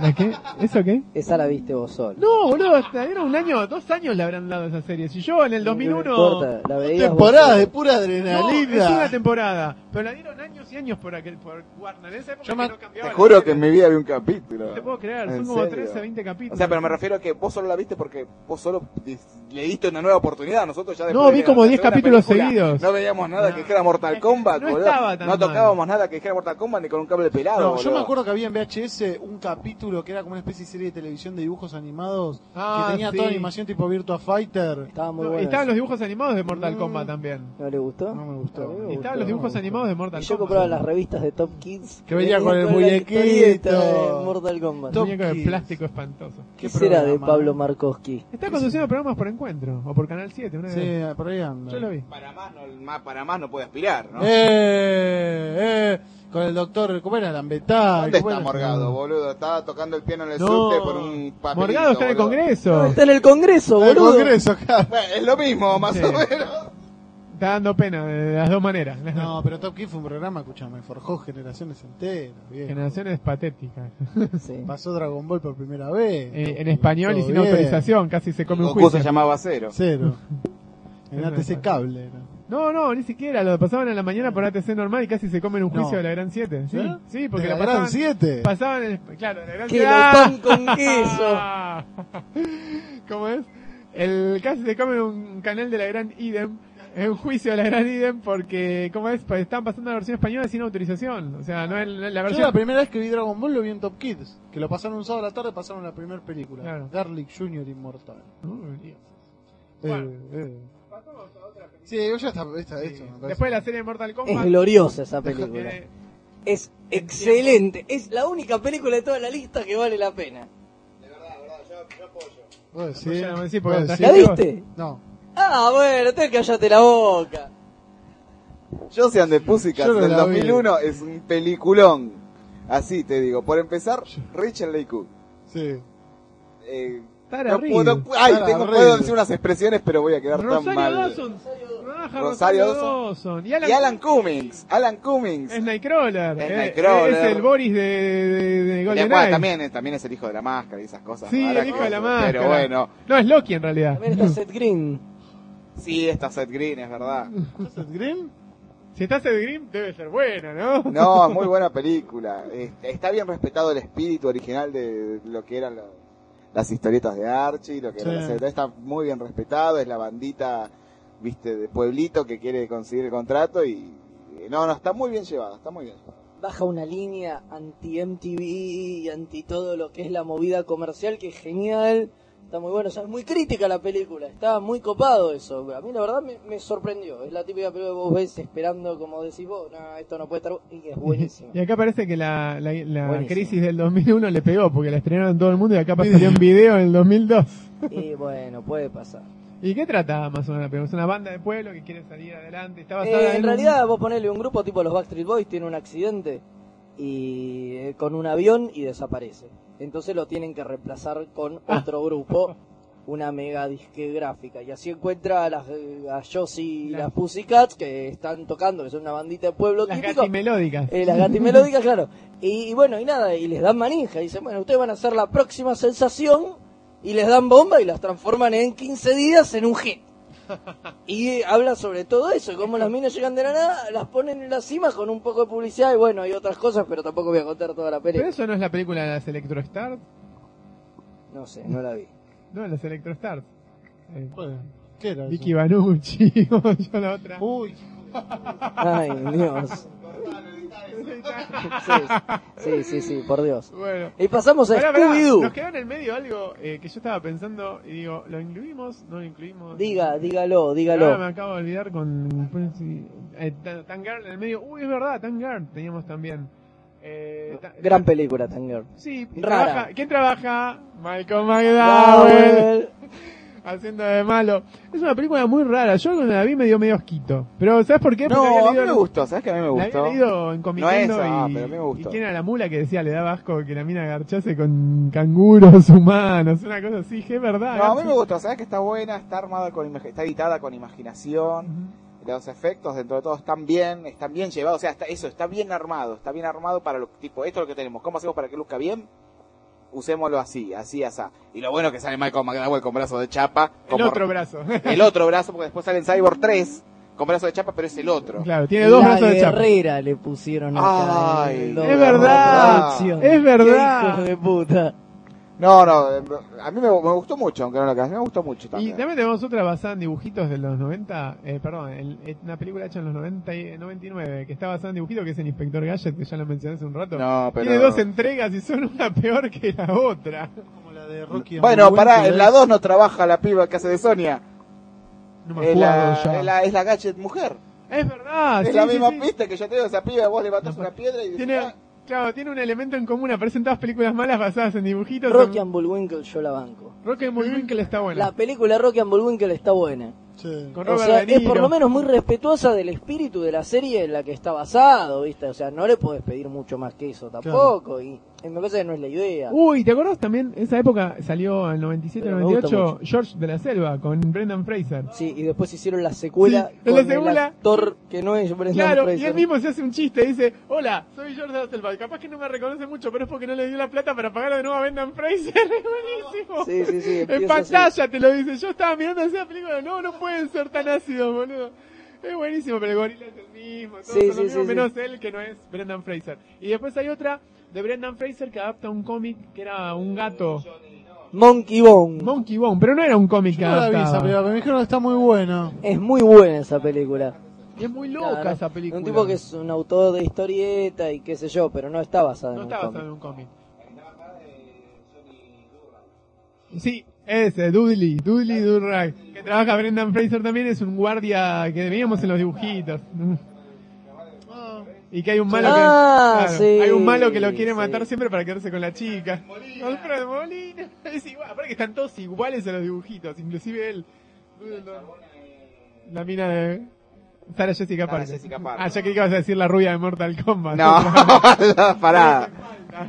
F: ¿La qué? ¿Eso qué?
E: Esa la viste vos solo.
F: No, boludo, hasta era un año, dos años le habrán dado esa serie. Si yo en el 2001...
E: No importa, la veías vos
C: Temporada
E: solo.
C: de pura
F: No, es una
C: adrenalina.
F: temporada, pero la dieron años y años por, aquel, por Warner. En esa época
C: Yo me-
F: no cambiaba
D: te
F: la
D: juro
F: serie.
D: que en mi vida vi un capítulo.
F: No te puedo creer,
D: ¿En
F: son como
D: serio?
F: 13, 20
D: O
F: capítulos.
D: sea, pero me refiero a que vos solo la viste porque vos solo dis- le diste una nueva oportunidad. Nosotros ya después
F: No,
D: de
F: vi
D: la
F: como
D: tercera
F: 10 capítulos
D: película,
F: seguidos.
D: No veíamos nada
F: No.
D: que dijera Mortal Kombat,
F: No
D: boludo.
F: estaba tan
D: No
F: mal.
D: tocábamos nada que dijera Mortal Kombat ni con un cable pelado,
C: No, yo
D: boludo.
C: me acuerdo que había en VHS un capítulo que era como una especie de serie de televisión de dibujos animados
F: Ah,
C: que tenía
F: sí.
C: toda animación tipo Virtua Fighter.
E: Estaba muy
F: No,
E: buena.
F: estaban los dibujos animados de Mortal
C: Mm.
F: Kombat también.
E: ¿No le gustó?
C: No me gustó.
E: A mí me
C: Y
F: Y
E: gustó.
F: estaban los
C: dibujo-
F: dibujos
C: no,
F: animados de Mortal
E: Y yo
F: Kombat.
E: compraba las revistas de Top Kids.
C: Que venía con el
E: la
C: muñequito.
E: historieta de Mortal Kombat.
C: Top
F: Muñeco de
C: Kids.
F: plástico espantoso.
E: ¿Qué
C: ¿Qué
E: será de
C: programa, eh.
E: Pablo
C: no?
E: Markowski?
F: Está conduciendo programas por encuentro o por Canal 7. Una
C: Sí,
F: vez.
C: por ahí anda.
F: Yo lo vi.
D: Para más no, más- para más no puede aspirar, ¿no?
C: Eh, eh, con el doctor, ¿cómo era? Lambetá.
D: ¿Dónde
C: ¿cómo
D: está
C: era?
D: Morgado, boludo? Estaba tocando el piano en el
F: No.
D: subte por un papelito,
F: Morgado está en el
D: boludo.
F: Congreso.
G: Está en el Congreso,
C: Ah, El
G: boludo.
C: Congreso, claro.
D: Bueno, es lo mismo, más
F: Sí.
D: o menos.
F: Está dando pena de las dos maneras.
C: No, pero Top Kid fue un programa, escúchame, forjó generaciones enteras. bien.
F: Generaciones patéticas.
E: Sí.
C: Pasó Dragon Ball por primera vez.
F: Eh,
C: Top
F: en
C: Kid,
F: español y
C: todo
F: sin
C: bien.
F: autorización, casi se come un
D: Goku se
F: juicio.
D: llamaba Cero.
F: [LAUGHS]
C: Cero. en
F: Es
C: ATC
F: verdad.
C: Cable. era.
F: No, no, ni siquiera. Lo pasaban en la mañana por ATC normal y casi se comen un juicio
C: No.
F: de la Gran 7. Sí,
C: ¿Eh?
F: sí porque
C: De
F: la,
C: la Gran
F: pasaban-
C: 7.
F: Pasaban el, claro, la gran
G: Que lo
F: ¡Ah!
G: pan con queso.
F: [LAUGHS] ¿Cómo es? El casi se come un canal de la gran idem, en juicio de la gran idem porque ¿cómo es? Pues estaban pasando la versión española sin autorización, o sea, no es
C: Yo
F: la la
C: la
F: versión
C: primera vez que vi Dragon Ball lo vi en Top Kids, que lo pasaron un sábado a la tarde, pasaron la primera película,
F: Claro.
C: Garlic Jr. Inmortal.
F: Uh, Dios.
C: Eh, eh. Sí, yo ya está, está hecho. me parece.
F: Después de la serie de Mortal
E: Es
F: Kombat
E: gloriosa esa película.
F: tiene-
G: Es excelente. Es la única película de toda la lista que vale la pena.
C: ¿Vos decís?
F: Pues ya no me decís porque
C: ¿Vos
F: la
C: decís?
E: ¿La viste?
C: No.
G: Ah, bueno, te callate la boca.
D: Josean de Pussycat
C: Yo no
D: del
C: la vi.
D: 2001 es un peliculón. Así te digo. Por empezar, Richard Lee Cook.
C: Sí.
D: Eh,
F: Tara
D: no
F: Reid.
D: puedo, ay,
C: Tara
D: tengo,
C: Reid.
D: puedo decir unas expresiones, pero voy a quedar tan
F: Rosario
D: mal.
F: Dawson. Trabaja
D: Rosario
F: Rosario Dawson. Y Alan,
D: Y Alan Cummings. Alan Cummings.
F: es Nightcrawler.
D: Es
F: eh,
D: Nightcrawler.
F: Es el Boris de, de, de
D: Y
F: GoldenEye.
D: bueno, también, eh, también es el hijo de la máscara y esas cosas.
F: Sí,
D: raras
F: el hijo
D: que
F: de la
D: hace.
F: máscara.
D: Pero bueno,
F: No, es Loki en realidad.
E: También está Seth Green.
D: sí, está Seth Green, es verdad.
C: ¿Joseph Green?
F: Si está Seth Green, debe ser buena, ¿no?
D: No, [LAUGHS] es muy buena película. Eh, Está bien respetado el espíritu original de lo que eran lo- las historietas de Archie, lo que
C: Sí.
D: era la serie. está muy bien respetado, es la bandita, viste, de pueblito que quiere conseguir el contrato y eh, no, no, está muy bien llevada, está muy bien. llevada.
E: baja una línea anti MTV y anti todo lo que es la movida comercial que es genial está muy bueno o sea, es muy crítica la película está muy copado eso a mí la verdad me, me sorprendió es la típica película que vos ves esperando como decís vos no esto no puede estar bu-". y
C: [LAUGHS]
E: es buenísima
F: Y acá parece que la, la, la
E: Buenísimo.
F: crisis del 2001 le pegó porque la estrenaron en todo el mundo y acá salió un video en el 2002.
E: y bueno puede pasar
F: ¿Y qué trataba más o menos? la película? Es una banda de pueblo que quiere salir adelante. Está basada
E: Eh, en
F: un-
E: realidad vos ponele un grupo tipo los Backstreet Boys tiene un accidente y eh, con un avión y desaparece. Entonces lo tienen que reemplazar con
F: Ah.
E: otro grupo, una mega disquegráfica y así encuentra a las eh, a Josie y
F: Las-
E: las Pussycats que están tocando, que son una bandita de pueblo
F: Las
E: típico.
F: gatimelódicas.
E: Eh, las gatimelódicas, claro. Y, y bueno, y nada, y les dan manija. Dicen, bueno, ustedes van a ser la próxima sensación. Y les dan bomba y las transforman en 15 días en un hit. Y eh, habla sobre todo eso, y cómo las minas llegan de la nada, las ponen en la cima con un poco de publicidad y bueno, hay otras cosas, pero tampoco voy a contar toda la
F: Pero
E: pelea.
F: eso no es la película de las Electrostars.
E: No sé, no la vi.
F: No, las Electrostars. Eh,
C: Bueno, ¿qué era eso?
F: Vicky Banucci, [LAUGHS] yo la otra.
C: Uy,
E: Ay, Dios. Sí, sí, sí, sí, por Dios.
F: [LAUGHS] bueno.
E: Y pasamos a
F: Pará, pará,
E: Scooby-Doo.
F: Nos quedó en el medio algo eh, que yo estaba pensando y digo, ¿lo incluimos? ¿No lo incluimos?
E: Diga, dígalo,
F: Ahora Ah, me
E: dígalo.
F: acabo de olvidar con Prince- eh, Tan- Tangard en el medio. Uy, es verdad, Tangard teníamos también. Eh, ta-
E: Gran película, Tanger.
F: Sí, y
E: Rara.
F: trabaja- ¿quién trabaja? Michael Ah, McDowell, haciendo de malo. Es una película muy rara. Yo cuando la vi me dio medio asquito. Pero ¿sabes por qué? Porque
D: No,
F: había
D: a mí me
F: leído-
D: gustó, ¿sabes que a mí me
F: La
D: gustó?
F: había leído en Comiquendo
D: No es, ah,
F: y,
D: pero a mí me
F: y
D: gustó.
F: quién era la mula que decía le daba asco que la mina garchase con canguros humanos, una cosa así, que es verdad.
D: No, a mí
F: garcha.
D: me gustó, ¿sabes que está buena? Está armada con ima- está editada con imaginación. Los efectos dentro de todo están bien, están bien llevados, o sea, está, eso está bien armado, está bien armado para lo tipo, esto es lo que tenemos, ¿cómo hacemos para que luzca bien? Usémoslo así, así, así. Y lo bueno es que sale Michael McDowell con brazo de chapa,
F: El
D: como-
F: otro brazo. [LAUGHS]
D: el otro brazo, porque después sale en Cyborg 3 con brazo de chapa, pero es el otro.
F: claro, tiene dos
E: la
F: brazos de chapa.
E: guerrera le pusieron acá.
D: Ay,
E: en el
D: es
E: logo,
F: verdad,
E: la producción.
F: es verdad.
E: Qué hijos de puta.
D: No, no, eh, a mí me, me gustó mucho, aunque no lo creas, me gustó mucho
F: Y
D: también.
F: también tenemos otra basada en dibujitos de los 90, eh, perdón, el- eh, una película hecha en los 90 y, eh, 99, que está basada en dibujitos, que es el Inspector Gadget, que ya lo mencioné hace un rato.
D: No, pero-
F: Tiene dos entregas y son una peor que la otra.
C: como la de Rocky.
D: Bueno,
C: Horror,
D: pará,
C: que
D: en
C: es-
D: la 2 no trabaja la piba que hace de Sonia.
F: No me
D: Es
F: acuerdo
D: la,
F: ya.
D: es la- es la gadget mujer.
F: Es verdad,
D: es
F: sí,
D: la
F: sí,
D: misma
F: sí.
D: pista que yo te digo, esa piba, vos levantás
F: No,
D: una piedra y...
F: Tiene,
D: ah,
F: claro, tiene un elemento en común. Aparecen todas películas malas basadas en dibujitos.
E: Rocky
F: en-
E: and Bullwinkle yo la banco.
F: Rock and Bullwinkle está buena.
E: La película Rocky and Bullwinkle está buena.
C: Sí.
F: Con
E: O
F: Robert
E: sea,
F: De
E: es
F: Niro.
E: por lo menos muy respetuosa del espíritu de la serie en la que está basado, ¿viste? O sea, no le puedes pedir mucho más que eso tampoco. Y, y me parece que no es la idea.
F: Uy, ¿te acordás también? Esa época salió en el 97,
E: Pero me gusta
F: 98,
E: mucho.
F: George de la Selva con Brendan Fraser.
E: Sí, y después hicieron la secuela
F: Sí, la
E: con el
F: secuela.
E: actor que no es Brendan
F: Claro, y
E: Fraser.
F: él mismo se hace un chiste, dice, hola, soy George de la Selva, y capaz que no me reconoce mucho, pero es porque no le dio la plata para pagar de nuevo a Brendan Fraser, [LAUGHS] es buenísimo.
E: Sí, sí,
F: [LAUGHS]
E: sí,
F: En
E: empieza
F: pantalla te lo dice, yo estaba mirando esa película, no, no pueden ser tan ácidos, boludo. Es buenísimo, pero el gorila es el mismo, todos
E: Sí,
F: son los
E: sí,
F: mismos,
E: sí,
F: menos él que no es Brendan Fraser. Y después hay otra de Brendan Fraser que adapta un cómic que era un gato,
E: Monkey Bone.
F: Monkey Bone, pero no era un cómic que
C: Yo no la vi esa
F: adaptaba.
C: película, pero me dijeron que está muy bueno.
E: es muy buena esa película.
F: Es muy loca
E: Claro,
F: esa película.
E: Un tipo que es un autor de historieta y qué sé yo, pero no está basada
F: No
E: en
F: está
E: un
F: basado en
E: cómic.
F: un cómic. Sí, eh, ese, Dudley, Dudley Durrag, que trabaja Brendan Fraser también, es un guardia que veíamos en los dibujitos. Y que hay un malo
E: Ah,
F: que claro,
E: sí,
F: hay un malo que lo quiere
E: sí.
F: matar siempre para quedarse con la chica. Alfred Molina. [LAUGHS] Es igual, aparte que están todos iguales a los dibujitos, inclusive él. La mina de Sara Jessica Parker.
D: Jessica Parker.
F: Ah, ya creí que ibas a decir la rubia de Mortal Kombat.
D: No, [LAUGHS]
F: [LAUGHS]
D: no, pará.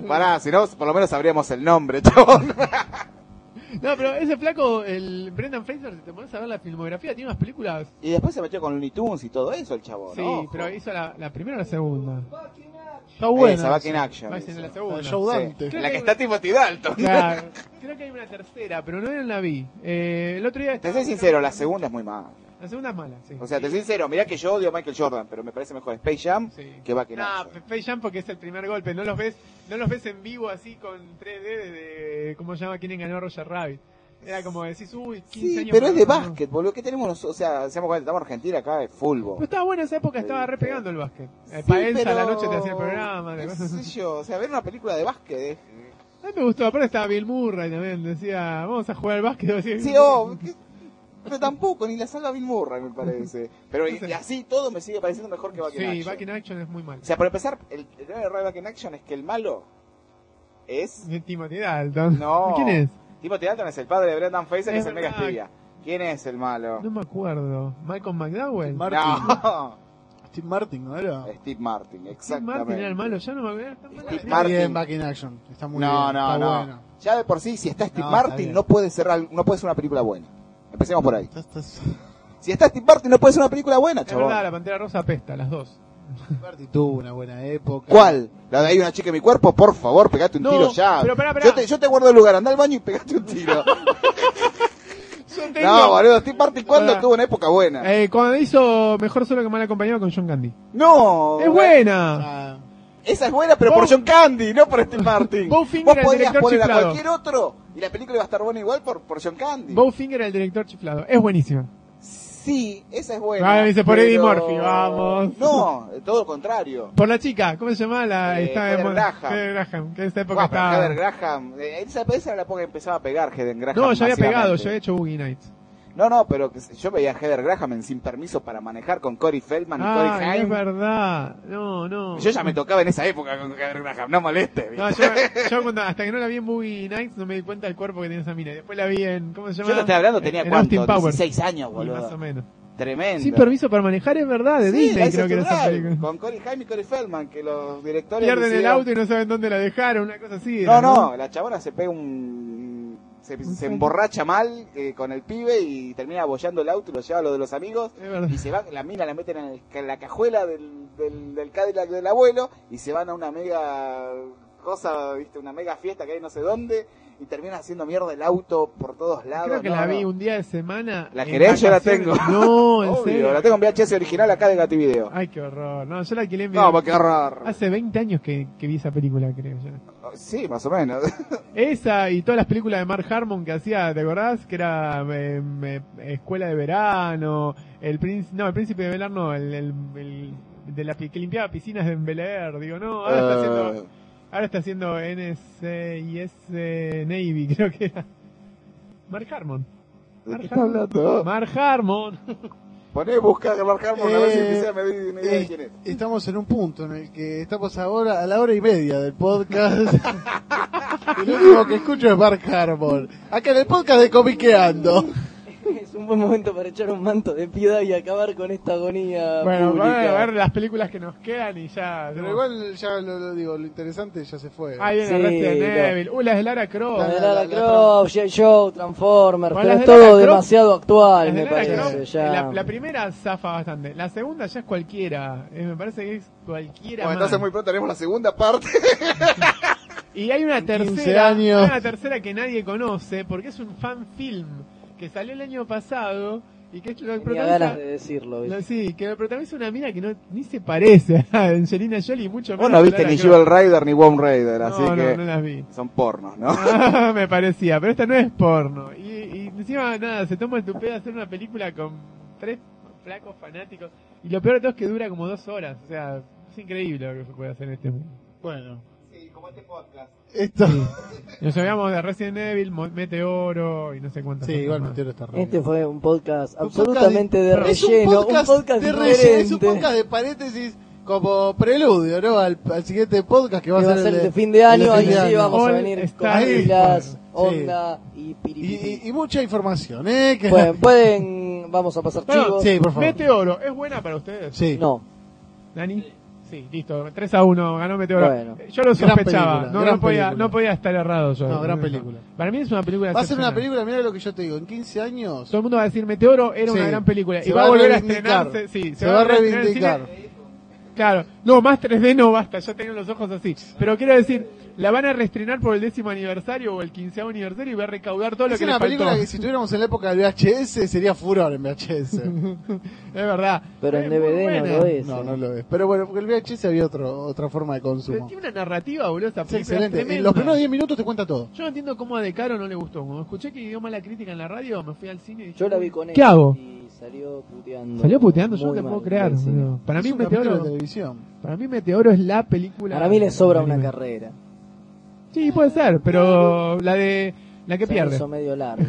D: Pará, si no, por lo menos sabríamos el nombre, [LAUGHS] chabón.
F: No, pero ese flaco, el Brendan Fraser, si te pones a ver la filmografía, tiene unas películas.
D: Y después se metió con Looney Tunes y todo eso el chabón.
F: Sí,
D: ojo.
F: pero hizo la, la primera o la segunda.
C: Está
D: Esa,
C: buena.
D: Back in Action.
F: Va a ser
D: esa.
C: La
F: la
C: de
F: segunda.
C: Joe
D: Sí.
C: Dante.
D: En la que está Timothy Dalton.
F: Claro. Creo que hay una tercera, pero no la vi. Eh, el otro día
D: Te
F: estaba-
D: soy sincero, la segunda es muy mala.
F: La segunda es mala, sí.
D: O sea, te soy sincero, mirá que yo odio a Michael Jordan, pero me parece mejor Space Jam
F: Sí.
D: que Back in
F: Nah,
D: Action.
F: Space Jam porque es el primer golpe, no los ves, no los ves en vivo así con 3D de, de- ¿cómo se llama? ¿Quién engañó a Roger Rabbit? Era como decís, uy, 15
D: Sí,
F: años
D: pero es de
F: más, ¿no?
D: básquet, boludo. ¿Qué tenemos nosotros? O sea, seamos cuenta, estamos en Argentina acá, es
F: Pero
D: fútbol.
F: estaba bueno esa época, estaba
D: Sí,
F: re pegando el básquet. El
D: Sí,
F: Paenza a Eh, la
D: pero-
F: noche te hacía el programa, de
D: qué
F: cosas
D: sé
F: así.
D: yo, o sea, ver una película de básquet. eh.
F: A mí me gustó, aparte estaba Bill Murray también, decía, vamos a jugar al básquet. decía, [LAUGHS]
D: Sí, oh, ¿qué? pero tampoco, ni la salva Bill Murray, me parece. Pero y-
F: No sé.
D: y así todo me sigue pareciendo mejor que Back in
F: Sí,
D: Action.
F: Back in Action es muy mal.
D: O sea, para empezar, el el gran error de Back in Action es que el malo es...
F: De Timothy Dalton.
D: No.
F: ¿Quién es?
D: Timothy Dalton es el padre de Brendan Fraser, que
F: Es
D: es el mega
F: verdad.
D: espía. ¿Quién es el malo?
F: No me acuerdo. Malcolm McDowell.
C: Mar-
D: [LAUGHS] No, Eh,
C: Steve Martin, ¿no era?
D: Steve Martin,
F: Steve
D: exactamente. este
F: Martin era el malo, ya no me acuerdo. tan mala.
D: Steve
C: Está
D: Martin.
C: bien, Back in Action. Está muy
D: no,
C: bien.
D: no,
C: está
D: no.
C: bueno.
D: Ya de por sí, si está Steve
C: No, está
D: Martin,
C: bien.
D: no puede ser al- no puede ser una película buena. Empecemos por ahí.
C: Ya estás-
D: Si está Steve Martin, no puede ser una película buena,
F: Es verdad,
D: chaval.
F: la pantera rosa pesta, las dos.
C: Steve [LAUGHS] Martin tuvo una buena época.
D: ¿Cuál? La de ahí una chica en mi cuerpo, por favor, pegate un
F: No,
D: tiro ya.
F: pero pará, pará.
D: Yo, te, yo te guardo el lugar, anda al baño y pegate un
F: [LAUGHS]
D: tiro. no, boludo, Steve Martin, ¿cuándo
F: Pará.
D: tuvo una época buena?
F: Ah. Eh, cuando hizo Mejor Solo que Mal Acompañado con John Candy.
D: No,
F: ¡Es buena!
C: Ah,
D: Esa es buena, pero por
F: Bo-
D: John Candy, no por Steve
F: [LAUGHS]
D: Martin.
F: Bowfinger,
D: Vos
F: el
D: podrías
F: director
D: poner a
F: chiflado.
D: cualquier otro y la película iba a estar buena igual por, por John Candy.
F: Bowfinger, el director chiflado. Es buenísima.
D: Sí, esa es buena.
F: Ah, dice, por Eddie Murphy, vamos.
D: No, todo lo contrario.
F: Por la chica, ¿cómo se llama? La,
D: Eh,
F: está
D: Heather
F: en-
D: Graham.
F: Heather Graham, que en esta época
D: Guau, pero
F: estaba...
D: Heather Graham, eh, esa, esa era la época que empezaba a pegar Heather Graham.
F: No, yo había
D: masivamente.
F: pegado, yo había hecho Boogie Nights.
D: No, no, pero que- yo veía a Heather Graham en Sin Permiso para Manejar con Cory Feldman y
F: Ah,
D: Cory
F: es
D: Haim.
F: verdad. No, no.
D: Yo ya me tocaba en esa época con Heather Graham, no moleste.
F: No,
D: ¿viste?
F: yo, yo cuando, hasta que no la vi en Boogie Nights no me di cuenta del cuerpo que tenía esa mina. Y Después la vi en, ¿cómo se
D: yo,
F: llama?
D: te estoy hablando, tenía
F: En Austin
D: cuánto,
F: Powers.
D: 16 años,
F: Y más o
D: boludo.
F: menos.
D: Tremendo.
F: Sin permiso para manejar, es verdad,
D: Sí,
F: de
D: la
F: Disney
D: hizo
F: creo que era esa
D: Drive,
F: película.
D: Con Cory Haim y Cory Feldman, que los directores.
F: Pierden el
D: hicieron-
F: auto y no saben dónde la dejaron, una cosa así.
D: No,
F: era,
D: no, la chabona se pega un... Se, se emborracha mal eh, con el pibe y termina abollando el auto y lo lleva a lo de los amigos
F: Es verdad.
D: y se van, la mina la meten en, el ca- en la cajuela del, del, del Cadillac del abuelo y se van a una mega cosa, viste, una mega fiesta que hay no sé dónde y termina haciendo mierda el auto por todos lados.
F: Creo que
D: no,
F: la
D: no.
F: vi un día de semana.
D: ¿La
F: en
D: querés? Yo la
F: vacaciones.
D: tengo.
F: No,
D: [LAUGHS]
F: en
D: Obvio,
F: serio. Ah,
D: la tengo en VHS original acá de Gativideo.
F: Ay, qué horror. No, yo la alquilé en
D: No,
F: video-
D: porque horror.
F: Hace 20 años que, que vi esa película, creo yo.
D: Sí, más o menos. [LAUGHS]
F: Esa y todas las películas de Mark Harmon que hacía, ¿te acordás? Que era eh, eh, Escuela de Verano, El Príncipe, no, El Príncipe de Velar no, el, el, el de la pi- que limpiaba piscinas en Bel Air. Digo, no, ahora está haciendo,
D: Eh,
F: ahora está haciendo NCIS Navy, [LAUGHS] creo que era. Mark Harmon.
D: ¿De
F: Mark
D: qué está hablando?
F: Mark Harmon.
D: Poné, busca a Mark Harmon, a ver si
C: Eh,
D: quizá me doy una idea de quién es.
C: eh, estamos en un punto en el que estamos ahora a la hora y media del [LAUGHS] podcast. El último que escucho es Mark Harmon. Acá en el podcast de Comiqueando.
E: Es un buen momento para echar un manto de piedad y acabar con esta agonía
F: Bueno,
E: pública.
F: vamos a ver las películas que nos quedan y ya.
C: Pero igual ya lo, lo digo, lo interesante ya se fue.
F: Ahí viene
E: Sí,
F: Resident
E: no.
F: Evil. Uh, las de Lara Croft.
E: Las
C: la-
E: de Lara
C: la-
E: Croft, G.I. Joe, Transformers,
F: Bueno,
E: pero es
F: las de Lara
E: todo
F: Croft-
E: demasiado actual,
F: Las de
E: me
F: Lara
E: parece.
F: Croft,
E: ya.
F: La, la primera zafa bastante. La segunda ya es cualquiera. Eh, me parece que es cualquiera.
D: Bueno,
F: más.
D: entonces muy pronto haremos la segunda parte.
F: Y hay una
C: 15
F: tercera.
C: años.
F: Hay una tercera que nadie conoce porque es un fan film que salió el año pasado y que es lo
E: Tenía
F: protagoniza-
E: ganas de decirlo. ¿viste?
F: lo- sí, que lo protagoniza una mina que no, ni se parece [LAUGHS] a Angelina Jolie, y mucho menos.
D: Vos no
F: a [LAUGHS]
D: viste
F: Lara
D: ni
F: Croft.
D: Jewel Rider ni Bomb Raider, así
F: No,
D: que
F: no, no las vi.
D: son pornos, ¿no?
F: [LAUGHS] me parecía, pero esta no es porno. Y, y encima, nada, se toma el tupé de hacer una película con tres flacos fanáticos. Y lo peor de todo es que dura como dos horas. O sea, es increíble lo que se puede hacer en este mundo.
C: Bueno,
D: Sí, como este podcast.
C: esto.
F: Nos llamamos de Resident Evil, Mo- Meteoro y no sé cuántas
C: Sí,
F: cosas
C: igual
F: más.
C: Meteoro está re
E: Este
C: bien.
E: fue un podcast
C: Un
E: absolutamente de
C: podcast de-
E: relleno,
C: Es un podcast, de relleno, es un podcast de paréntesis como preludio, ¿no? Al, al siguiente podcast que va a
E: Que
C: ser,
E: va a ser
C: el
E: de fin de año,
C: el
E: ahí
C: de fin de
E: sí
C: año.
E: vamos a
F: All
E: venir con
F: está
C: ahí.
E: pilas,
C: Sí.
E: onda y
C: Y,
E: piripiri.
C: y- y mucha información, ¿eh? Que-
E: Bueno, pueden, vamos a pasar
F: Bueno,
C: [LAUGHS]
E: chivos.
C: sí, por favor.
F: Meteoro, ¿es buena para ustedes?
C: Sí.
E: No,
F: ¿Dani? Sí, listo. 3 a 1, ganó Meteoro.
E: Bueno.
F: Yo lo
C: Gran
F: sospechaba.
C: película,
F: no,
C: gran
F: no podía,
C: película.
F: no podía estar errado yo.
C: No, gran película.
F: Para mí es una película
C: Va a ser una
F: excepcional.
C: película, mira lo que yo te digo, en 15 años.
F: Todo el mundo va a decir Meteoro era
C: Sí.
F: una gran película.
C: Se
F: y va,
C: va
F: a
C: a
F: volver a
C: reivindicar.
F: estrenarse. Sí,
C: Se va a
F: volver estrenar en
C: reivindicar.
F: cine. Claro, no, más 3D no basta, ya tengo los ojos así. Pero quiero decir, la van a reestrenar por el décimo aniversario o el quinceavo aniversario y va a recaudar todo lo
C: Es
F: que
C: una
F: le faltó.
C: película que si tuviéramos en la época del VHS sería furor en
F: [LAUGHS]
C: VHS.
F: Es verdad.
E: Pero
F: Es
E: en
F: muy
E: DVD
F: buena.
E: no lo es.
C: No,
E: eh.
C: no lo es. Pero bueno, porque el VHS había otro, otra forma de
F: Pero
C: consumo.
F: tiene una narrativa, boludo, esta
C: Es
F: película es
C: excelente. En
F: tremenda.
C: los primeros 10 minutos te cuenta todo.
F: Yo no entiendo cómo a De Caro no le gustó. Cuando escuché que dio mala crítica en la radio, me fui al cine y dije,
E: Yo la vi con él.
F: ¿Qué hago?
E: Y salió puteando.
F: Salió puteando, yo no
E: Muy
F: te puedo
E: mal,
F: creer.
E: sí.
F: boludo. Para mí,
C: es un capítulo
F: Meteoro,
C: de televisión.
F: para mí Meteoro es la película.
E: Para mí le sobra una
F: anime.
E: carrera.
F: Sí, puede ser, pero la de. La que
E: Se me
F: pierde.
E: hizo medio largo.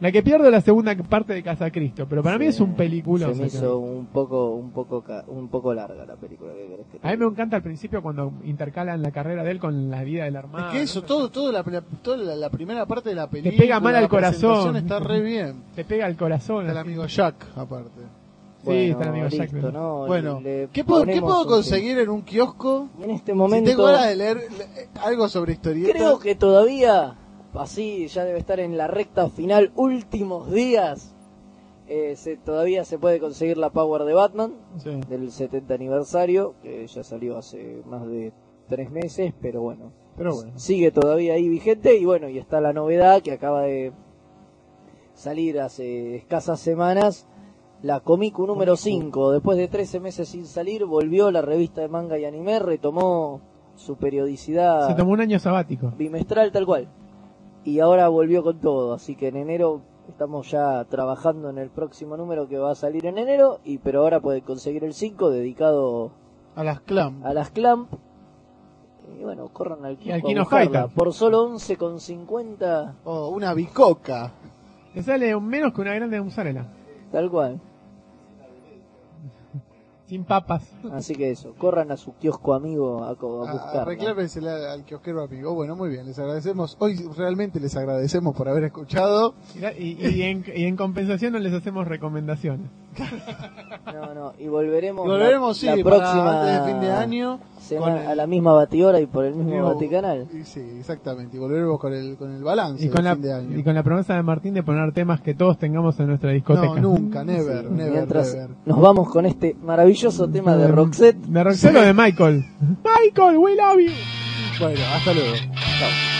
F: La que pierde es la segunda parte de Casa Cristo, pero [LAUGHS] para mí
E: Se-
F: es un película.
E: Se me hizo un poco, un poco, ca- un poco larga la película. ¿qué querés que te
F: A mí me
E: diga?
F: encanta al principio cuando intercalan la carrera de él con la vida del hermano.
C: es que eso, todo, todo la, toda la, la primera parte de la película.
F: Ah, pega mal
C: la
F: al corazón.
C: presentación Está re
F: [LAUGHS]
C: bien.
F: Te pega el corazón.
C: Está el
F: así.
C: amigo Jack, aparte.
F: Sí, está el amigo Jack.
E: listo, ¿no?
C: Bueno,
E: Le- le
C: ¿qué puedo, ¿qué
E: ponemos
C: puedo
E: un-
C: conseguir en un kiosco?
E: En este
C: Si
E: momento.
C: tengo ganas de leer le- algo sobre historietas.
E: Creo que todavía, así ya debe estar en la recta final, últimos días, eh, se- todavía se puede conseguir la Power de Batman
C: Sí.
E: del 70 aniversario, que ya salió hace más de tres meses, pero bueno,
C: Pero bueno.
E: sigue todavía ahí vigente y bueno, y está la novedad que acaba de salir hace escasas semanas. La Comiku número 5, después de 13 meses sin salir, volvió la revista de manga y anime, retomó su periodicidad
F: Se tomó un año sabático.
E: bimestral tal cual. Y ahora volvió con todo, así que en enero estamos ya trabajando en el próximo número que va a salir en enero, y pero ahora pueden conseguir el 5 dedicado
C: A las clam.
E: a las clamp. Y bueno, corran al
F: al
E: kiosco a
F: Kino
E: buscarla.
F: Haita.
E: Por solo 11,50,
C: O una bicoca.
F: Te sale un menos que una grande mozzarella.
E: tal cual.
F: Sin papas.
E: Así que eso, corran a su kiosco amigo a, co- a
C: A-
E: buscarla.
C: Reclárensela Ah, al kiosquero amigo. Bueno, muy bien, les agradecemos. Hoy realmente les agradecemos por haber escuchado.
F: Y, y en, y en compensación no les hacemos recomendaciones.
E: No, no, y volveremos,
C: Y volveremos, sí,
E: la, la
C: para
E: próxima
C: antes de fin de año.
E: semana
C: con el-
E: a la misma batidora y por el mismo
C: Digo,
E: Vaticanal.
C: y Sí, exactamente. Y volveremos con el, con el balance
F: Y con,
C: del
F: la,
C: fin de año.
F: y con la promesa de Martín de poner temas que todos tengamos en nuestra discoteca.
C: No, nunca, never, never,
E: Mientras
C: never.
E: nos vamos con este maravilloso tema de Roxette. [LAUGHS]
F: De Roxette o de Michael. Michael, we love you.
C: Bueno, hasta luego. Chao.